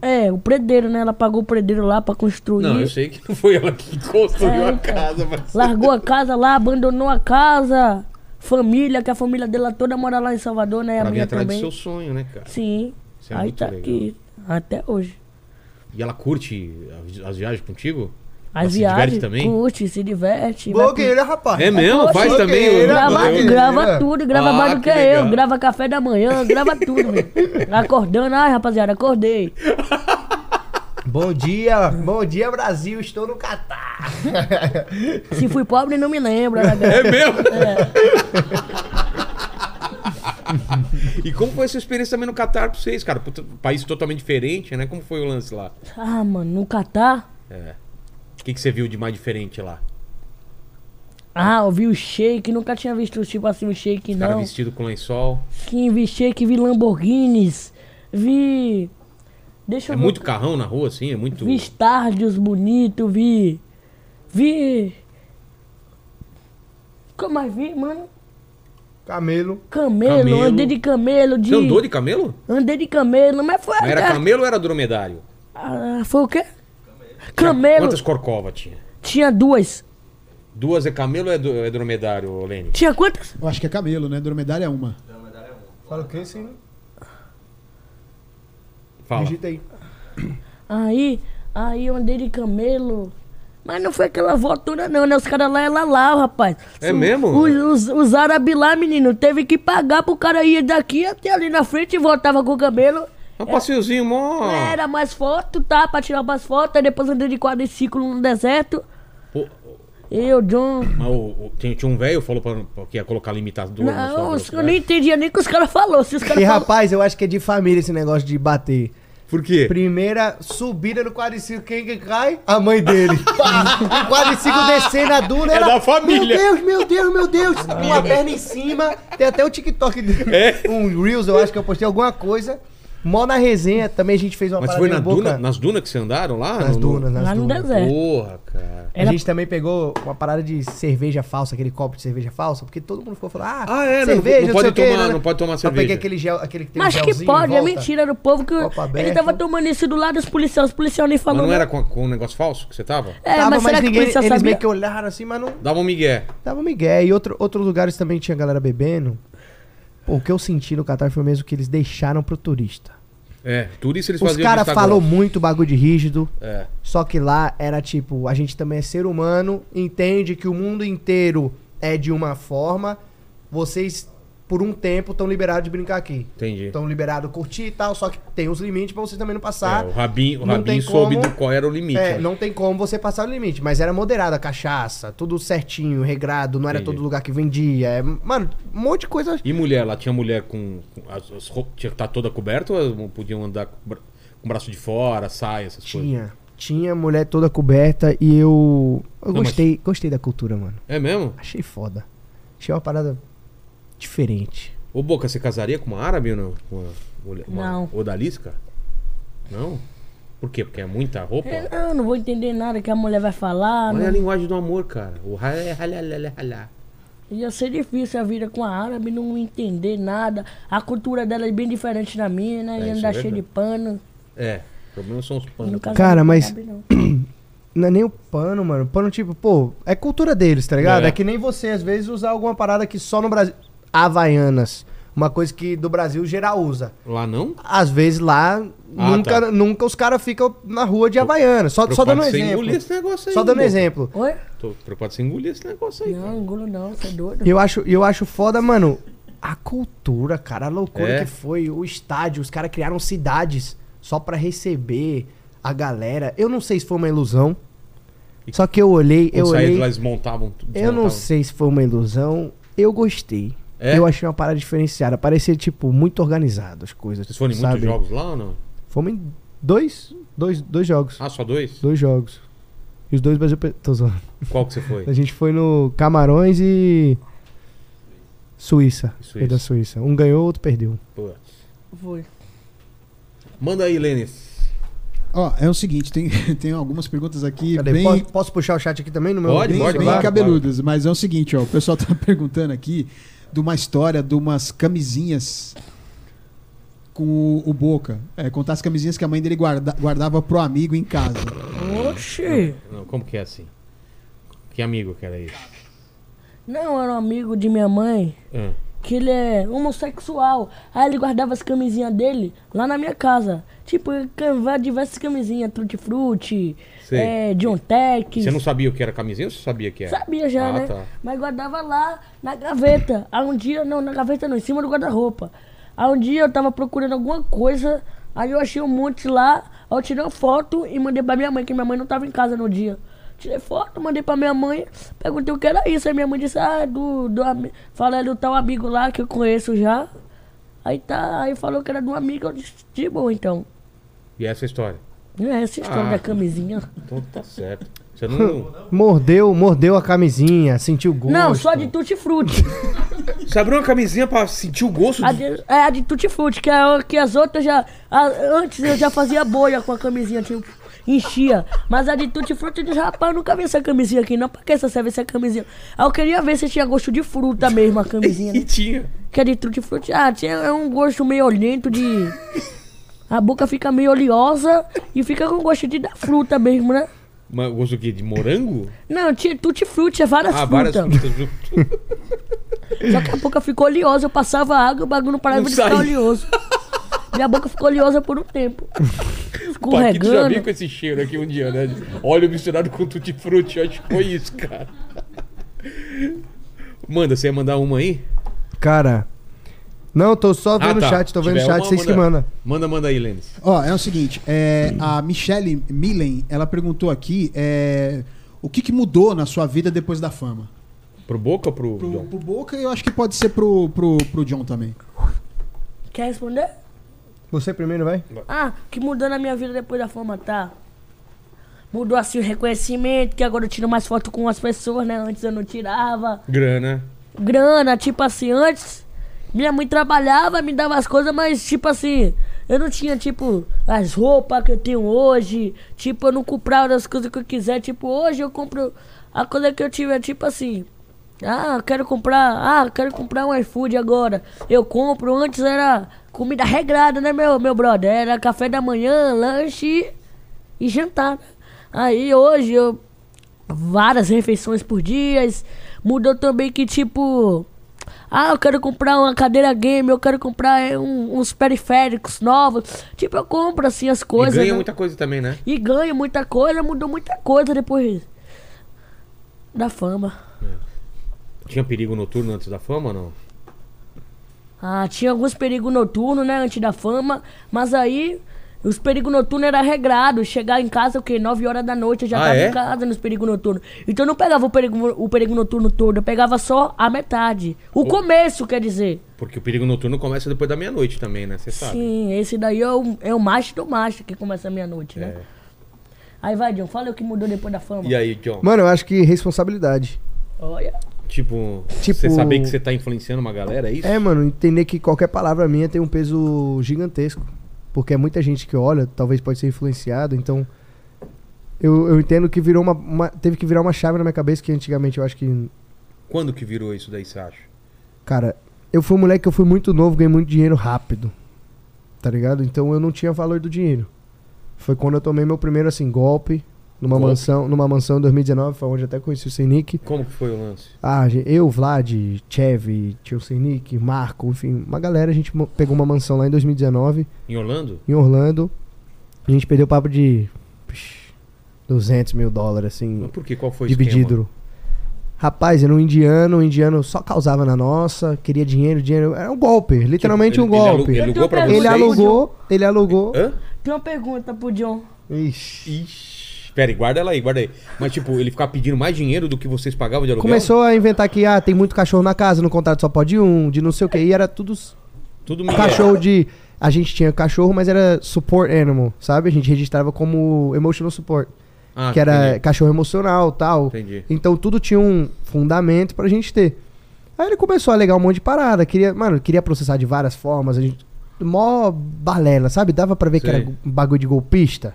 É, o predeiro, né? Ela pagou o predeiro lá pra construir.
Não, eu sei que não foi ela que construiu
É,
a
então.
casa, mas.
Largou a casa lá, abandonou a casa, família, que a família dela toda mora lá em Salvador, né? A
Pra vir
minha
atrás
também.
do seu sonho, né, cara?
Sim.
Isso é
Aí
muito
tá
legal.
aqui, até hoje.
E ela curte as- as viagens contigo?
As
Mas se
viagens,
diverte também?
curte, se diverte. vai
Blogueira, rapaz.
É mesmo?
Poxa, é
Faz também
pro-
o.
Grava,
conteúdo.
grava tudo, grava
Ah,
mais do que,
que legal.
eu, grava café da manhã, grava tudo, meu. Acordando, ai rapaziada, acordei.
Bom dia, bom dia, Brasil, estou no Catar.
Se fui pobre, não me lembro. né?
É mesmo? e como foi essa experiência também no Catar pra vocês, cara? Puta, país totalmente diferente, né? Como foi o lance lá?
Ah, mano, no Catar,
É. O que, que você viu de mais diferente lá?
ah, eu vi o shake, nunca tinha visto tipo assim um shake,
Cara
não.
vestido com lençol.
Sim, vi shake, vi Lamborghinis, vi. Deixa
É
eu ver.
muito carrão na rua, assim? É muito.
Vi estádios bonitos, vi. Vi. Como mais vi, mano?
Camelo.
Camelo,
Camelo.
andei de camelo, de.
Você andou de camelo?
Andei de camelo, mas foi.
Mas Era
ah,
camelo ou era dromedário?
ah, foi o quê? Camelo.
Quantas corcovas tinha?
Tinha duas.
Duas é camelo ou é, do, é dromedário, Lene?
Tinha quantas?
Eu acho que é camelo, né? Dromedário é uma.
Fala o que, sim?
Fala.
Digita aí.
Aí, aí eu andei de camelo. Mas não foi aquela voltura não, né? Os caras lá é lalau, rapaz.
É mesmo?
Os, os, os árabes lá, menino, teve que pagar pro cara ir daqui até ali na frente e voltava com o camelo.
É um passeiozinho mó.
Era mais foto, tá? Pra tirar umas fotos, aí depois andei de quadriciclo no deserto.
Pô,
Eu, John.
mas o- o- tinha, tinha um velho que falou pra, pra- que ia colocar limitador. na sua
Não, os- eu
velocidade.
não entendia nem o que os caras falaram. Se os caras
E
falam-
rapaz, eu acho que é de família esse negócio de bater.
Por quê?
Primeira subida no quadriciclo, quem que cai? A mãe dele. o quadriciclo descendo a duna.
É da família.
Meu Deus, meu Deus, meu Deus. Com a perna em cima. Tem até o TikTok. dele.
É?
Um Reels, eu acho que eu postei alguma coisa. Mó na resenha, também a gente fez uma
Mas
parada
foi
meio
na
boca.
duna, nas dunas que você andaram lá?
Nas
No- no-
dunas, é. nas
Lá no
dunas.
deserto.
Porra, cara.
A gente também pegou uma parada de cerveja falsa, aquele copo de cerveja falsa, porque todo mundo ficou falando, ah,
Ah, é, não-
cerveja,
não pode
sei o quê,
tomar- não pode tomar
Mas
cerveja.
peguei aquele gel, aquele que tem um
Mas que
gelzinho em
pode, é
volta.
mentira do povo que
Copo
ele
aberto.
tava tomando isso do lado dos policiais. Os policiais nem
Mas
falaram.
não era com, com um negócio falso que você tava?
É,
Tava,
mas será que o
ninguém,
policial
eles
sabia?
meio que olharam assim, mas não
Dava um migué.
dava migué. E outro, outros lugares também tinha galera bebendo. Pô, o que eu senti no Catar foi mesmo que eles deixaram pro turista.
É, turista eles
Os
faziam de
caras
Instagram.
falaram muito bagulho de rígido,
É.
só que lá era tipo, a gente também é ser humano, entende que o mundo inteiro é de uma forma, vocês por um tempo estão liberados de brincar aqui.
Entendi.
Estão liberados curtir e tal, só que tem os limites pra vocês também não
É,
passar.
o Rabin, o
tá. não
Rabin
tem
soube
como-
do qual era o limite.
É,
né?
não tem como você passar o limite, mas era moderada a cachaça, tudo certinho, regrado, não era
Entendi.
todo lugar que vendia. é, mano, um monte de coisa.
E mulher? Lá tinha mulher com. com as, as roupas, tinha que estar toda coberta ou elas podiam andar com, o bra- com o braço de fora, saia, essas coisas?
Tinha. Tinha mulher toda coberta e eu. Eu
Não, mas-
gostei, gostei da cultura, mano.
É mesmo?
Achei foda. Achei uma parada diferente.
Ô Boca, você casaria com uma árabe ou não? Com uma, mulher- uma
Não.
odalisca? Não? Por quê? Porque é muita roupa?
É, não, não vou entender nada que a mulher vai falar. né?
Olha a
Não...
linguagem do amor, cara. O é, halé, halé, halé, halé.
Ia ser difícil a vida com a árabe, não entender nada. A cultura dela é bem diferente da minha, né?
É,
Ia
isso
andar
é
cheio de
verdade.
pano.
É, o problema são os panos.
No caso,
Cara,
não
mas-
cabe, não.
Não é nem o pano, mano. Pano, tipo, pô, é cultura deles, tá ligado?
É.
É, que nem você, às vezes, usar alguma parada que só no Brasil. Havaianas. Uma coisa que do Brasil geral usa.
Lá não?
Às vezes lá,
Ah,
nunca,
tá.
nunca os caras ficam na rua de Havaianas. Só, só dando um
Preocupado sem
exemplo.
engolir esse negócio aí,
Só dando
Boca.
exemplo.
Oi?
Tô preocupado sem engolir esse negócio aí.
Não, engulo não, você é doido.
E Eu acho, eu acho foda, mano, a cultura, cara, a loucura
É.
que foi, o estádio, os caras criaram cidades só pra receber a galera. Eu não sei se foi uma ilusão. Só que eu olhei, eu
Quando saía de lá,
olhei.
eles montavam tudo.
Eu não
desmontavam.
sei se foi uma ilusão. Eu gostei.
É?
Eu achei uma parada diferenciada. Parecia, tipo, muito organizado as coisas.
Vocês foram em
sabe?
muitos jogos lá ou não?
Fomos em dois, dois, dois jogos.
Ah, só dois?
Dois jogos. E os dois Brasil. pe- Tô zoando.
Qual que você foi?
A gente foi no Camarões e. Suíça.
Suíça.
Foi da Suíça. Um ganhou, outro perdeu.
Pô.
Foi.
Manda aí, Lênis.
Ó, é o seguinte, tem, tem algumas perguntas aqui
Cadê?
bem,
Posso, posso puxar o chat aqui também no meu?
Pode,
bem,
pode,
bem
claro,
cabeludas, mas é o seguinte, ó, o pessoal tá perguntando aqui de uma história de umas camisinhas com o, o Boca. É, contar as camisinhas que a mãe dele guarda- guardava pro amigo em casa.
Oxi.
Não, como que é assim? Que amigo que era esse?
Não, era um amigo de minha mãe.
Ah,
que ele é homossexual. Aí ele guardava as camisinhas dele lá na minha casa. Tipo, ele cava- diversas camisinhas, Tutti Frutti,
Sei.
é, John Tech.
Você não sabia o que era camisinha ou você sabia que era?
Sabia já,
Ah,
né?
tá.
Mas guardava lá na gaveta. Aí um dia, não, na gaveta não, em cima do guarda-roupa. Aí um dia eu tava procurando alguma coisa, aí eu achei um monte lá, aí eu tirei uma foto e mandei pra minha mãe, que minha mãe não tava em casa no dia. Tirei foto, mandei pra minha mãe, perguntei o que era isso. Aí minha mãe disse, ah, é do, do ami- fala é do tal amigo lá que eu conheço já. Aí tá, aí falou que era de um amigo, eu disse, de boa então.
E essa é a história.
Não é essa história
Ah.
da camisinha.
Então tá certo. Você
Hum.
não.
Mordeu, mordeu a camisinha, sentiu gosto.
Não, só de Tutti Frutti.
Você abriu uma camisinha pra sentir o gosto
A
do.
de, é a de Tutti Frutti, que, a, que as outras já. a- antes eu já fazia bolha com a camisinha, tipo, enchia. Mas a de Tutti Frutti eu disse, rapaz, eu nunca vi essa camisinha aqui, não. Pra que essa serve essa camisinha? Aí eu queria ver se tinha gosto de fruta mesmo a camisinha,
E
né?
tinha.
Que a de Tutti Frutti, ah, tinha é um gosto meio olhento de. A boca fica meio oleosa e fica com gosto de da fruta mesmo, né?
Mas gosto do quê? De morango?
Não, tinha tutti-frutti, é várias
ah,
frutas.
várias
então.
frutas junto.
Só que a boca ficou oleosa, eu passava água, o bagulho não parava
Não
de
saía.
ficar oleoso. Minha boca ficou oleosa por um tempo.
O Paquito já
Escorregando.
veio com esse cheiro aqui um dia, né? Óleo misturado com tutti-frutti, eu acho que foi isso, cara. Manda, você ia mandar uma aí?
Cara. Não, tô só
Ah,
vendo o
tá.
chat, tô vendo o
Tiver
chat,
uma,
vocês que mandam.
Manda, manda aí, Lênis.
Ó, é o seguinte, é, a Michelle Millen, ela perguntou aqui é, o que, que mudou na sua vida depois da fama?
Pro Boca ou pro,
Pro,
John?
pro Boca eu acho que pode ser pro, pro, pro John também.
Quer responder?
Você primeiro, vai?
Ah, que mudou na minha vida depois da fama, tá? Mudou assim o reconhecimento, que agora eu tiro mais foto com as pessoas, né? Antes eu não tirava.
Grana.
grana, tipo assim, antes minha mãe trabalhava, me dava as coisas, mas tipo assim, eu não tinha tipo as roupas que eu tenho hoje, tipo eu não comprava as coisas que eu quiser, tipo hoje eu compro a coisa que eu tiver, tipo assim, ah, eu quero comprar, ah, eu quero comprar um iFood agora. Eu compro, antes era comida regrada, né, meu, meu brother? Era café da manhã, lanche e jantar. né? Aí hoje eu várias refeições por dia. Mudou também que, tipo, ah, eu quero comprar uma cadeira game, eu quero comprar eh, um- uns periféricos novos. Tipo, eu compro assim as coisas.
e ganha
né?
muita coisa também, né?
E ganho muita coisa, mudou muita coisa depois da fama.
Tinha perigo noturno antes da fama ou não?
Ah, tinha alguns perigos noturnos, né, antes da fama, mas aí os perigos noturnos era regrado, chegar em casa o quê? 9 horas da noite, eu já
Ah,
tava
é?
em casa nos perigos noturnos. Então eu não pegava o perigo, o perigo noturno todo, eu pegava só a metade. O começo, quer dizer.
Porque o perigo noturno começa depois da meia-noite também, né? Você sabe.
Sim, esse daí é o, é o macho do macho que começa meia-noite, né? Aí vai, John, fala o que mudou depois da fama.
É. E aí, John?
Mano, eu acho que responsabilidade.
Olha.
Tipo,
Tipo-
você saber que você tá influenciando uma galera, é isso?
É, mano, entender que qualquer palavra minha tem um peso gigantesco. Porque é muita gente que olha, talvez pode ser influenciado, então. Eu, eu entendo que virou uma, uma- Teve que virar uma chave na minha cabeça que antigamente eu acho que.
Quando que virou isso daí, você acha?
Cara, eu fui um moleque que eu fui muito novo, ganhei muito dinheiro rápido. Tá ligado? Então eu não tinha valor do dinheiro. Foi quando eu tomei meu primeiro, assim, golpe. Numa
Golpe?
mansão, numa mansão em 2019, foi onde eu até conheci o Senic.
Como que foi o lance?
Ah, gen- eu, Vlad, Chev, Tio Senic, Marco, enfim, uma galera, a gente mo- pegou uma mansão lá em 2019,
Em Orlando?
em Orlando. A gente perdeu o papo de psh, 200 mil dólares, assim,
Mas por quê? Qual foi o esquema? Tipo,
dividido. Rapaz, era um indiano, o indiano só causava na nossa, queria dinheiro, dinheiro. Era um golpe, literalmente
Tipo,
um
ele- ele alu-
golpe.
Ele
Eu
alugou um
tenho
pra
até
vocês?
Ele alugou, ele alugou.
Hã?
Tem uma pergunta pro John.
Ixi.
Ixi. Pera aí, guarda ela aí, guarda aí. Mas tipo, ele ficava pedindo mais dinheiro do que vocês pagavam de aluguel?
Começou a inventar que, ah, tem muito cachorro na casa, no contrato só pode um, de não sei o que, e era tudo
Tudo
Um
Miguel.
cachorro de. A gente tinha cachorro, mas era support animal, sabe? A gente registrava como emotional support,
Ah,
que era
entendi.
cachorro emocional tal.
Entendi.
Então tudo tinha um fundamento pra gente ter. Aí ele começou a alegar um monte de parada, queria, mano, queria processar de várias formas, a gente. Mó balela, sabe? Dava pra ver que
Sei.
era um bagulho de golpista.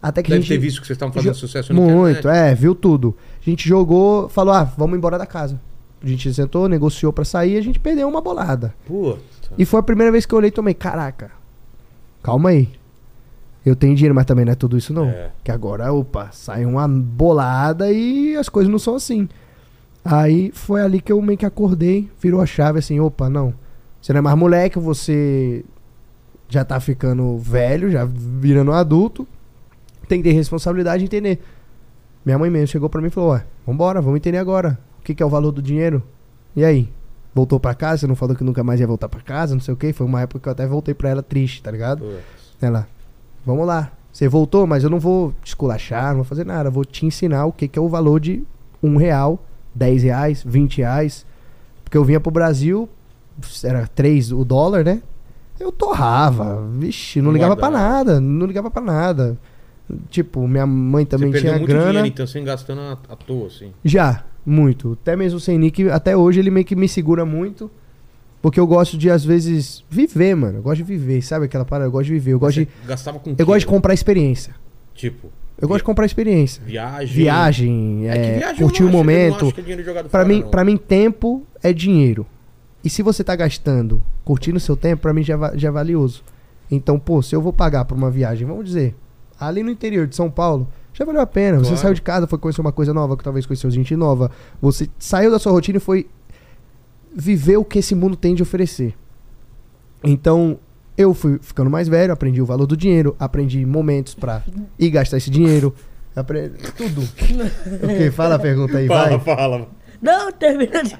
Até que
Deve
a gente.
ter visto que vocês estavam fazendo
jo-
sucesso no
Muito, é, viu tudo. A gente jogou, falou, ah, vamos embora da casa. A gente sentou, negociou pra sair, a gente perdeu uma bolada.
Puta.
é. E foi a primeira vez que eu olhei e tomei, caraca, calma aí. Eu tenho dinheiro, mas também não é tudo isso não.
É.
Que agora, opa, sai uma bolada e as coisas não são assim. Aí foi ali que eu meio que acordei, virou a chave assim, opa, não. Você não é mais moleque, você já tá ficando velho, já virando um adulto. Tem que ter responsabilidade e entender. Minha mãe mesmo chegou pra mim e falou, ué, vambora, vamos entender agora. O que que é o valor do dinheiro? E aí? voltou pra casa, não falou que nunca mais ia voltar pra casa, não sei o que. Foi uma época que eu até voltei pra ela triste, tá ligado?
Putz.
Ela, vamos lá. Você voltou, mas eu não vou te esculachar, não vou fazer nada. eu Vou te ensinar o que, que é o valor de um real, dez reais, vinte reais. Porque eu vinha pro Brasil, era três o dólar, né? Eu torrava, vixe, não ligava pra
Guardava.
nada, não ligava pra nada. Tipo, minha mãe também
Você perdeu
tinha
muito
grana.
dinheiro, então, sem gastando à, à toa, assim.
Já, muito. Até mesmo sem Nick, até hoje ele meio que me segura muito. Porque eu gosto de, às vezes, viver, mano. Eu gosto de viver, sabe aquela parada? Eu gosto de viver. Eu gosto
Você
de,
Gastava com o quê?
eu gosto de comprar experiência.
Tipo,
Eu gosto de comprar experiência.
viagem.
Viagem,
É que
é,
viagem eu
curtir
não acho, eu
o
não
momento.
acho que é dinheiro jogado
Pra
fora,
mim,
não.
pra mim, tempo é dinheiro. E se você tá gastando, curtindo seu tempo, pra mim já, va- já é valioso. Então, pô, se eu vou pagar pra uma viagem, vamos dizer, ali no interior de São Paulo, já valeu a pena. Você
Claro.
saiu de casa, foi conhecer uma coisa nova, que talvez conheceu gente nova. Você saiu da sua rotina e foi viver o que esse mundo tem de oferecer. Então, eu fui ficando mais velho, aprendi o valor do dinheiro, aprendi momentos pra ir gastar esse dinheiro. apre- Tudo. O que? Fala a pergunta aí, vai.
fala.
Não, termina de.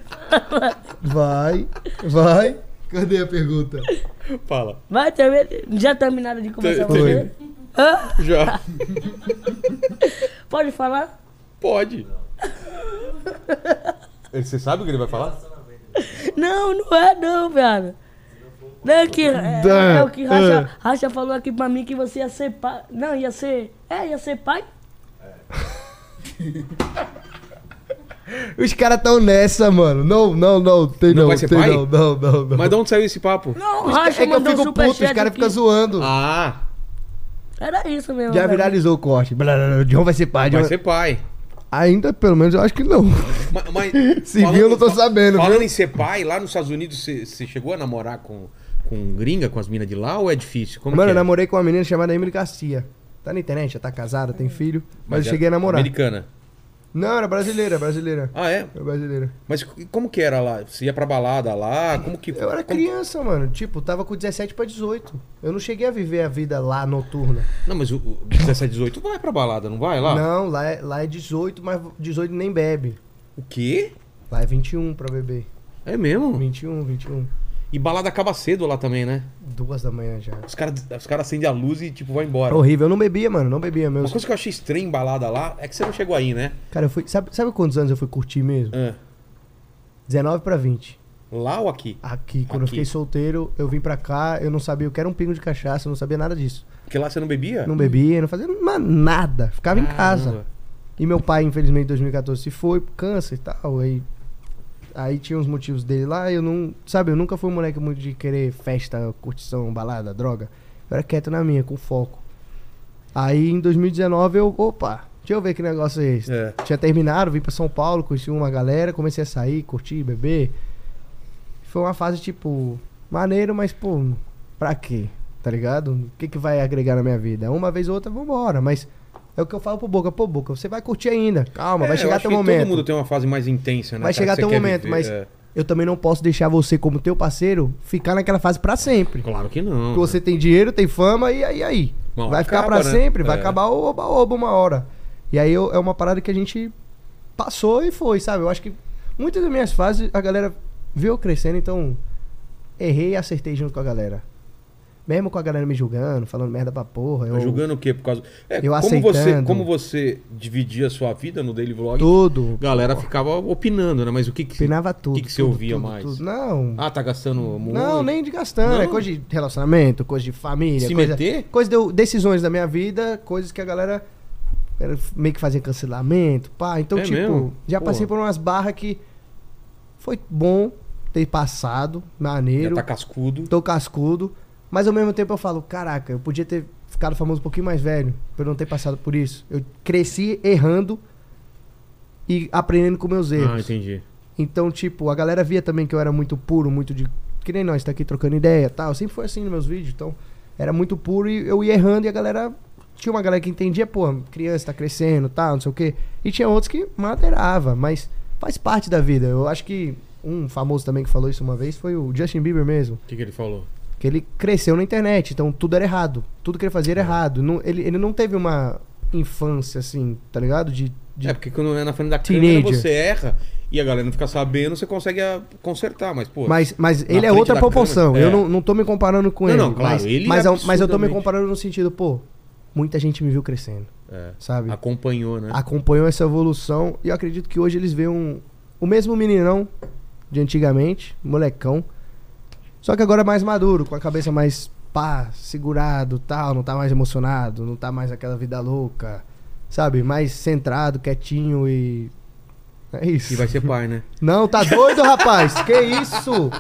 Vai, vai. Cadê a pergunta?
Fala.
Vai, termina. Já terminaram de conversar
Tem-
você? Hã?
Já.
Pode falar?
Pode. Ele- Você sabe o que ele vai falar?
Não, não é não, viado. Não, é que, é, é o que Racha, Racha falou aqui pra mim que você ia ser pai. Não, ia ser. É, ia ser pai.
Os caras tão nessa, mano. Não, não, não. Tem
Não
não,
vai ser
tem
pai?
não, não, não, não.
Mas de onde saiu esse papo?
Não,
Os ca-
Racha
é que eu
mandou um
fico puto, os
superchat
caras
aqui.
ficam zoando.
Ah,
Era isso mesmo.
Já
velho.
viralizou o corte. Blá, blá, blá, John vai ser pai. John
vai
vai-
ser pai.
Ainda, pelo menos, eu acho que não.
Ma- Mas,
Se viu, eu não tô
fa-
sabendo, viu?
Falando em ser pai, lá nos Estados Unidos você você chegou a namorar com, com gringa, com as minas de lá, ou é difícil? Como
Mano,
que
eu
é?
namorei com uma menina chamada Emily Garcia. Tá na internet, já tá casada, tem filho. Mas,
era
eu cheguei a
é
namorar.
Americana.
Não, era brasileira, brasileira.
Ah, é?
Era brasileira.
Mas c- como que era lá? Você ia pra balada lá? Como que.
Eu era
como-
criança, mano. Tipo, tava com 17 pra 18. Eu não cheguei a viver a vida lá noturna.
Não, mas o- o 17, 18 vai pra balada, não vai lá?
Não, lá é, lá é 18, mas 18 nem bebe.
O quê?
Lá é 21 pra beber.
É mesmo?
21, 21.
E balada acaba cedo lá também, né?
Duas da manhã já.
Os caras os cara acendem a luz e, tipo, vai embora.
Horrível, eu não bebia, mano, não bebia
Uma
mesmo.
coisa que eu achei estranha em balada lá é que você não chegou aí, né?
Cara, eu fui. Sabe, sabe quantos anos eu fui curtir mesmo?
Ah,
19 pra 20.
lá ou aqui?
Aqui, quando eu
Aqui.
fiquei solteiro, eu vim pra cá, eu não sabia o que era um pingo de cachaça, eu não sabia nada disso.
Porque lá você não bebia?
Não bebia, não fazia ma- nada. Ficava em casa.
É. Caramba.
E meu pai, infelizmente, em 2014 se foi por câncer e tal. Aí, aí tinha uns motivos dele lá. Eu não. Sabe, eu nunca fui um moleque muito de querer festa, curtição, balada, droga. Eu era quieto na minha, com foco. Aí em 2019 eu. Opa, deixa eu ver que negócio é esse.
É.
Tinha terminado, vim pra São Paulo, conheci uma galera, comecei a sair, curtir, beber. Foi uma fase, tipo, maneiro, mas, pô, pra quê? Tá ligado? O que, que vai agregar na minha vida? Uma vez ou outra, vambora. Mas é o que eu falo pro Boca. Pô, Boca, você vai curtir ainda. Calma,
É,
vai
eu
chegar
acho
teu
que
momento.
Todo mundo tem uma fase mais intensa, né?
Vai
cara,
chegar
que
até
você
um
quer
momento,
viver,
mas-
é.
Eu também não posso deixar você, como teu parceiro, ficar naquela fase pra sempre.
Claro que não.
Porque você tem dinheiro, tem fama e aí, aí.
Uma hora
vai ficar
acaba,
pra
né?
sempre, vai
É.
acabar o oba-oba uma hora. E aí eu- é uma parada que a gente passou e foi, sabe? Eu acho que muitas das minhas fases a galera viu eu crescendo, então errei e acertei junto com a galera. Mesmo com a galera me julgando, falando merda pra porra. Eu,
Tá julgando o quê? Por causa. É,
Eu
como você,
aceitando.
como você dividia a sua vida no daily vlog,
Tudo.
a galera ficava opinando, né? Mas o que que,
Pinava
o
tudo.
que que você
tudo,
ouvia
tudo,
mais?
tudo. Não.
Ah, tá gastando muito.
Não, nem de gastando.
Não?
É coisa de relacionamento, coisa de família.
Se
é coisa,
meter?
Coisa de eu- decisões da minha vida, coisas que a galera era meio que fazia cancelamento, pá. Então,
É
tipo,
mesmo?
já
Pô.
passei por umas barras que foi bom ter passado,
Já
maneiro,
tá cascudo.
tô cascudo. Mas ao mesmo tempo eu falo, caraca, eu podia ter ficado famoso um pouquinho mais velho, por não ter passado por isso. Eu cresci errando e aprendendo com meus erros.
Ah, entendi.
Então, tipo, a galera via também que eu era muito puro, muito de. Que nem nós, tá aqui trocando ideia e tal. Sempre foi assim nos meus vídeos, então. Era muito puro e eu ia errando e a galera. Tinha uma galera que entendia, pô, criança tá crescendo, tá, não sei o quê. E tinha outros que madeirava, mas faz parte da vida. Eu acho que um famoso também que falou isso uma vez foi o Justin Bieber mesmo.
O que, que ele falou?
Que ele cresceu na internet, então tudo era errado. Tudo que ele fazia era errado. Não- ele, ele não teve uma infância, assim, tá ligado? De. de-
É porque quando é na frente da câmera
Teenager.
você erra e a galera não fica sabendo, você consegue ah, consertar, mas pô.
Mas, mas ele é
frente
outra
da
proporção.
câmera,
Eu
é.
não, não tô me comparando com
Não,
ele.
não, claro,
mas,
ele
mas,
é
eu- mas eu tô me
absurdamente-
comparando no sentido, pô, muita gente me viu crescendo,
é,
sabe?
acompanhou, né?
Acompanhou essa evolução e eu acredito que hoje eles veem um, o mesmo meninão de antigamente, molecão, só que agora mais maduro, com a cabeça mais pá, segurado tal, não tá mais emocionado, não tá mais aquela vida louca, sabe? Mais centrado, quietinho e. É isso.
E vai ser pai, né?
Não, tá doido, rapaz? Que isso?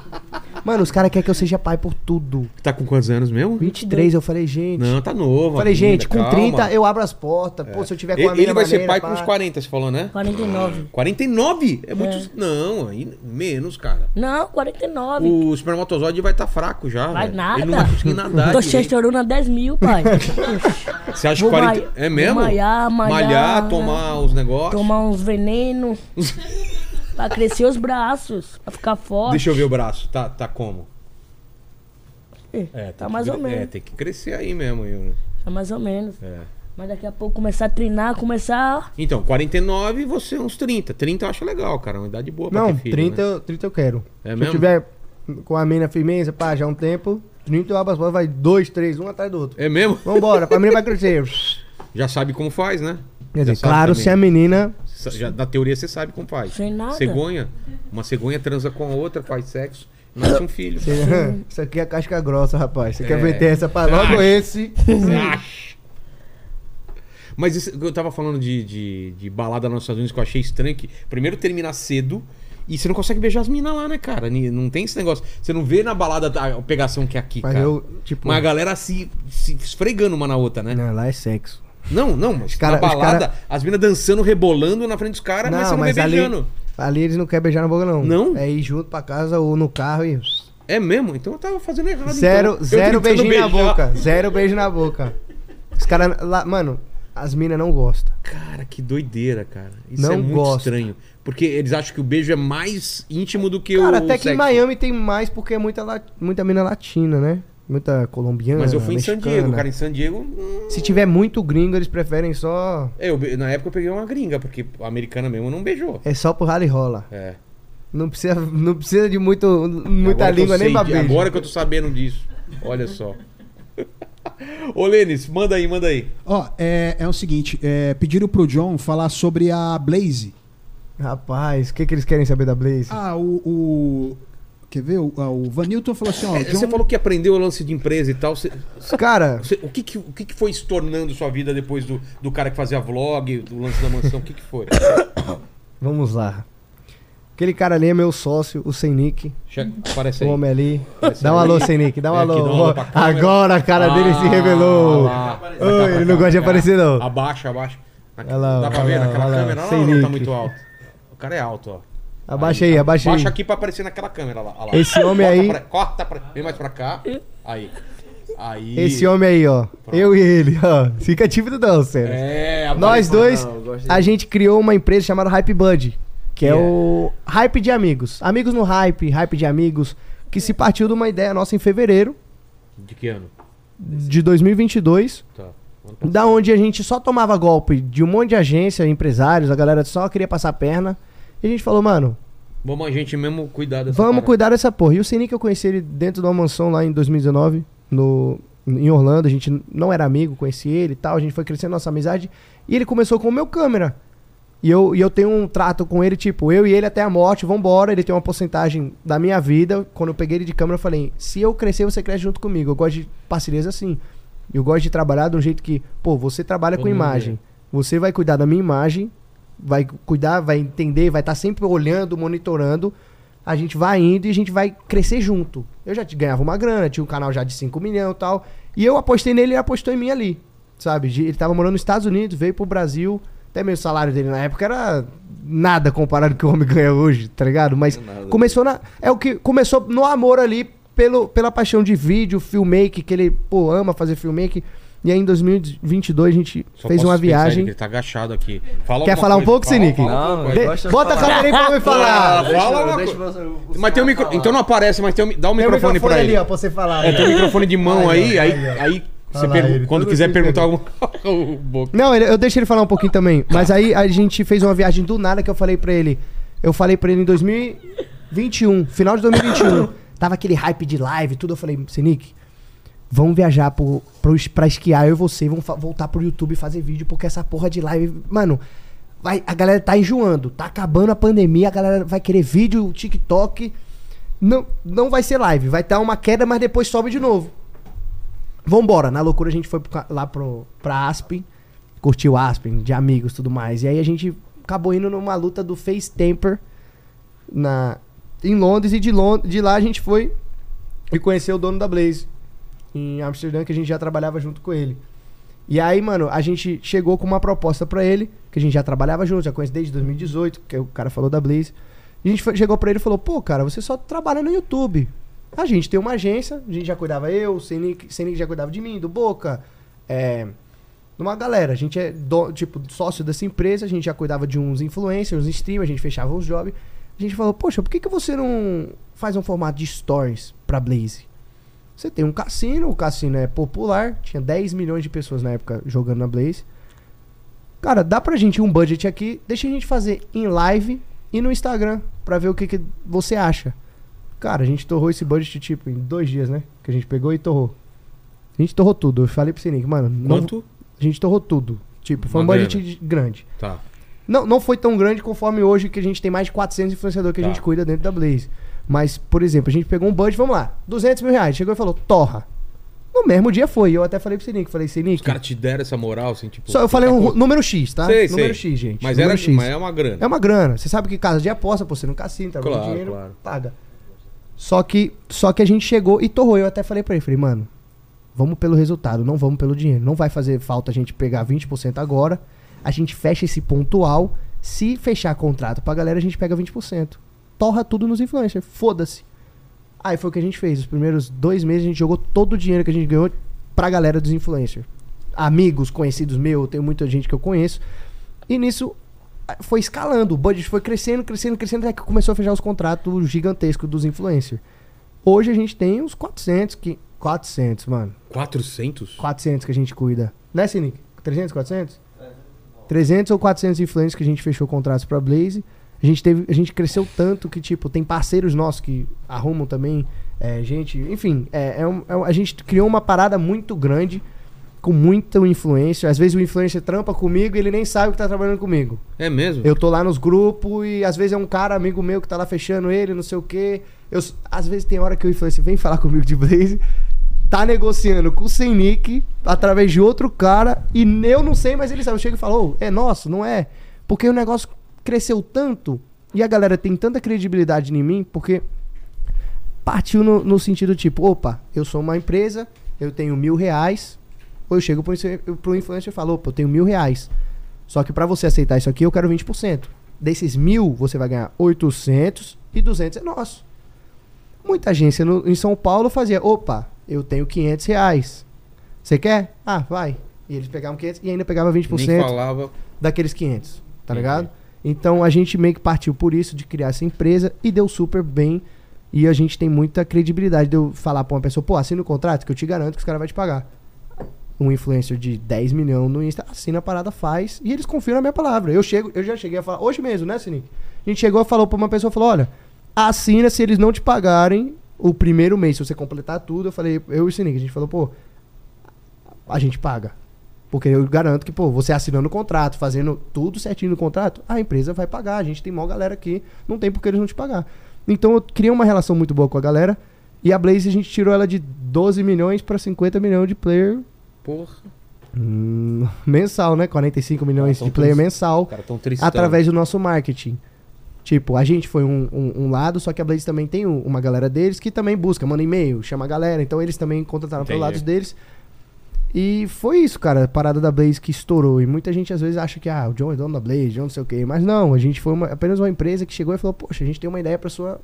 Mano, os caras querem que eu seja pai por tudo.
Tá com quantos anos mesmo?
23, eu falei, gente.
Não, tá novo.
falei,
ainda,
gente, com
calma.
30 eu abro as portas. Pô, se eu tiver com uma
Ele, ele
mina
vai ser
maneira,
pai com
pá.
uns 40, você falou, né?
49.
49? É muito. Não, aí menos, cara.
Não, 49.
O espermatozoide vai estar fraco já.
Vai
velho.
nada.
Ele não vai conseguir nadar. direito.
Testosterona 10 mil, pai. Oxi.
Você acha
Vou
40.
mai-
É mesmo?
vou malhar, malhar.
né?
tomar os negócios.
Tomar uns venenos. pra crescer os braços. Pra ficar forte.
Deixa eu ver o braço. Tá, tá como?
Ih,
É,
tá
que
mais
cre-
ou menos.
É, tem que crescer aí mesmo, eu, né?
Tá mais ou menos.
É.
Mas daqui a pouco começar a treinar, começar.
Então, 49 e você é uns 30. 30 eu acho legal, cara. É Uma idade boa pra
Não,
ter filho,
30,
né?
eu- 30 eu quero.
É
se
mesmo?
eu tiver com a mina firmeza, pá, já há um tempo, 30 eu abro as portas, vai dois, três, um atrás do outro.
É mesmo?
Vambora, pra menina vai crescer.
Já sabe como faz, né?
Quer
Já
dizer,
sabe
claro, é
também.
se a menina.
Sa- Já, na teoria você sabe como faz.
Sem nada.
Cegonha. Uma cegonha transa com a outra, faz sexo, nasce um filho.
se- Isso aqui é casca grossa, rapaz. Você
É.
quer meter essa pra logo
Acho.
esse?
Você acha? Ah. Mas isso, eu tava falando de, de, de balada nos Estados Unidos que eu achei estranho que primeiro termina cedo e você não consegue beijar as minas lá, né, cara? Ni- Não tem esse negócio. Você não vê na balada a pegação que é aqui,
Mas
cara.
eu, tipo.
Mas a galera se, se esfregando uma na outra, né?
Não, lá é sexo.
Não, não, mas
cara-
na
os
balada, as minas dançando, rebolando na frente dos caras, mas você não vê
ali,
beijando.
ali eles não querem beijar na boca, não.
Não?
É ir junto pra casa ou no carro e.
É mesmo? Então eu tava fazendo errado.
Zero,
então. Eu tentando
zero beijinho na
beijar.
boca. Zero beijo na boca. Os caras lá. Mano, as minas não gostam.
Cara, que doideira, cara. Isso
Não
é muito
gosto.
estranho. Porque eles acham que o beijo é mais íntimo do que o.
Cara, até que
sexo.
em Miami tem mais porque é muita, la- muita mina latina, né? Muita colombiana.
Mas eu fui em San
né, mexicana.
Diego, cara. Em San Diego. hum,
Se tiver muito gringo, eles preferem só.
é, eu be- na época eu peguei uma gringa, porque a americana mesmo não beijou.
É só pro rally rola.
É.
Não precisa, não precisa de muito, muita
Agora que eu
língua nem
sei
pra
de-
beijo.
Agora que eu tô sabendo disso. Olha só. Ô, Lênis, manda aí, manda aí.
Ó, é, é o seguinte, é, pediram pro John falar sobre a Blaze.
Rapaz, o que, que eles querem saber da Blaze?
Ah, o. o- quer ver? O, ah, o Vanilton falou assim, ó.
É, Você
John-
falou que aprendeu o lance de empresa e tal. Você,
Cara,
você- o que que, o que que foi se tornando sua vida depois do, do cara que fazia vlog, do lance da mansão? O que que foi?
vamos lá. Aquele cara ali é meu sócio, o Sem Nick.
Chega, aparece
O
aí.
homem ali.
Esse
Dá um
aí.
alô, Sem Nick, dá um
É,
alô.
que dá um alô pra câmera.
Agora a cara dele se
Ah,
revelou.
lá.
Oi, ele não gosta de aparecer, não.
Abaixa, abaixa. Aqui,
Olha lá,
dá pra
olha
ver
lá,
naquela
olha lá,
câmera lá
sem
ou não tá
link.
muito alto? O cara é alto, ó.
Abaixa aí, abaixa aí.
Baixa aqui pra aparecer naquela câmera lá. ó lá.
Esse homem
Corta
aí-
pra- corta pra. Vem mais pra cá. Aí. Aí.
Esse homem aí, ó. Eu e ele, ó. Fica tímido não, sério.
É,
Nós
apareceu-
dois,
não, eu gosto
a gente criou uma empresa chamada Hype Bud, que é o hype de amigos. Amigos no hype, hype de amigos, que se partiu de uma ideia nossa em fevereiro
De que ano?
de 2022,
Tá. Ano passado.
da onde a gente só tomava golpe de um monte de agência, empresários, a galera só queria passar a perna. E a gente falou, mano,
Vamos a gente mesmo cuidar dessa
Vamos
parada.
cuidar dessa porra. E o Sininho que eu conheci ele dentro de uma mansão lá em 2019, no, em Orlando. A gente não era amigo, conheci ele e tal. A gente foi crescendo nossa amizade. E ele começou com o meu câmera. E eu, e eu tenho um trato com ele, tipo, eu e ele até a morte, vambora. Ele tem uma porcentagem da minha vida. Quando eu peguei ele de câmera, eu falei: se eu crescer, você cresce junto comigo. Eu gosto de parcerias assim. Eu gosto de trabalhar de um jeito que, pô, você trabalha
Todo
com
mundo
imagem.
vê.
Você vai cuidar da minha imagem, vai cuidar, vai entender, vai estar sempre olhando, monitorando. A gente vai indo e a gente vai crescer junto. Eu já te- ganhava uma grana, tinha um canal já de 5 milhões e tal. E eu apostei nele e ele apostou em mim ali. Sabe? De- Ele tava morando nos Estados Unidos, veio pro Brasil. Até mesmo o salário dele na época era nada comparado com o que o homem ganha hoje, tá ligado? Mas começou na. É o que. Começou no amor ali, pelo, pela paixão de vídeo, filmmaking, que ele, pô, ama fazer filmmaking. E aí em 2022 a gente
Só
fez
posso dispensar
uma
ele,
viagem.
que Ele tá agachado aqui. Fala
Quer
alguma
falar um
coisa,
pouco,
fala-
Sinic?
fala alguma
Não,
coisa. Ah,
eu gosto de
Bota a
falar.
câmera aí pra eu falar.
Fala alguma
deixa eu- eu-
Mas tem um micro...
falar.
Então não aparece, mas tem um... dá o
Tem um
microfone, pra ele.
pra você falar.
É, tem um microfone de mão aí,
Aí, ó,
aí,
aí, ó.
aí
Olha
você
lá
pergunta-
ele,
quando
todo
quiser
se
perguntar alguma coisa, o Boca.
Não, ele- eu deixo ele falar um pouquinho também. Mas aí a gente fez uma viagem do nada que eu falei pra ele. Eu falei pra ele em 2021, final de 2021. Tava aquele hype de live e tudo. Eu falei, Sinic, vamos viajar pro, pro, es- pra esquiar, eu e você, vamos fa- voltar pro YouTube e fazer vídeo, porque essa porra de live. Mano, vai, a galera tá enjoando, tá acabando a pandemia, a galera vai querer vídeo, TikTok. Não, não vai ser live, vai dar uma queda, mas depois sobe de novo. Vambora, na loucura a gente foi pro ca- lá pro, pra Aspen, curtiu Aspen, de amigos e tudo mais. E aí a gente acabou indo numa luta do Face Temper na, em Londres e de, Lon de lá a gente foi e conhecer o dono da Blaze em Amsterdã, que a gente já trabalhava junto com ele. E aí, mano, a gente chegou com uma proposta pra ele, que a gente já trabalhava junto, já conhece desde 2018, que é o cara falou da Blaze. E a gente foi- chegou pra ele e falou: pô, cara, você só trabalha no YouTube. A gente tem uma agência, a gente já cuidava eu, o Senic, Senic já cuidava de mim, do Boca, é, numa galera. A gente é, do- tipo, sócio dessa empresa, a gente já cuidava de uns influencers, uns streamers, a gente fechava uns jobs. A gente falou, poxa, por que, que você não faz um formato de stories pra Blaze? Você tem um cassino, o cassino é popular, tinha 10 milhões de pessoas na época jogando na Blaze. Cara, dá pra gente um budget aqui, deixa a gente fazer em live e no Instagram, pra ver o que, que você acha. Cara, a gente torrou esse budget, tipo, em dois dias, né? Que a gente pegou e torrou. A gente torrou tudo. Eu falei pro Sinic, mano, não,
Quanto?
a gente torrou tudo. Tipo, foi um
Uma
budget
grana.
de- grande.
Tá.
Não, não foi tão grande conforme hoje que a gente tem mais de 400 influenciadores que
Tá.
a gente cuida dentro da Blaze. Mas, por exemplo, a gente pegou um budget, vamos lá, 200 mil reais. Chegou e falou, torra. No mesmo dia foi. Eu até falei pro Sinic, falei,
Os
Sinic.
caras te deram essa moral, assim, tipo.
Só eu falei um
Tá
ru- número X, tá?
Sei,
número
sei.
X, gente.
Mas,
número
era,
X.
mas é uma grana.
É uma grana. Você sabe que casa de aposta, pô, você não cassino, tá
Claro,
com dinheiro,
claro.
paga. Só que, só que a gente chegou e torrou. Eu até falei pra ele, falei, mano, vamos pelo resultado, não vamos pelo dinheiro. Não vai fazer falta a gente pegar 20% agora. A gente fecha esse pontual. Se fechar contrato pra galera, a gente pega 20%. Torra tudo nos influencers. Foda-se. Aí foi o que a gente fez. Os primeiros dois meses a gente jogou todo o dinheiro que a gente ganhou pra galera dos influencers. Amigos, conhecidos meus, tem muita gente que eu conheço. E nisso a- foi escalando, o budget foi crescendo, crescendo, crescendo, até que começou a fechar os contratos gigantescos dos influencers. Hoje a gente tem uns 400, que, 400, mano.
400?
400 que a gente cuida. Né, Sinic? 300, 400? 300 ou 400 influencers que a gente fechou contratos pra Blaze. A gente, teve, a gente cresceu tanto que, tipo, tem parceiros nossos que arrumam também é, gente. Enfim, é, é um- é um- a gente criou uma parada muito grande, com muita influência. Às vezes o influencer trampa comigo e ele nem sabe que tá trabalhando comigo.
É mesmo?
Eu tô lá nos grupos e às vezes é um cara, amigo meu, que tá lá fechando ele, não sei o quê. Eu, s- às vezes tem hora que o influencer assim, vem falar comigo de Blaze, tá negociando com o sem nick, através de outro cara, e eu não sei, mas ele sabe. Chega e falou, é nosso, não é? Porque o negócio cresceu tanto e a galera tem tanta credibilidade em mim, porque partiu no, no sentido tipo, opa, eu sou uma empresa, eu tenho mil reais, ou eu chego pro, influ- pro influencer e falo, opa, eu tenho mil reais. Só que pra você aceitar isso aqui, eu quero 20%. Desses mil, você vai ganhar 800 e 200 é nosso. Muita agência no- em São Paulo fazia, opa, eu tenho 500 reais. Você quer? Ah, vai. E eles pegavam 500 e ainda pegava 20%
Nem falava.
daqueles 500, tá
Entendi.
ligado? Então a gente meio que partiu por isso de criar essa empresa e deu super bem. E a gente tem muita credibilidade de eu falar pra uma pessoa, pô, assina o contrato que eu te garanto que os caras vão te pagar. Um influencer de 10 milhões no Insta, assina a parada, faz, e eles confiam na minha palavra. Eu chego, eu já cheguei a falar, hoje mesmo, né, Sinic? A gente chegou e falou pra uma pessoa, falou, olha, assina se eles não te pagarem o primeiro mês, se você completar tudo. Eu falei, eu e o Sinic, a gente falou, pô, a gente paga. Porque eu garanto que, pô, você assinando o contrato, fazendo tudo certinho no contrato, a empresa vai pagar. A gente tem maior galera aqui, não tem por que eles não te pagar. Então eu criei uma relação muito boa com a galera. E a Blaze a gente tirou ela de 12 milhões para 50 milhões de player
Porra.
hum, mensal, né? 45 milhões
Então,
de player
todos-
mensal
Os caras tão tristes.
através do nosso marketing. Tipo, a gente foi um, um- um lado, só que a Blaze também tem um- uma galera deles que também busca, manda e-mail, chama a galera. Então eles também contrataram pelo
Entendi.
lado deles. E foi isso, cara, a parada da Blaze que estourou. E muita gente às vezes acha que, ah, o John é dono da Blaze, John não sei o quê. Mas não, a gente foi uma- apenas uma empresa que chegou e falou, poxa, a gente tem uma ideia pra sua,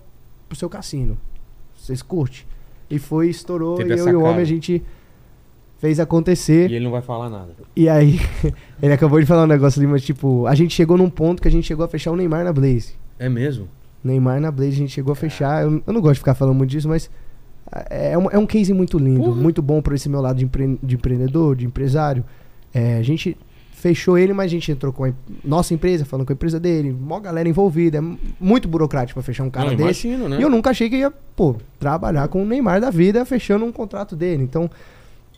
pro seu cassino. Vocês curtem? E foi, estourou,
Teve
e
a
eu e o
sacada.
homem a gente fez acontecer.
E ele não vai falar nada.
E aí, ele acabou de falar um negócio ali, mas tipo, a gente chegou num ponto que a gente chegou a fechar o Neymar na Blaze.
É mesmo?
Neymar na Blaze a gente chegou a fechar. Eu, eu não gosto de ficar falando muito disso, mas ah, é um, é um case muito lindo, muito bom para esse meu lado de, empre- de empreendedor, de empresário. É, a gente fechou ele, mas a gente entrou com a em- nossa empresa, falando com a empresa dele, mó galera envolvida. É mu- muito burocrático pra fechar um cara
não,
desse.
imagino, né?
E eu nunca achei que ia, pô, trabalhar com o Neymar da vida fechando um contrato dele. Então,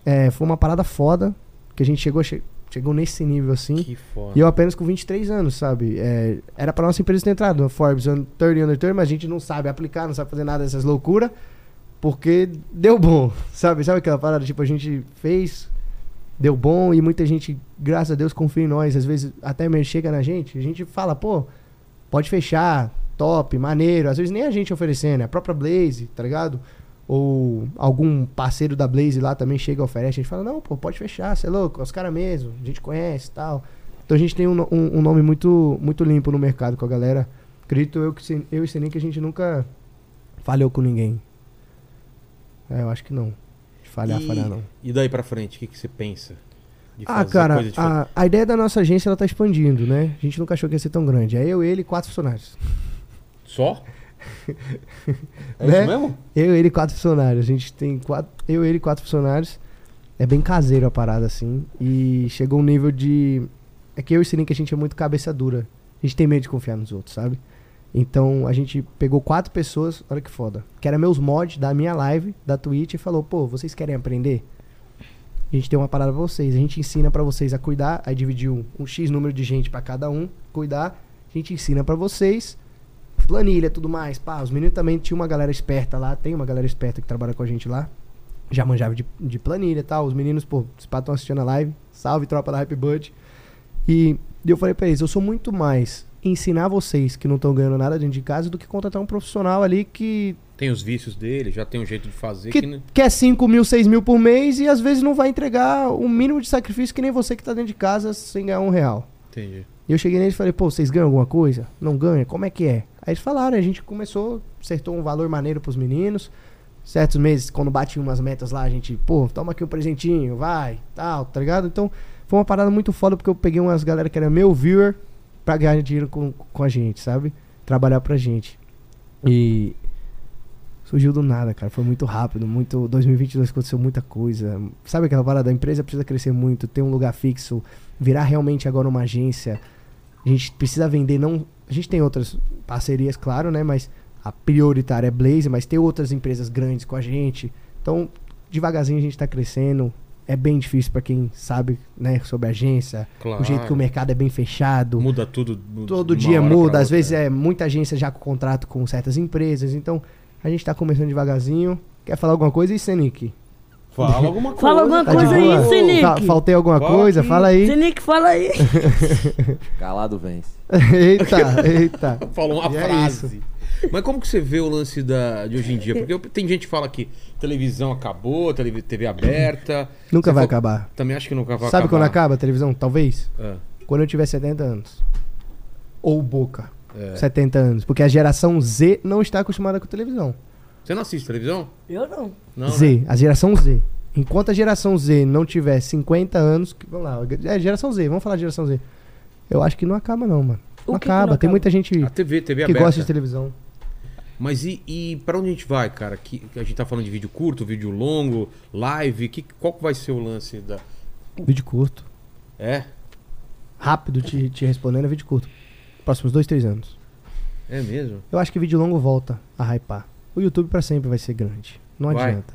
é, foi uma parada foda que a gente chegou, che- chegou nesse nível assim.
Que foda.
E eu apenas com 23 anos, sabe? É, era pra nossa empresa ter entrado no Forbes under 30 Under 30, mas a gente não sabe aplicar, não sabe fazer nada dessas loucuras, porque deu bom, sabe? Sabe aquela parada, tipo, a gente fez, deu bom e muita gente, graças a Deus, confia em nós. Às vezes até mesmo chega na gente, a gente fala, pô, pode fechar, top, maneiro. Às vezes nem a gente oferecendo, é a própria Blaze, tá ligado? ou algum parceiro da Blaze lá também chega e oferece, a gente fala, não, pô, pode fechar, você é louco, é os caras mesmo, a gente conhece e tal. Então a gente tem um, no- um- um nome muito, muito limpo no mercado com a galera. Acredito eu, que, se- eu e Senin que a gente nunca falhou com ninguém. É, eu acho que não. De falhar,
e,
falhar não.
E daí pra frente, o que, que você pensa? De
Ah,
fazer
cara,
coisa diferente?
a, a ideia da nossa agência ela tá expandindo, né? A gente nunca achou que ia ser tão grande. É eu, ele e quatro funcionários.
Só? É
Né?
isso mesmo?
Eu, ele e quatro funcionários. A gente tem quatro. Eu, ele e quatro funcionários. É bem caseiro a parada, assim. E chegou um nível de. É que eu e o Sininho, que a gente é muito cabeça dura. A gente tem medo de confiar nos outros, sabe? Então a gente pegou quatro pessoas, olha que foda. Que era meus mods da minha live, da Twitch, e falou, pô, vocês querem aprender? A gente tem uma parada pra vocês. A gente ensina pra vocês a cuidar. Aí dividiu um X número de gente pra cada um cuidar. A gente ensina pra vocês. Planilha, tudo mais. Pá, os meninos também tinha uma galera esperta lá. Tem uma galera esperta que trabalha com a gente lá. Já manjava de, de planilha e tal. Os meninos, pô, se pá, estão assistindo a live. Salve, tropa da Hype Bud. E eu falei pra eles, eu sou muito mais ensinar vocês que não estão ganhando nada dentro de casa do que contratar um profissional ali que
Tem os vícios dele, já tem um jeito de fazer que,
que
né?
quer 5 mil, 6 mil por mês e às vezes não vai entregar o mínimo de sacrifício que nem você que tá dentro de casa sem ganhar um real.
Entendi.
E eu cheguei neles e falei, pô, vocês ganham alguma coisa? Não ganha? Como é que é? Aí eles falaram, a gente começou, acertou um valor maneiro pros meninos. Certos meses, quando bate umas metas lá, a gente, pô, toma aqui um presentinho, vai, tal, tá ligado? Então, foi uma parada muito foda, porque eu peguei umas galera que era meu viewer pra ganhar dinheiro com, com a gente, sabe? Trabalhar pra gente. E surgiu do nada, cara. Foi muito rápido, muito... 2022 aconteceu muita coisa. Sabe aquela parada? A empresa precisa crescer muito, ter um lugar fixo, virar realmente agora uma agência. A gente precisa vender, não... A gente tem outras parcerias, claro, né? Mas a prioritária é Blaze, mas tem outras empresas grandes com a gente. Então, devagarzinho a gente tá crescendo. É bem difícil pra quem sabe, né, sobre agência.
Claro.
O jeito que o mercado é bem fechado.
Muda tudo. de
Todo
uma
dia
hora pra
muda, às
outra.
vezes é muita agência já com contrato com certas empresas, então a gente tá começando devagarzinho. Quer falar alguma coisa aí, Senic?
Fala alguma coisa.
Fala alguma
Tá
coisa
de
aí,
boa?
Senic.
Fa- faltei alguma
Fala
coisa?
aqui.
Fala aí.
Senic, fala aí.
Calado vence.
eita, eita.
Falou uma
E é
frase. Mas como que você vê o lance da, de hoje em dia? Porque eu- tem gente que fala que televisão acabou, tele- TV aberta.
Nunca
Você
vai
falou-
acabar.
Também acho que nunca vai
Sabe quando
acabar. É.
acaba a televisão? Talvez.
quando acaba?
Quando eu tiver 70 anos. Ou boca.
É.
70 anos. Porque a geração Z não está acostumada com televisão.
Você não assiste televisão?
Eu não.
Não. né?
Z, a geração Z. Enquanto a geração Z não tiver 50 anos, que- vamos lá, é geração Z, vamos falar de geração Z. Eu acho que não acaba não, mano.
O
Não
que que não
acaba, tem
acaba?
muita gente
né? A TV, TV
que
aberta.
gosta de televisão.
Mas e, e para onde a gente vai, cara? Que, que a gente tá falando de vídeo curto, vídeo longo, live. Que, qual que vai ser o lance da.
Vídeo curto.
É?
Rápido te, te respondendo, é vídeo curto. Próximos dois, três anos.
É mesmo?
Eu acho que vídeo longo volta a hypar. O YouTube pra sempre vai ser grande. Não
Vai.
adianta.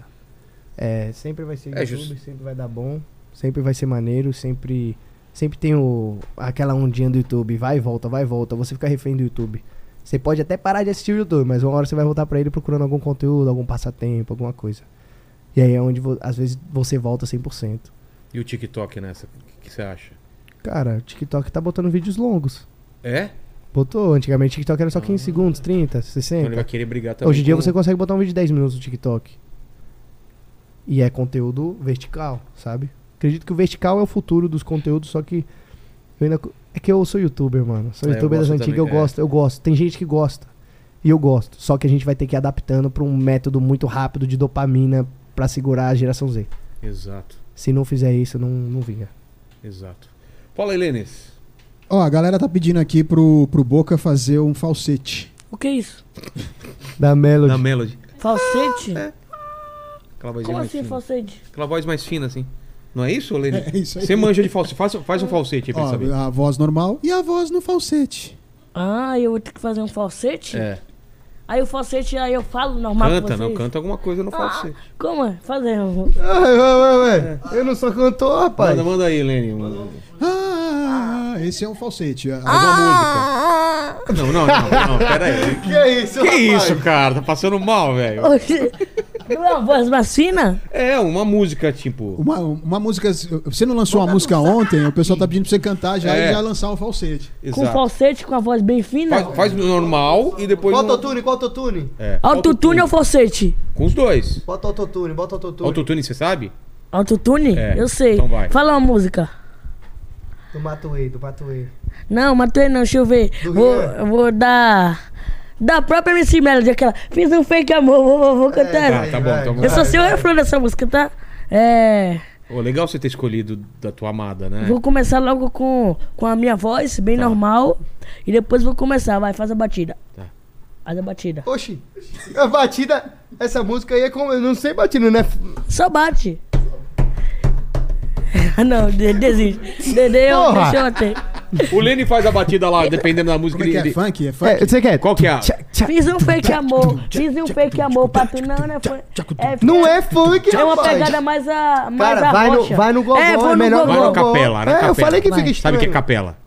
É, sempre vai ser
É
YouTube,
justo.
sempre vai dar bom, sempre vai ser maneiro, sempre sempre tem o aquela ondinha do YouTube, vai e volta, vai e volta, você fica refém do YouTube. Você pode até parar de assistir o YouTube, mas uma hora você vai voltar pra ele procurando algum conteúdo, algum passatempo, alguma coisa. E aí é onde vo- às vezes você volta 100%.
E o TikTok nessa? O que, que você acha?
Cara, o TikTok tá botando vídeos longos.
É?
Botou, antigamente o TikTok era só 15 segundos,
Ah.
30,
Então ele
60.
vai querer brigar também.
Hoje em dia
com-
você consegue botar um vídeo de 10 minutos no TikTok. E é conteúdo vertical, sabe? Acredito que o vertical é o futuro dos conteúdos, só que eu ainda co- é que eu sou youtuber, mano. Sou
É, eu
youtuber das
gosto
antigas, eu
também, é.
gosto, eu gosto. Tem gente que gosta. E eu gosto. Só que a gente vai ter que ir adaptando pra um método muito rápido de dopamina pra segurar a geração Z.
Exato,
Se não fizer isso, não, não vinga.
exato. Fala, Helenes.
Ó, a galera tá pedindo aqui pro, pro Boca fazer um falsete.
O que é isso?
Da Melody.
Da Melody.
Falsete?
Aquela vozinha
Como
Ah, mais
assim
fina.
falsete?
Aquela voz mais fina, assim. Não é isso, Lene?
É isso aí. Ah,
Você manja de falsete. Faz, faz um falsete aí pra
Ó,
gente saber.
a voz normal e a voz no falsete.
Ah, eu vou ter que fazer um falsete?
É.
Aí o falsete, aí eu falo normal com
Canta,
vocês?
não. Canta alguma coisa
Ah.
no falsete.
Como é? Fazer um...
Eu não sou cantor, rapaz.
Manda, manda aí, um- Lene. Manda.
Ah, esse é um falsete. A- Ah!
Não, não, não. não pera aí.
Que isso,
Que isso, cara? Tá passando mal, velho.
Oxe, Não é uma voz vacina?
É, uma música, tipo.
Uma, uma música. Você não lançou uma música ontem, o pessoal tá pedindo pra você cantar já
É.
e já lançar um falsete.
Com
Exato.
falsete, com a voz bem fina?
Faz, faz no normal e depois.
Bota
no-
autotune, qual autotune?
É.
Autotune ou falsete?
Com os dois.
Bota autotune, bota autotune.
Autotune, você sabe?
Autotune?
É,
Eu sei.
então vai.
Fala uma música.
Do Matuei, do Matuei.
Não, matei não, deixa eu ver.
Do
Vou,
Rian.
vou dar. Da própria MC Melody, aquela. Fiz um fake amor, vou, vou, vou
É
cantar. ela.
tá bom, tá bom.
eu só sei o
É, vai.
refrão dessa música, tá? É.
Ô, legal você ter escolhido da tua amada,
É.
né?
Vou começar logo com, com a minha voz, bem
Tá.
normal. E depois vou começar. Vai, faz a batida.
Tá.
Faz a batida.
Oxi, a batida. Essa música aí é como. Eu não sei batida, né?
Só bate. Ah, não, de- desiste. Dedê, eu,
Porra!
deixa eu até.
O Lene faz a batida lá, dependendo da música.
Como é que
ele-
é? Funk? É funk?
É, você quer?
Qual que é? a-
Fiz um fake amor, fiz um fake amor pra tu, não, né? Foi, é,
Não é funk,
É uma
rapaz.
pegada mais a. Mais
Cara,
a
vai no,
rocha.
vai no gogó,
é,
é,
vou no
melhor
Vai
gogó.
no capela, na
É, eu
capela.
falei que
Vai.
fica estranho.
Sabe o que é capela?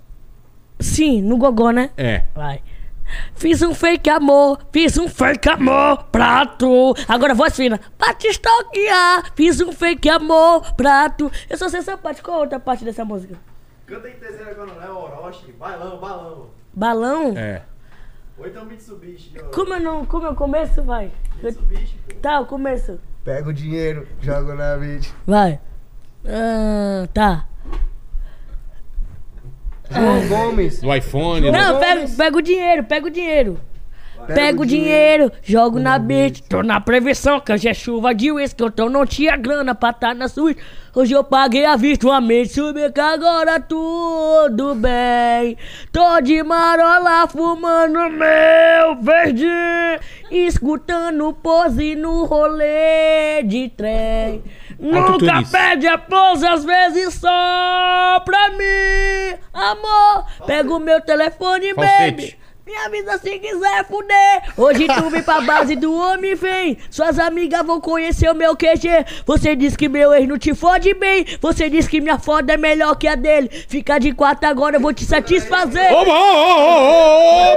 Sim, no gogó, né?
É.
Vai. Fiz um fake amor, fiz um fake amor pra tu. Agora voz fina. Pra te stalkear, fiz um fake amor pra tu. Eu só sei essa parte. Qual a outra parte dessa música?
Canta em terceira agora, não é Orochi, bailão, bailão.
Balão?
É.
Ou então Mitsubishi, ó.
Como eu não. Como eu começo, vai. Eu-
Mitsubishi, pô.
tá, eu começo.
Pega o dinheiro, joga na mente.
Vai. Ah, tá.
João Gomes.
Do iPhone. do-
Não, pega, pega o dinheiro, pega o dinheiro. Pega o dinheiro, jogo na beat, tô na prevenção, que hoje é chuva de uísque, então não tinha grana pra tá na suíte. Hoje eu paguei a vista, uma mente subi que agora tudo bem. Tô de marola fumando meu verde, escutando pose no rolê de trem. Nunca
Autotunes.
pede a pose, às vezes só pra mim, amor. Pega o meu telefone,
Falsete.
baby. Me avisa se quiser fuder. Hoje tu vem pra base do homem, vem. Suas amigas vão conhecer o meu QG. Você diz que meu ex não te fode bem. Você diz que minha foda é melhor que a dele. Fica de quatro agora, eu vou te satisfazer.
Opa! ô, ô,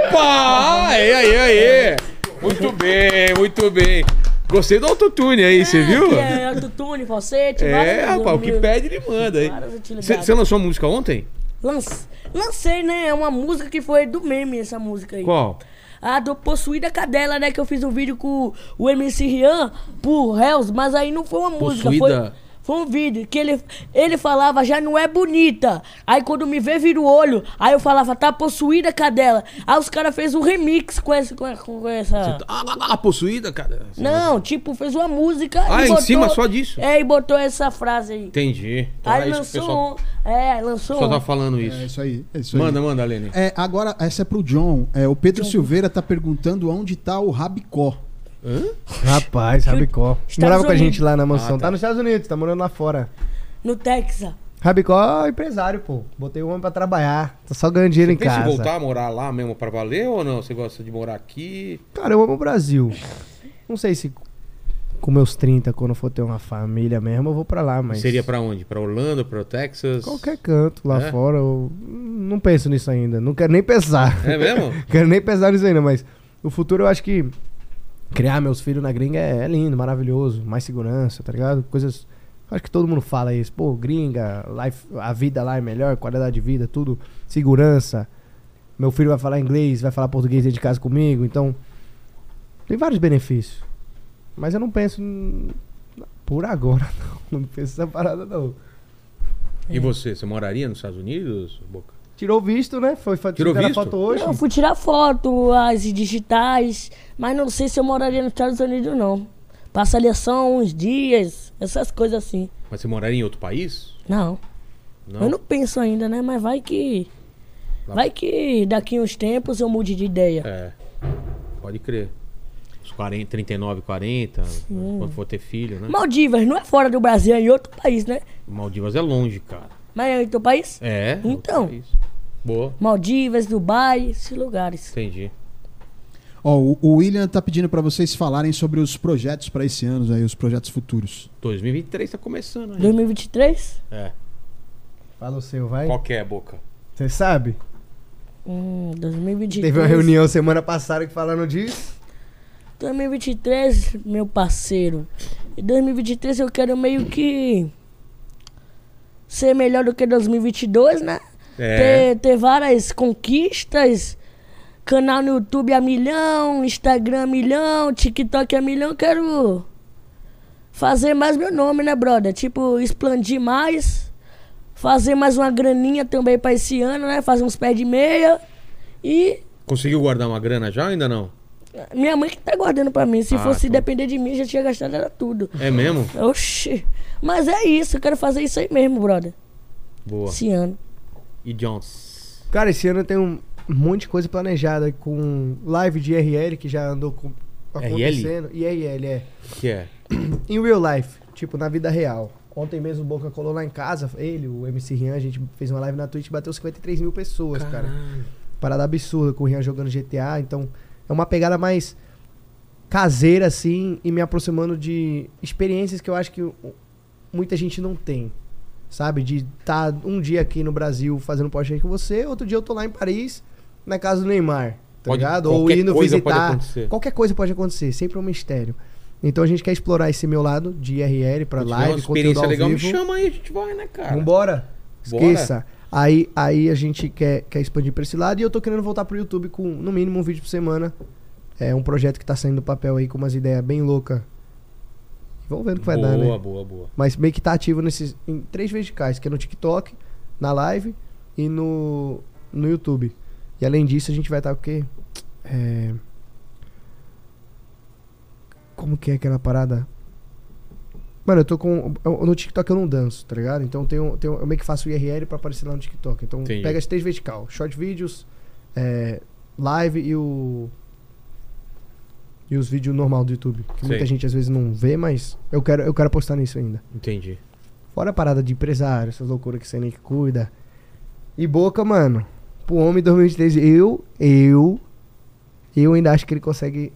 ô, Opa! Aê, aê, aê! Muito bem, muito bem. Gostei do autotune aí, você viu?
É, autotune, falsete,
É,
várias-
rapaz, o que
meu-
pede ele manda aí.
Várias utilidades.
Você lançou a música ontem?
Lance- Lancei, né? É uma música que foi do meme, essa música aí.
Qual?
A do Ah, Possuída Cadela, né? Que eu fiz um vídeo com o MC Rian pro Hells, mas aí não foi uma música, foi,
Possuída?
foi um vídeo que ele, ele falava, já não é bonita. Aí quando me vê, vira o olho. Aí eu falava, tá possuída cadela. Aí os caras fez um remix com essa. Com essa- com essa...
Ah, ah, ah, possuída, cara.
Não, tipo, fez uma música.
Ah,
e
em cima só disso?
É, e botou essa frase aí.
Entendi. Então
Aí
é isso que o
lançou
pessoal,
um. É, lançou
só tá
um.
falando
É
isso.
isso aí. É isso aí.
Manda, um- manda, Lene.
É, agora, essa é pro John. É, o Pedro Silveira tá perguntando onde tá o Rabicó.
Rapaz, Rabicó.
Estados
Morava com a gente
Unidos.
lá na mansão. tá. nos Estados Unidos, tá morando lá fora.
No Texas.
Rabicó é empresário, pô. Botei o homem pra trabalhar. Tá só ganhando dinheiro em
Pensa em
casa.
voltar a morar lá mesmo pra valer ou não? Você gosta de morar aqui?
Cara, eu amo o Brasil. Não sei se com meus 30, quando eu for ter uma família mesmo, eu vou pra lá, mas.
Seria pra onde? Pra Orlando, pra Texas?
Qualquer canto lá
É?
fora, eu não penso nisso ainda. Não quero nem pensar.
É mesmo?
quero nem pensar nisso ainda, mas o futuro eu acho que criar meus filhos na gringa é, é lindo, maravilhoso, mais segurança, tá ligado? Coisas. Acho que todo mundo fala isso. Pô, gringa, life, a vida lá é melhor, qualidade de vida, tudo, segurança. Meu filho vai falar inglês, vai falar português dentro de casa comigo, então. Tem vários benefícios. Mas eu não penso n- por agora, não. Não penso nessa parada, não. É.
E você? Você moraria nos Estados Unidos, Boca?
Tirou o visto, né? Foi fa-
Tirou
tirar
visto?
foto hoje.
Eu fui tirar foto, as digitais, mas não sei se eu moraria nos Estados Unidos, não. Pra seleção, uns dias, essas coisas assim.
Mas você moraria em outro país?
Não. Eu não penso ainda, né? Mas vai que.
Lá-
Vai que daqui uns tempos eu mude de ideia.
É. Pode crer. Os 40, 39, 40, quando for ter filho, né?
Maldivas não é fora do Brasil, é em outro país, né?
Maldivas é longe, cara.
Mas é em outro país?
É. outro
Então.
país. Boa.
Maldivas, Dubai, esses lugares.
Entendi.
Ó, o, o William tá pedindo pra vocês falarem sobre os projetos pra esse ano, aí, os projetos futuros.
2023 tá começando aí.
2023?
É.
Fala o seu, vai.
Qual que é, Boca?
Você sabe?
Hum, 2023.
Teve uma reunião semana passada que falaram disso.
2023, meu parceiro. Em 2023 eu quero meio que ser melhor do que 2022, né?
É.
Ter, ter várias conquistas. Canal no YouTube a milhão, Instagram a milhão, TikTok a milhão. Quero fazer mais meu nome, né, brother? Tipo, expandir mais. Fazer mais uma graninha também pra esse ano, né? Fazer uns pés de meia. E
Conseguiu guardar uma grana já ou ainda não?
minha mãe que tá guardando pra mim. Se
Ah,
fosse
então.
depender de mim, já tinha gastado era tudo.
É mesmo?
Oxi. Mas é isso, eu quero fazer isso aí mesmo, brother.
Boa.
Esse ano.
E Jones?
Cara, esse ano tem um monte de coisa planejada com live de IRL que já andou com- acontecendo. IRL, é.
Que é?
Em real life, tipo, na vida real. Ontem mesmo o Boca colou lá em casa, ele, o MC Rian, a gente fez uma live na Twitch e bateu 53 mil pessoas, cara. Parada absurda com o Rian jogando GTA, então é uma pegada mais caseira, assim, e me aproximando de experiências que eu acho que o- muita gente não tem. Sabe? De estar um dia aqui no Brasil fazendo podcast com você, outro dia eu tô lá em Paris, na casa do Neymar, tá
Pode-
ligado? Ou
qualquer
indo
coisa pode
visitar.
acontecer.
qualquer coisa pode acontecer, sempre é um mistério. Então a gente quer explorar esse meu lado de IRL pra
Se tiver
live, conteúdo
experiência
ao
legal, me
vivo.
chama aí, a gente vai, né, cara?
Vambora!
Bora.
Esqueça. Aí, aí a gente quer, quer expandir pra esse lado e eu tô querendo voltar pro YouTube com, no mínimo, um vídeo por semana. É um projeto que tá saindo do papel aí com umas ideias bem loucas. Vamos ver no que vai
boa,
dar, né?
boa, boa.
Mas meio que tá ativo nesses, em três verticais, que é no TikTok, na live e no, no YouTube. E além disso, a gente vai estar o quê? É... Como que é aquela parada? Mano, eu tô com. eu- No TikTok eu não danço, tá ligado? Então eu, tenho, tenho- eu meio que faço IRL pra aparecer lá no TikTok. Então
Entendi.
pega as três vertical: short vídeos, é, live e o. E os vídeos normal do YouTube. Que muita
Sei.
gente às vezes não vê, mas eu quero, eu quero postar nisso ainda.
Entendi.
Fora a parada de empresário, essas loucuras que você nem cuida. E Boca, mano, pro homem 2023, eu, eu, eu ainda acho que ele consegue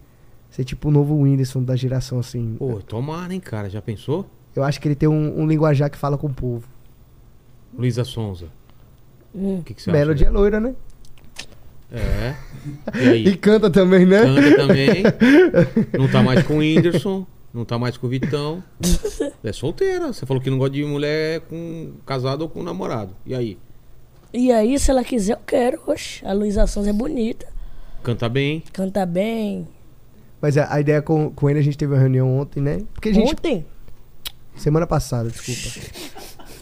ser tipo o novo Whindersson da geração, assim.
Pô, tomara, hein, cara? Já pensou?
Eu acho que ele tem um, um linguajar que fala com o povo.
Luísa Sonza.
Hum.
O que, que você
Belo
acha?
dia loira, né?
É. E aí?
E canta também, né?
Canta também. Não tá mais com o Whindersson. Não tá mais com o Vitão. É solteira. Você falou que não gosta de mulher com casado ou com namorado. E aí?
E aí, se ela quiser, eu quero. Oxe, a Luísa Sons é bonita.
Canta
Tá
bem.
Canta bem.
Mas a, a ideia com, com ele, a gente teve uma reunião ontem, né? Porque a gente.
Ontem?
Semana passada, desculpa.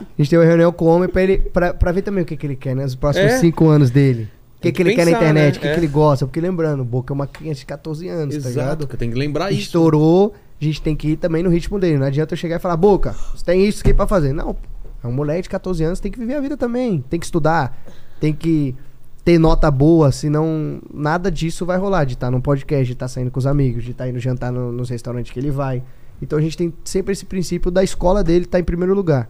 A gente teve uma reunião com o homem pra, ele, pra, pra ver também o que, que ele quer, né? Os próximos
É.
cinco anos dele. O que,
Tem
que
que
ele quer na
pensar, né?
internet, o que, que
É.
ele gosta. Porque lembrando, o Boca é uma criança de 14 anos, tá
Exato.
ligado?
que Tem que lembrar isso.
Estourou, a gente tem que ir também no ritmo dele. Não adianta eu chegar e falar, Boca, você tem isso aqui pra fazer. Não, pô, é um moleque de 14 anos, tem que viver a vida também. Tem que estudar, tem que ter nota boa, senão nada disso vai rolar. De estar num podcast, de estar saindo com os amigos, de estar indo jantar no- nos restaurantes que ele vai. Então a gente tem sempre esse princípio da escola dele estar em primeiro lugar.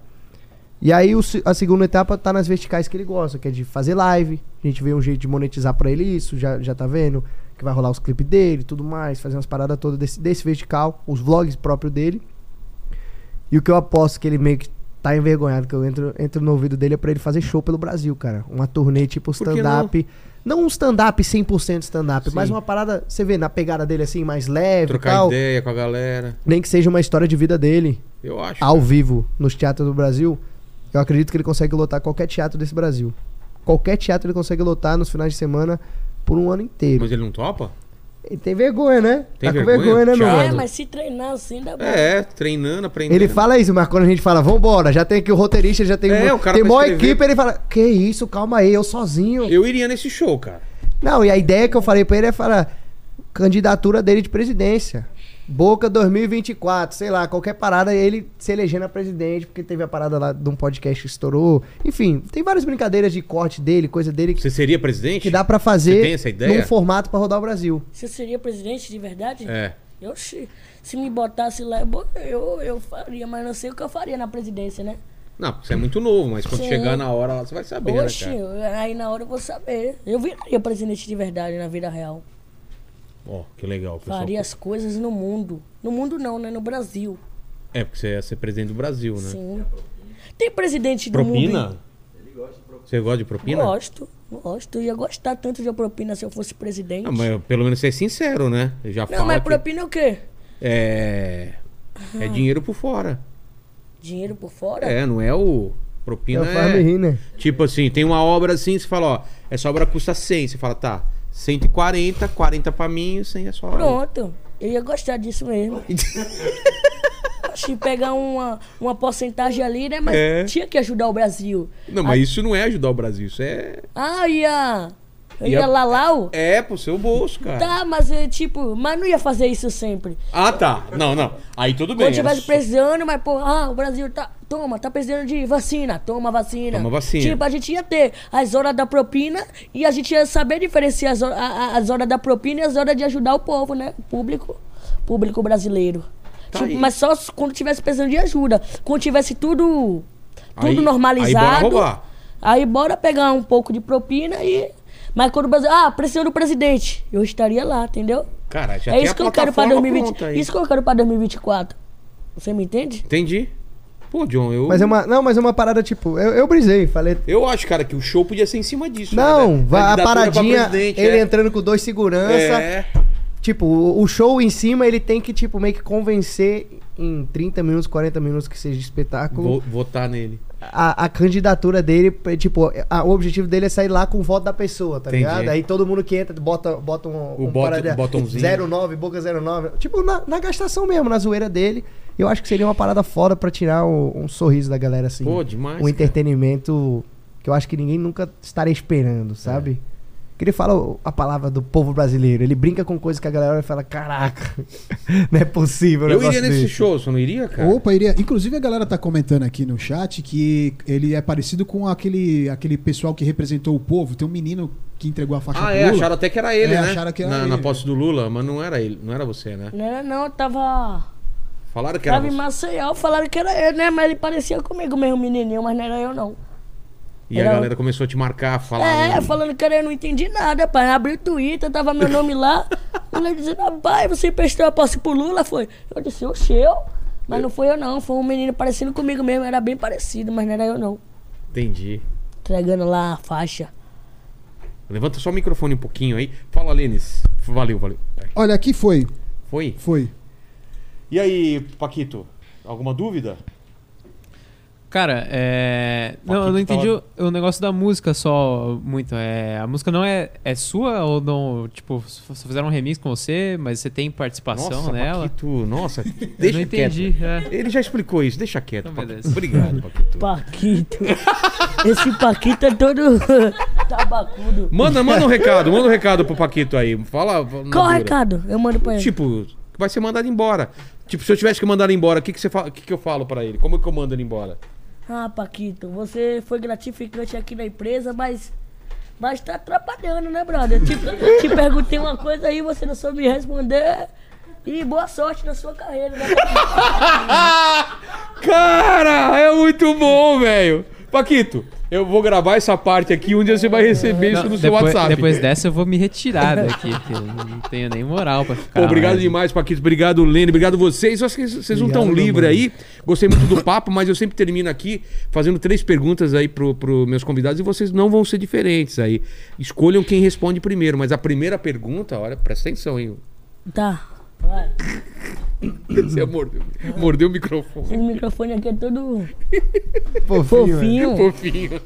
E aí o se- a segunda etapa tá nas verticais que ele gosta, que é de fazer live. A gente vê um jeito de monetizar pra ele isso, já, já tá vendo? Que vai rolar os clipes dele e tudo mais, fazer umas paradas todas desse, desse vertical, os vlogs próprios dele. E o que eu aposto que ele meio que tá envergonhado, que eu entro, entro no ouvido dele, é pra ele fazer show pelo Brasil, cara. Uma turnê tipo
Por que
stand-up. Não um stand-up 100% stand-up,
Sim.
mas uma parada, você vê, na pegada dele assim, mais leve e
Trocar
tal.
ideia com a galera.
Nem que seja uma história de vida dele
Eu acho.
ao vivo nos teatros do Brasil, eu acredito que ele consegue lotar qualquer teatro desse Brasil. Qualquer teatro ele consegue lotar nos finais de semana por um ano inteiro.
Mas ele não topa?
Ele tem vergonha, né?
Tem
tá com
vergonha?
vergonha, né, meu
Thiago?
É,
mano?
mas se treinar assim, dá bom.
É, treinando, aprendendo.
Ele fala isso, mas quando a gente fala, vambora, já tem aqui o roteirista, já tem
É,
um-
o cara
tem
pra
maior
escrever.
equipe, ele fala, que isso, calma aí, eu sozinho.
Eu iria nesse show, cara.
Não, e a ideia que eu falei pra ele é falar, candidatura dele de presidência. Boca 2024, sei lá, qualquer parada, ele se elegendo a presidente, porque teve a parada lá de um podcast que estourou. Enfim, tem várias brincadeiras de corte dele, coisa dele que,
Você seria presidente?
que dá pra
Você tem
fazer
essa ideia?
num formato pra rodar o Brasil.
Você seria presidente de verdade?
É.
Oxi, se me botasse lá, eu bo- eu, eu faria, mas não sei o que eu faria na presidência, né?
Não, você é muito novo, mas quando
Sim.
chegar na hora lá, você vai saber,
Oxi,
né, cara?
aí na hora eu vou saber. Eu viraria presidente de verdade na vida real.
Ó, que legal. o pessoal.
Faria as coisas no mundo. No mundo não, né? No Brasil.
É, porque você ia ser presidente do Brasil, né?
Sim. Tem presidente do mundo.
Propina? Você gosta de propina?
Gosto. Nossa, tu ia gostar tanto de propina se eu fosse presidente.
Ah, mas pelo menos você é sincero, né? Eu já
Não,
falo
mas
que
propina Ah. é o quê?
é... é dinheiro por fora.
Dinheiro por fora?
É, não é o... Propina
É o Farm
é...
Rir, né?
Tipo assim, tem uma obra assim, você fala, ó, essa obra custa 100. Você fala, tá, 140, 40 pra mim e 100 é só...
Pronto. Eu ia gostar disso mesmo. Oxi, pegar uma, uma porcentagem ali, né? Mas
É.
tinha que ajudar o Brasil.
Não, mas isso não é ajudar o Brasil, isso é...
Ah, ia. Eu
Ia-
ia Lalau?
É pro seu bolso, cara.
Tá, mas é tipo, mas não ia fazer isso sempre.
Ah, tá. Não, não. Aí tudo bem. é
Quando tivesse
Era
precisando, mas, pô, ah, o Brasil tá. Toma, tá precisando de vacina. Toma vacina.
Toma vacina.
Tipo, a gente ia ter as horas da propina e a gente ia saber diferenciar as, ho- a- a- as horas da propina e as horas de ajudar o povo, né? O público. Público brasileiro.
Tá
Tipo,
aí.
mas só s- quando tivesse precisando de ajuda. Quando tivesse tudo. Tudo
Aí- aí bora
normalizado.
roubar.
Aí bora pegar um pouco de propina e. Mas quando o Brasil. Ah, precisando do presidente. Eu estaria lá, entendeu?
Cara, já
é
tem
isso
a
que eu quero pra
plataforma
2020.
pronta aí.
Isso que eu quero pra 2024. Você me entende?
Entendi. Pô, John, eu...
Mas é uma, não, mas é uma parada tipo, eu, eu brisei, falei.
Eu acho, cara, que o show podia ser em cima disso. né?
Não,
Da-
vai- a
candidatura pra
paradinha,
presidente,
ele
é.
entrando com dois segurança.
É.
Tipo, o, o show em cima ele tem que, tipo, meio que convencer em 30 minutos, 40 minutos que seja espetáculo.
Vou votar nele.
a, a candidatura dele, é, tipo, a- o objetivo dele é sair lá com o voto da pessoa, tá
Entendi.
ligado? Aí todo mundo que entra bota, bota um,
O bot- botãozinho.
09, boca 09. Tipo, na, na gastação mesmo, na zoeira dele. Eu acho que seria uma parada foda pra tirar o- um sorriso da galera, assim.
Pô, demais,
Um
cara.
entretenimento que eu acho que ninguém nunca estaria
É.
esperando, sabe? Que ele fala o- a palavra do povo brasileiro. Ele brinca com coisas que a galera fala, caraca, não é possível. um
Eu
negócio
iria nesse
desse."
show, você não iria, cara?
Opa, iria. Inclusive a galera tá comentando aqui no chat que ele é parecido com aquele, aquele pessoal que representou o povo. Tem um menino que entregou a faixa
Ah,
pro
é,
Lula.
acharam até que era ele,
É,
né?
acharam que era
na,
ele.
na posse do Lula, mas não era ele, não era você, né?
Não era não, eu tava.
Falaram que era
Tava em
você.
Maceió, falaram que era eu, né? Mas ele parecia comigo mesmo, menininho, mas não era eu não.
E a
Era-
galera começou a te marcar, falar.
É,
né?
falando que era eu não entendi nada, pai. Abri o Twitter, tava meu nome lá. Ele dizendo, rapaz, você emprestou a posse pro Lula? Foi. Eu disse, oxe, eu? Mas não foi eu não, foi um menino parecido comigo mesmo, era bem parecido, mas não era eu não.
Entendi.
Entregando lá a faixa.
Levanta só o microfone um pouquinho aí. Fala, Lênis. Valeu, valeu.
Olha, aqui foi.
Foi?
Foi.
E aí, Paquito? Alguma dúvida?
Cara, é. Não, eu não
Paquito
entendi
tava-
o, o negócio da música só muito. É, a música não é, é sua ou não. Tipo, só fizeram um remix com você, mas você tem participação
nossa,
nela.
Paquito, nossa,
Eu
deixa
não entendi.
quieto.
é.
Ele já explicou isso, deixa quieto.
Então,
Paquito.
beleza.
Obrigado, Paquito.
Paquito. Esse Paquito é todo tabacudo.
Manda, manda um recado, manda um recado pro Paquito aí. Fala. fala na
Qual o
dura.
recado? Eu mando pra ele.
Tipo, vai ser mandado embora. Tipo, se eu tivesse que mandar ele embora, o que, que, você fala, o que, que eu falo pra ele? Como que eu mando ele embora?
Ah, Paquito, você foi gratificante aqui na empresa, mas. Mas tá atrapalhando, né, brother? Te, te perguntei uma coisa aí, você não soube me responder. E boa sorte na sua carreira, né? Paquito?
Cara, é muito bom, velho. Paquito, eu vou gravar essa parte aqui. Um dia você vai receber isso
Não,
no seu
depois,
WhatsApp.
depois dessa eu vou me retirar daqui, que eu não tenho nem moral pra ficar.
Pô, obrigado
mais.
demais, Paquito. Obrigado, Lene. Obrigado vocês. Eu acho que vocês não estão
Obrigado, meu
livres
mano.
aí. Gostei muito do papo, mas eu sempre termino aqui fazendo três perguntas aí pro, pro meus convidados e vocês não vão ser diferentes aí. Escolham quem responde primeiro. Mas a primeira pergunta, olha, presta atenção, hein?
Tá. Vai.
Você mordeu, mordeu o microfone.
Esse microfone aqui é todo
Fofinho. né?
fofinho.
Fofinho.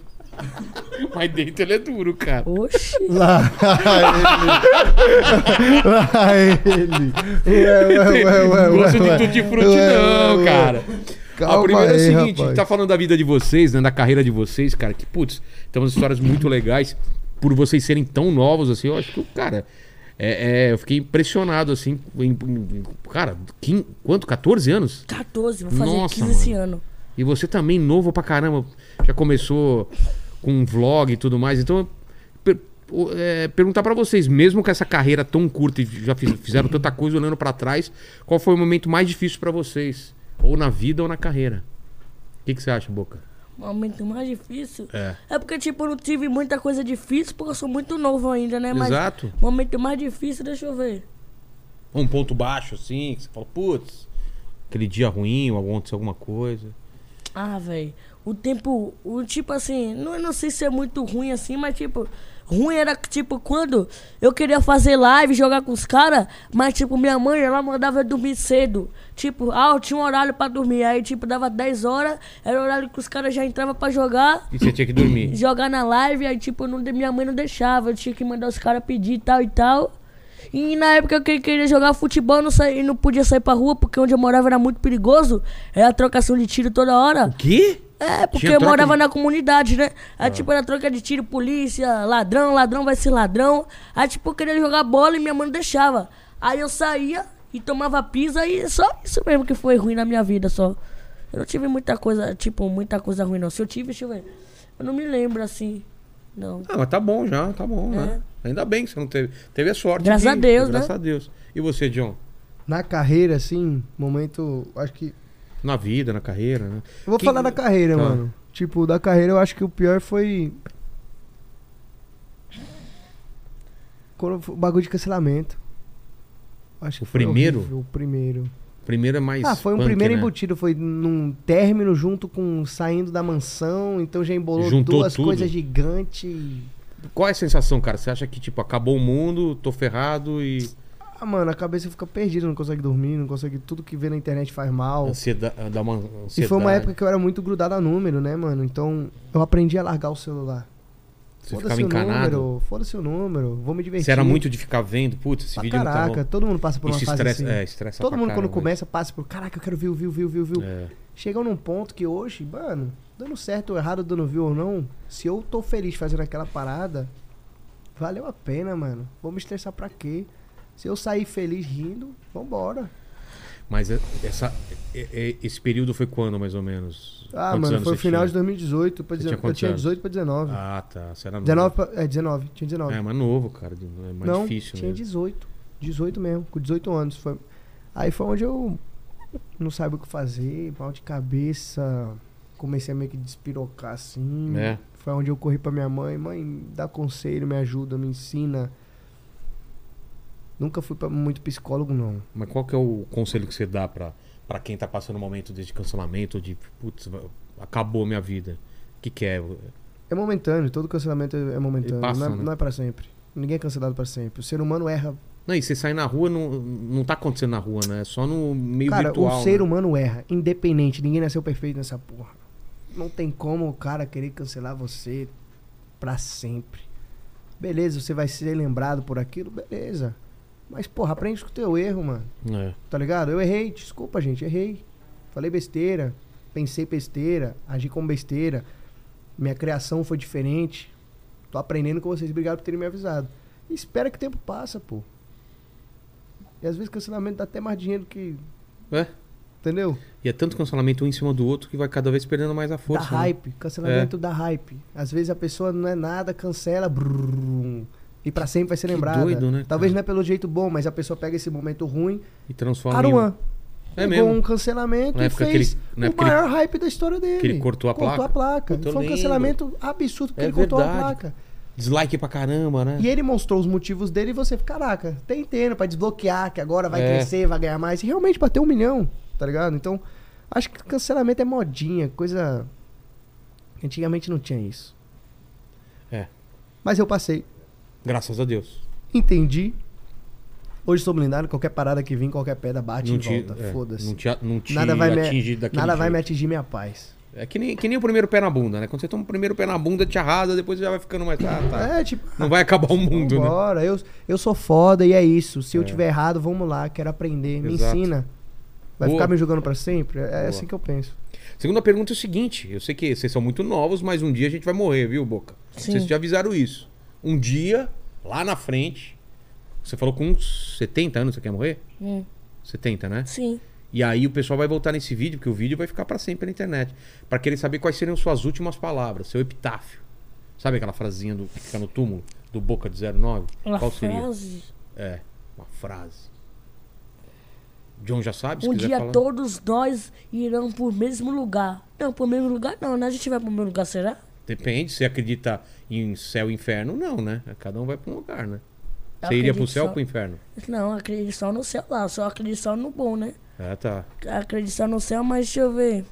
Mas dentro ele é duro, cara.
Oxi.
Lá ele. Lá Ah, ele. Ué, ué, ué, ué, ué,
Gosto de
ué.
tutti frutti,
Ué,
não,
ué, ué.
cara. a
Calma
primeira é o
aí,
seguinte, a gente
rapaz.
tá falando da vida de vocês, né? Da carreira de vocês, cara. Que, putz, tem umas histórias muito legais. Por vocês serem tão novos, assim, eu acho que, cara. É, é, eu fiquei impressionado, assim. em- em- cara, quin- quanto? 14 anos?
14, vou fazer
Nossa,
15 esse ano.
E você também novo pra caramba. Já começou com um vlog e tudo mais. Então, per- o- é, perguntar pra vocês, mesmo com essa carreira tão curta e já fiz- fizeram tanta coisa olhando pra trás, qual foi o momento mais difícil pra vocês? Ou na vida ou na carreira? O que, que você acha, Boca?
O momento mais difícil.
É.
É porque, tipo, eu não tive muita coisa difícil porque eu sou muito novo ainda, né? Mas
Exato.
o momento mais difícil, deixa eu ver.
Um ponto baixo, assim, que você fala, putz, aquele dia ruim, ou aconteceu alguma coisa.
Ah, velho. o tempo, o tipo assim, não, não sei se é muito ruim assim, mas tipo, ruim era tipo quando eu queria fazer live, jogar com os caras, mas tipo, minha mãe, ela mandava eu dormir cedo. Tipo, ah, eu tinha um horário pra dormir, aí tipo, dava 10 horas, era o horário que os caras já entravam pra jogar,
E você tinha que dormir.
jogar na live, aí tipo, não, minha mãe não deixava, eu tinha que mandar os caras pedir e tal e tal. E na época que eu queria jogar futebol, eu não, saí, não podia sair pra rua, porque onde eu morava era muito perigoso, era trocação de tiro toda hora.
Que?
É, porque
Tinha
eu
troca
morava
de- Ah.
na comunidade, né? Aí, tipo, era troca de tiro, polícia, ladrão, ladrão vai ser ladrão. Aí, tipo, eu queria jogar bola e minha mãe não deixava. Aí eu saía e tomava pisa e só isso mesmo que foi ruim na minha vida, só. Eu não tive muita coisa, tipo, muita coisa ruim, não. Se eu tive, deixa eu ver. Eu não me lembro, assim, não.
Ah, mas tá bom já, tá bom, né? Ainda bem que você não teve. Teve a sorte.
É. Graças
de-
a Deus, né?
Graças a Deus. E você, John?
Na carreira, assim, momento. Acho que.
Na vida, na carreira, né?
Eu vou
Que-
falar da carreira,
Tá.
mano. Tipo, da carreira eu acho que o pior foi. Quando foi o bagulho de cancelamento. Acho que
O
foi
primeiro?
horrível, o primeiro.
Primeiro é mais.
ah, foi um
punk,
primeiro
né?
embutido. Foi num término junto com saindo da mansão. Então já embolou
Juntou
duas
tudo.
coisas gigantes.
Qual é a sensação, cara? Você acha que, tipo, acabou o mundo, tô ferrado e.
Ah, mano, a cabeça fica perdida, não consegue dormir, não consegue. Tudo que vê na internet faz mal.
Ansieda... ah, Dá uma ansiedade.
E foi uma época que eu era muito grudado a número, né, mano? Então eu aprendi a largar o celular.
Você
Foda-se
ficava
o
encanado.
número, foda-se o número, vou me divertir.
Você era muito de ficar vendo, putz, esse
pra
vídeo
caraca,
não tá
todo mundo passa por
bom.
uma
Isso
fase
estressa,
assim.
é, estressa
todo
pra
mundo
caramba.
quando começa passa por, caraca, eu quero view, view, view, view, view.
É.
Chega num ponto que hoje, mano, dando certo ou errado, dando view ou não, se eu tô feliz fazendo aquela parada, valeu a pena, mano. Vou me estressar pra quê? Se eu sair feliz rindo, vambora.
Mas é- essa, é- é- esse período foi quando, mais ou menos?
Ah,
Quantos
mano,
anos
foi o
você
final
tinha?
de 2018 pra
Você
19.
tinha
Eu
quantos
tinha
anos?
18 pra 19.
Ah, tá. Você era novo.
19 pra, é, 19, tinha 19.
É, mas novo, cara. É mais
não,
difícil,
tinha
né?
18. 18 mesmo, com 18 anos. Foi... Aí foi onde eu não sabia o que fazer, mal de cabeça. Comecei a meio que despirocar assim.
É.
Foi onde eu corri pra minha mãe: mãe, me dá conselho, me ajuda, me ensina. Nunca fui pra muito psicólogo, não.
Mas qual que é o conselho que você dá pra, pra quem tá passando um momento de cancelamento, de putz, va- acabou minha vida? O que, que é?
É momentâneo, todo cancelamento é é momentâneo.
passa,
não, é,
né?
não é pra sempre. Ninguém é cancelado pra sempre. O ser humano erra
Não, e você sai na rua, não, não tá acontecendo na rua, né? É só no meio
Cara,
virtual.
o ser
né?
humano erra, independente, ninguém nasceu perfeito nessa porra. Não tem como o cara querer cancelar você pra sempre. Beleza, você vai ser lembrado por aquilo, beleza. Mas, porra, aprende com o teu erro, mano.
É.
Tá ligado? Eu errei, desculpa, gente, errei. Falei besteira, pensei besteira, agi como besteira. Minha criação foi diferente. Tô aprendendo com vocês, obrigado por terem me avisado. E espera que o tempo passa, pô. E às vezes cancelamento dá até mais dinheiro do que
É.
Entendeu?
E é tanto cancelamento um em cima do outro que vai cada vez perdendo mais a
Da
força. né?
hype. Cancelamento da hype. Às vezes a pessoa não é nada, cancela. brrrum, e pra sempre vai ser
Que
lembrada.
doido, né,
Talvez
cara?
não é pelo jeito bom, mas a pessoa pega esse momento ruim.
E transforma em.
Aruan.
É
pegou
mesmo.
um cancelamento
Na
e
época que
fez
ele- na
o
época que ele-
maior hype da história dele.
que ele cortou a placa? Puta, eu
Foi um
lembro.
cancelamento absurdo porque
É
ele cortou a
verdade.
placa.
Dislike pra caramba, né?
E ele mostrou os motivos dele e você, caraca, tá entendendo pra desbloquear, que agora vai
É.
crescer, vai ganhar mais. E realmente bateu um milhão, tá ligado? Então, acho que cancelamento é modinha, coisa. Antigamente não tinha isso.
É.
Mas eu passei,
Graças a Deus.
entendi. Hoje sou blindado, qualquer parada que vim, qualquer pedra bate e
te-
Tá volta.
é,
Foda-se.
Não te, a- não te
Nada vai
atingir
me,
daquele
nada vai me
jeito.
atingir minha paz.
É que nem, que nem o primeiro pé na bunda, né? Quando você toma o primeiro pé na bunda, te arrasa, depois já vai ficando mais. Ah, tá.
É, tipo,
Não vai acabar o mundo, né?
Vambora, eu, eu sou foda e é isso. Se eu tiver errado, vamos lá, quero aprender. Me
Exato.
ensina. Vai
Boa.
ficar me julgando pra sempre? É
Boa.
assim que eu penso.
Segunda pergunta é o seguinte: eu sei que vocês são muito novos, mas um dia a gente vai morrer, viu, Boca?
Sim.
Vocês te avisaram isso. Um dia, lá na frente, você falou com uns 70 anos, você quer morrer?
É.
Hum.
70, né?
Sim.
E aí o pessoal vai voltar nesse vídeo, porque o vídeo vai ficar pra sempre na internet. Pra querer saber quais seriam suas últimas palavras, seu epitáfio. Sabe aquela frasinha do, que fica no túmulo? Do Boca de 09?
Uma
Qual seria?
frase.
É, uma frase. John já sabe, se
Um
quiser
dia
falar.
todos nós irão pro mesmo lugar. Não, pro mesmo lugar não, né? A gente vai pro mesmo lugar, será?
Depende, você acredita em céu e inferno? Não, né? Cada um vai pra um lugar, né?
Eu
Você iria
acredito
pro céu
só-
ou pro inferno?
Não, acredito só no céu lá, só acredito só no bom, né?
Ah, tá.
Acredito só no céu, mas deixa eu ver.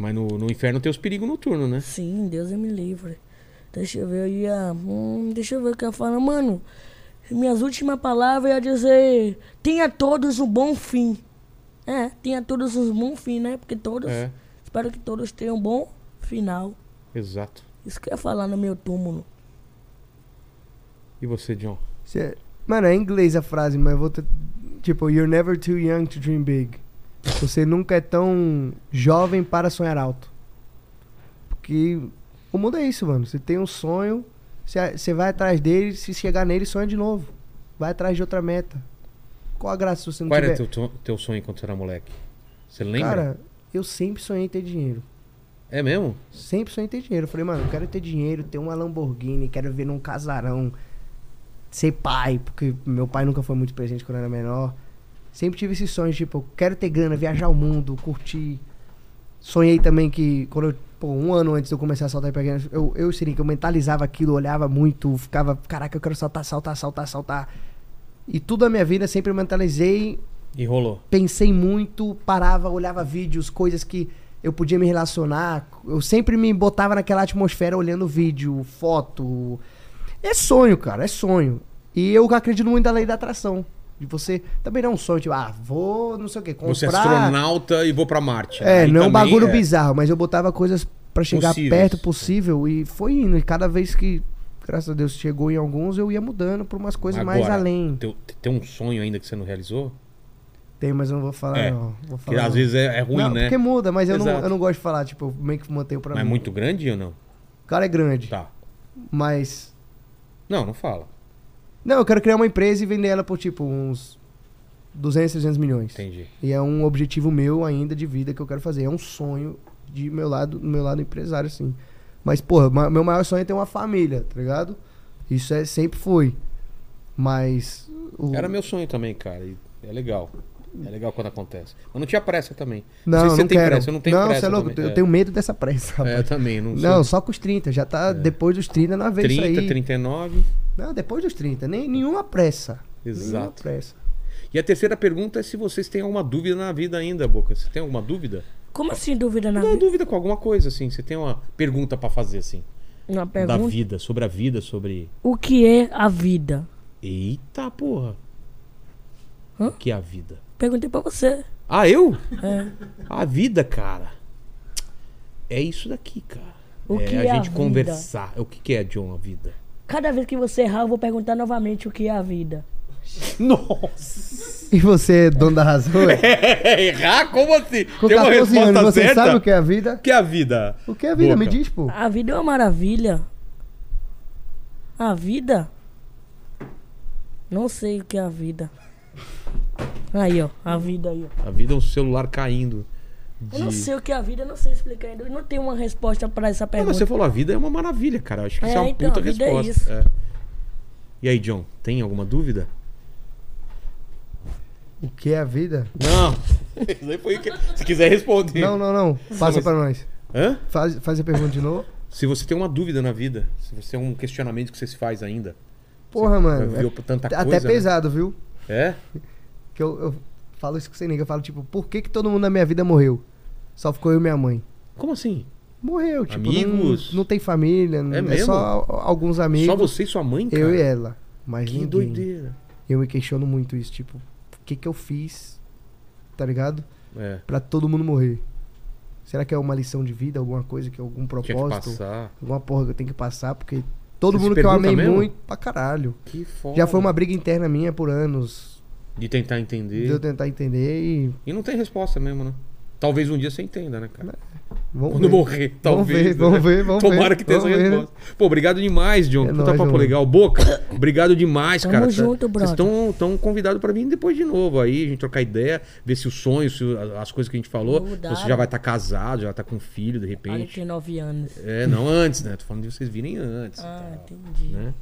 Mas no, no inferno tem os perigos noturnos, né?
Sim, Deus é me livre. Deixa eu ver, eu ia. Hum, deixa eu ver o que eu falo. Mano, minhas últimas palavras ia dizer. Tenha todos um bom fim. É, tenha todos um bom fim, né? Porque todos.
É,
Espero que todos tenham um bom final.
exato.
Isso que eu ia falar no meu túmulo.
E você, John?
Cê- Mano, é em inglês a frase, mas eu vou. te- Tipo, you're never too young to dream big. Você nunca é tão jovem para sonhar alto. Porque o mundo é isso, mano. Você tem um sonho, você você vai atrás dele, se chegar nele, sonha de novo. Vai atrás de outra meta. Qual a graça se você não
Qual
tiver?
era teu, to- teu sonho quando você era moleque? Você lembra?
Cara, eu sempre sonhei em ter dinheiro.
é mesmo?
Sempre sonhei em ter dinheiro. Eu falei, mano, eu quero ter dinheiro, ter uma Lamborghini, quero ver num casarão, ser pai, porque meu pai nunca foi muito presente quando eu era menor. Sempre tive esses sonhos, tipo, eu quero ter grana, viajar o mundo, curtir. Sonhei também que, quando eu, pô, um ano antes de eu começar a saltar hipergrana, eu, eu seria que eu mentalizava aquilo, olhava muito, ficava, caraca, eu quero saltar, saltar, saltar, saltar. E tudo a minha vida sempre eu mentalizei
E rolou.
pensei muito, parava, olhava vídeos, coisas que eu podia me relacionar. Eu sempre me botava naquela atmosfera olhando vídeo, foto. É sonho, cara, é sonho. E eu acredito muito na lei da atração. De você também não é um sonho, tipo, ah, vou, não sei o quê, comprar.
Você é astronauta e vou pra Marte.
É,
Aí
não um
também
bagulho
é.
bizarro, mas eu botava coisas pra chegar
Possíveis.
perto possível e foi indo. E cada vez que, graças a Deus, chegou em alguns, eu ia mudando pra umas coisas mais
Agora,
além.
Teu, tem um sonho ainda que você não realizou?
Tem, mas eu não vou falar,
É,
não. Vou
Que
falar,
às
não.
vezes é, é ruim,
não,
né?
porque muda, mas eu não,
Exato.
eu não gosto de falar, tipo, eu meio que mantenho pra
Mas é
mim.
muito grande ou não?
O cara é grande,
Tá.
mas...
Não, não fala.
Não, eu quero criar uma empresa e vender ela por, tipo, uns 200, 300 milhões.
Entendi.
E é um objetivo meu ainda de vida que eu quero fazer. É um sonho de meu lado, do meu lado empresário, assim. Mas, porra, ma- meu maior sonho é ter uma família, tá ligado? Isso é, sempre foi. Mas... O...
Era meu sonho também, cara. e é legal. É legal quando acontece. Mas não tinha pressa também.
Não,
sei se você
não
tem
quero.
pressa, eu não tenho
não,
pressa
você é louco,
também,
eu
é.
tenho medo dessa pressa,
É, eu
rapaz.
também. Não,
Tá
É.
Não,
sou...
só com os 30, já tá depois dos 30 na vez
30,
isso aí.
39.
Não, depois dos 30, nem, nenhuma pressa. Nenhuma
Exato.
pressa.
E a terceira pergunta é se vocês têm alguma dúvida na vida ainda, Boca. Você tem alguma dúvida?
Como assim dúvida na
Não, é
vida?
dúvida com alguma coisa, assim. Você tem uma pergunta pra fazer, assim.
Na
Da
pergunta.
vida, sobre a vida, sobre.
O que é a vida?
Eita porra!
Hã?
O que é a vida?
Perguntei pra você.
Ah, eu?
É.
A vida, cara. É isso daqui, cara.
O
é
que
a
é a
gente
vida?
conversar. O que, que é, John, a vida?
Cada vez que você errar, eu vou perguntar novamente o que é a vida.
Nossa!
E você é dono da razão? é?
Errar? Como assim?
Com
tem uma
14
resposta
anos, você
certa?
sabe o que é a vida?
O que é a vida?
O que é a vida? Me
Boca.
diz, pô.
A vida é uma maravilha. A vida? Não sei o que é a vida. Aí, ó. A vida aí, ó.
A vida é um celular caindo.
Eu não
de-
sei o que é a vida, eu não sei explicar ainda. Eu não tenho uma resposta pra essa
Não, mas você
pergunta.
falou, a vida é uma maravilha, cara. Eu Acho que
É,
isso é uma
então,
puta
a vida é
resposta.
isso.
É. E aí, John, tem alguma dúvida?
O que é a vida?
Não. Isso aí foi o que- Se quiser responder.
Não, não, não. Passa
mas-
pra nós.
Hã?
Faz, faz a pergunta de novo.
Se você tem uma dúvida na vida, se você tem um questionamento que você se faz ainda.
Porra, mano.
já viu tanta
é- até
coisa, né?
pesado, viu?
É?
Que eu, eu falo isso com você, nega. Eu falo, tipo, por que, que todo mundo na minha vida morreu? Só ficou eu e minha mãe.
Como assim?
Morreu, tipo,
Amigos?
Não, não tem família, não- é,
mesmo?
só al- alguns amigos.
Só você e sua mãe, cara?
eu e ela. Mas
Que
ninguém.
doideira.
Eu me questiono muito isso, tipo, o que que eu fiz, tá ligado?
É.
Pra todo mundo morrer. Será que é uma lição de vida, alguma coisa, que é algum
Tinha que
propósito,
passar.
alguma porra que eu tenho que passar, porque todo
Você se
mundo que eu
pergunta
amei
mesmo?
muito, pra caralho.
Que foda.
Já foi uma briga interna minha por anos,
De tentar
de eu
entender.
tentar entender e
E não tem resposta mesmo, né? Talvez um dia você entenda, né, cara?
vamos
Quando
ver.
morrer, talvez.
ver, vamos
né?
ver, vamos
Tomara
ver,
que tenha essa
vamos ver, né?
resposta. Pô, obrigado demais, John.
É
Puta
nóis,
papo
mano.
legal. Boca, obrigado demais,
Tamo
cara.
junto, brother.
estão tão convidados pra vir depois de novo aí, a gente trocar ideia, ver se o sonho, se o- as coisas que a gente falou.
Mudaram.
Você já vai estar casado, já tá com filho, de
Ah, ele
repente.
tem 9 anos.
É, não antes, né? Tô falando de vocês virem antes.
Ah, entendi.
Né?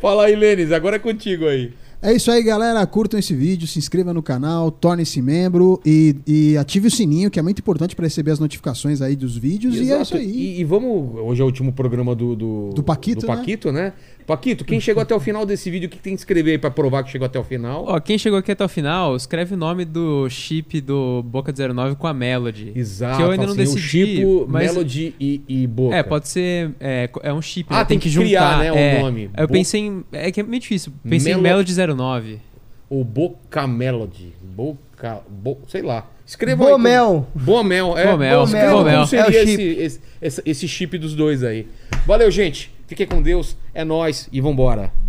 Fala aí, Lênis, agora é contigo aí.
É isso aí, galera. Curtam esse vídeo, se inscreva no canal, torne-se membro e, e ative o sininho, que é muito importante para receber as notificações aí dos vídeos. E é
Exato.
isso aí.
E, e vamos. Hoje é o último programa do. Do,
Do Paquito,
do Paquito né? Paquito, quem chegou até o final desse vídeo, o que tem que escrever aí pra provar que chegou até o final?
Ó, quem chegou aqui até o final, escreve o nome do chip do Boca 19 com a Melody.
Exato.
Que eu ainda não
assim, o
decidi,
Chipo,
mas-
Melody e, e Boca.
É, pode ser. É, co- é um chip.
Ah,
né?
tem
que,
que
juntar.
criar, né, o
é,
nome.
Eu
Bo-
pensei em. É que é meio difícil. Pensei
Melo-
em Melody 09.
O Boca Melody. Boca. Bo... Sei lá. Escreva aí.
Bomel.
Como... Bomel, é.
Bomel.
Escreva
Bomel.
Como seria
É o
esse,
chip.
esse- esse- esse chip dos dois aí. Valeu, gente. Fiquem com Deus. É nóis e vambora.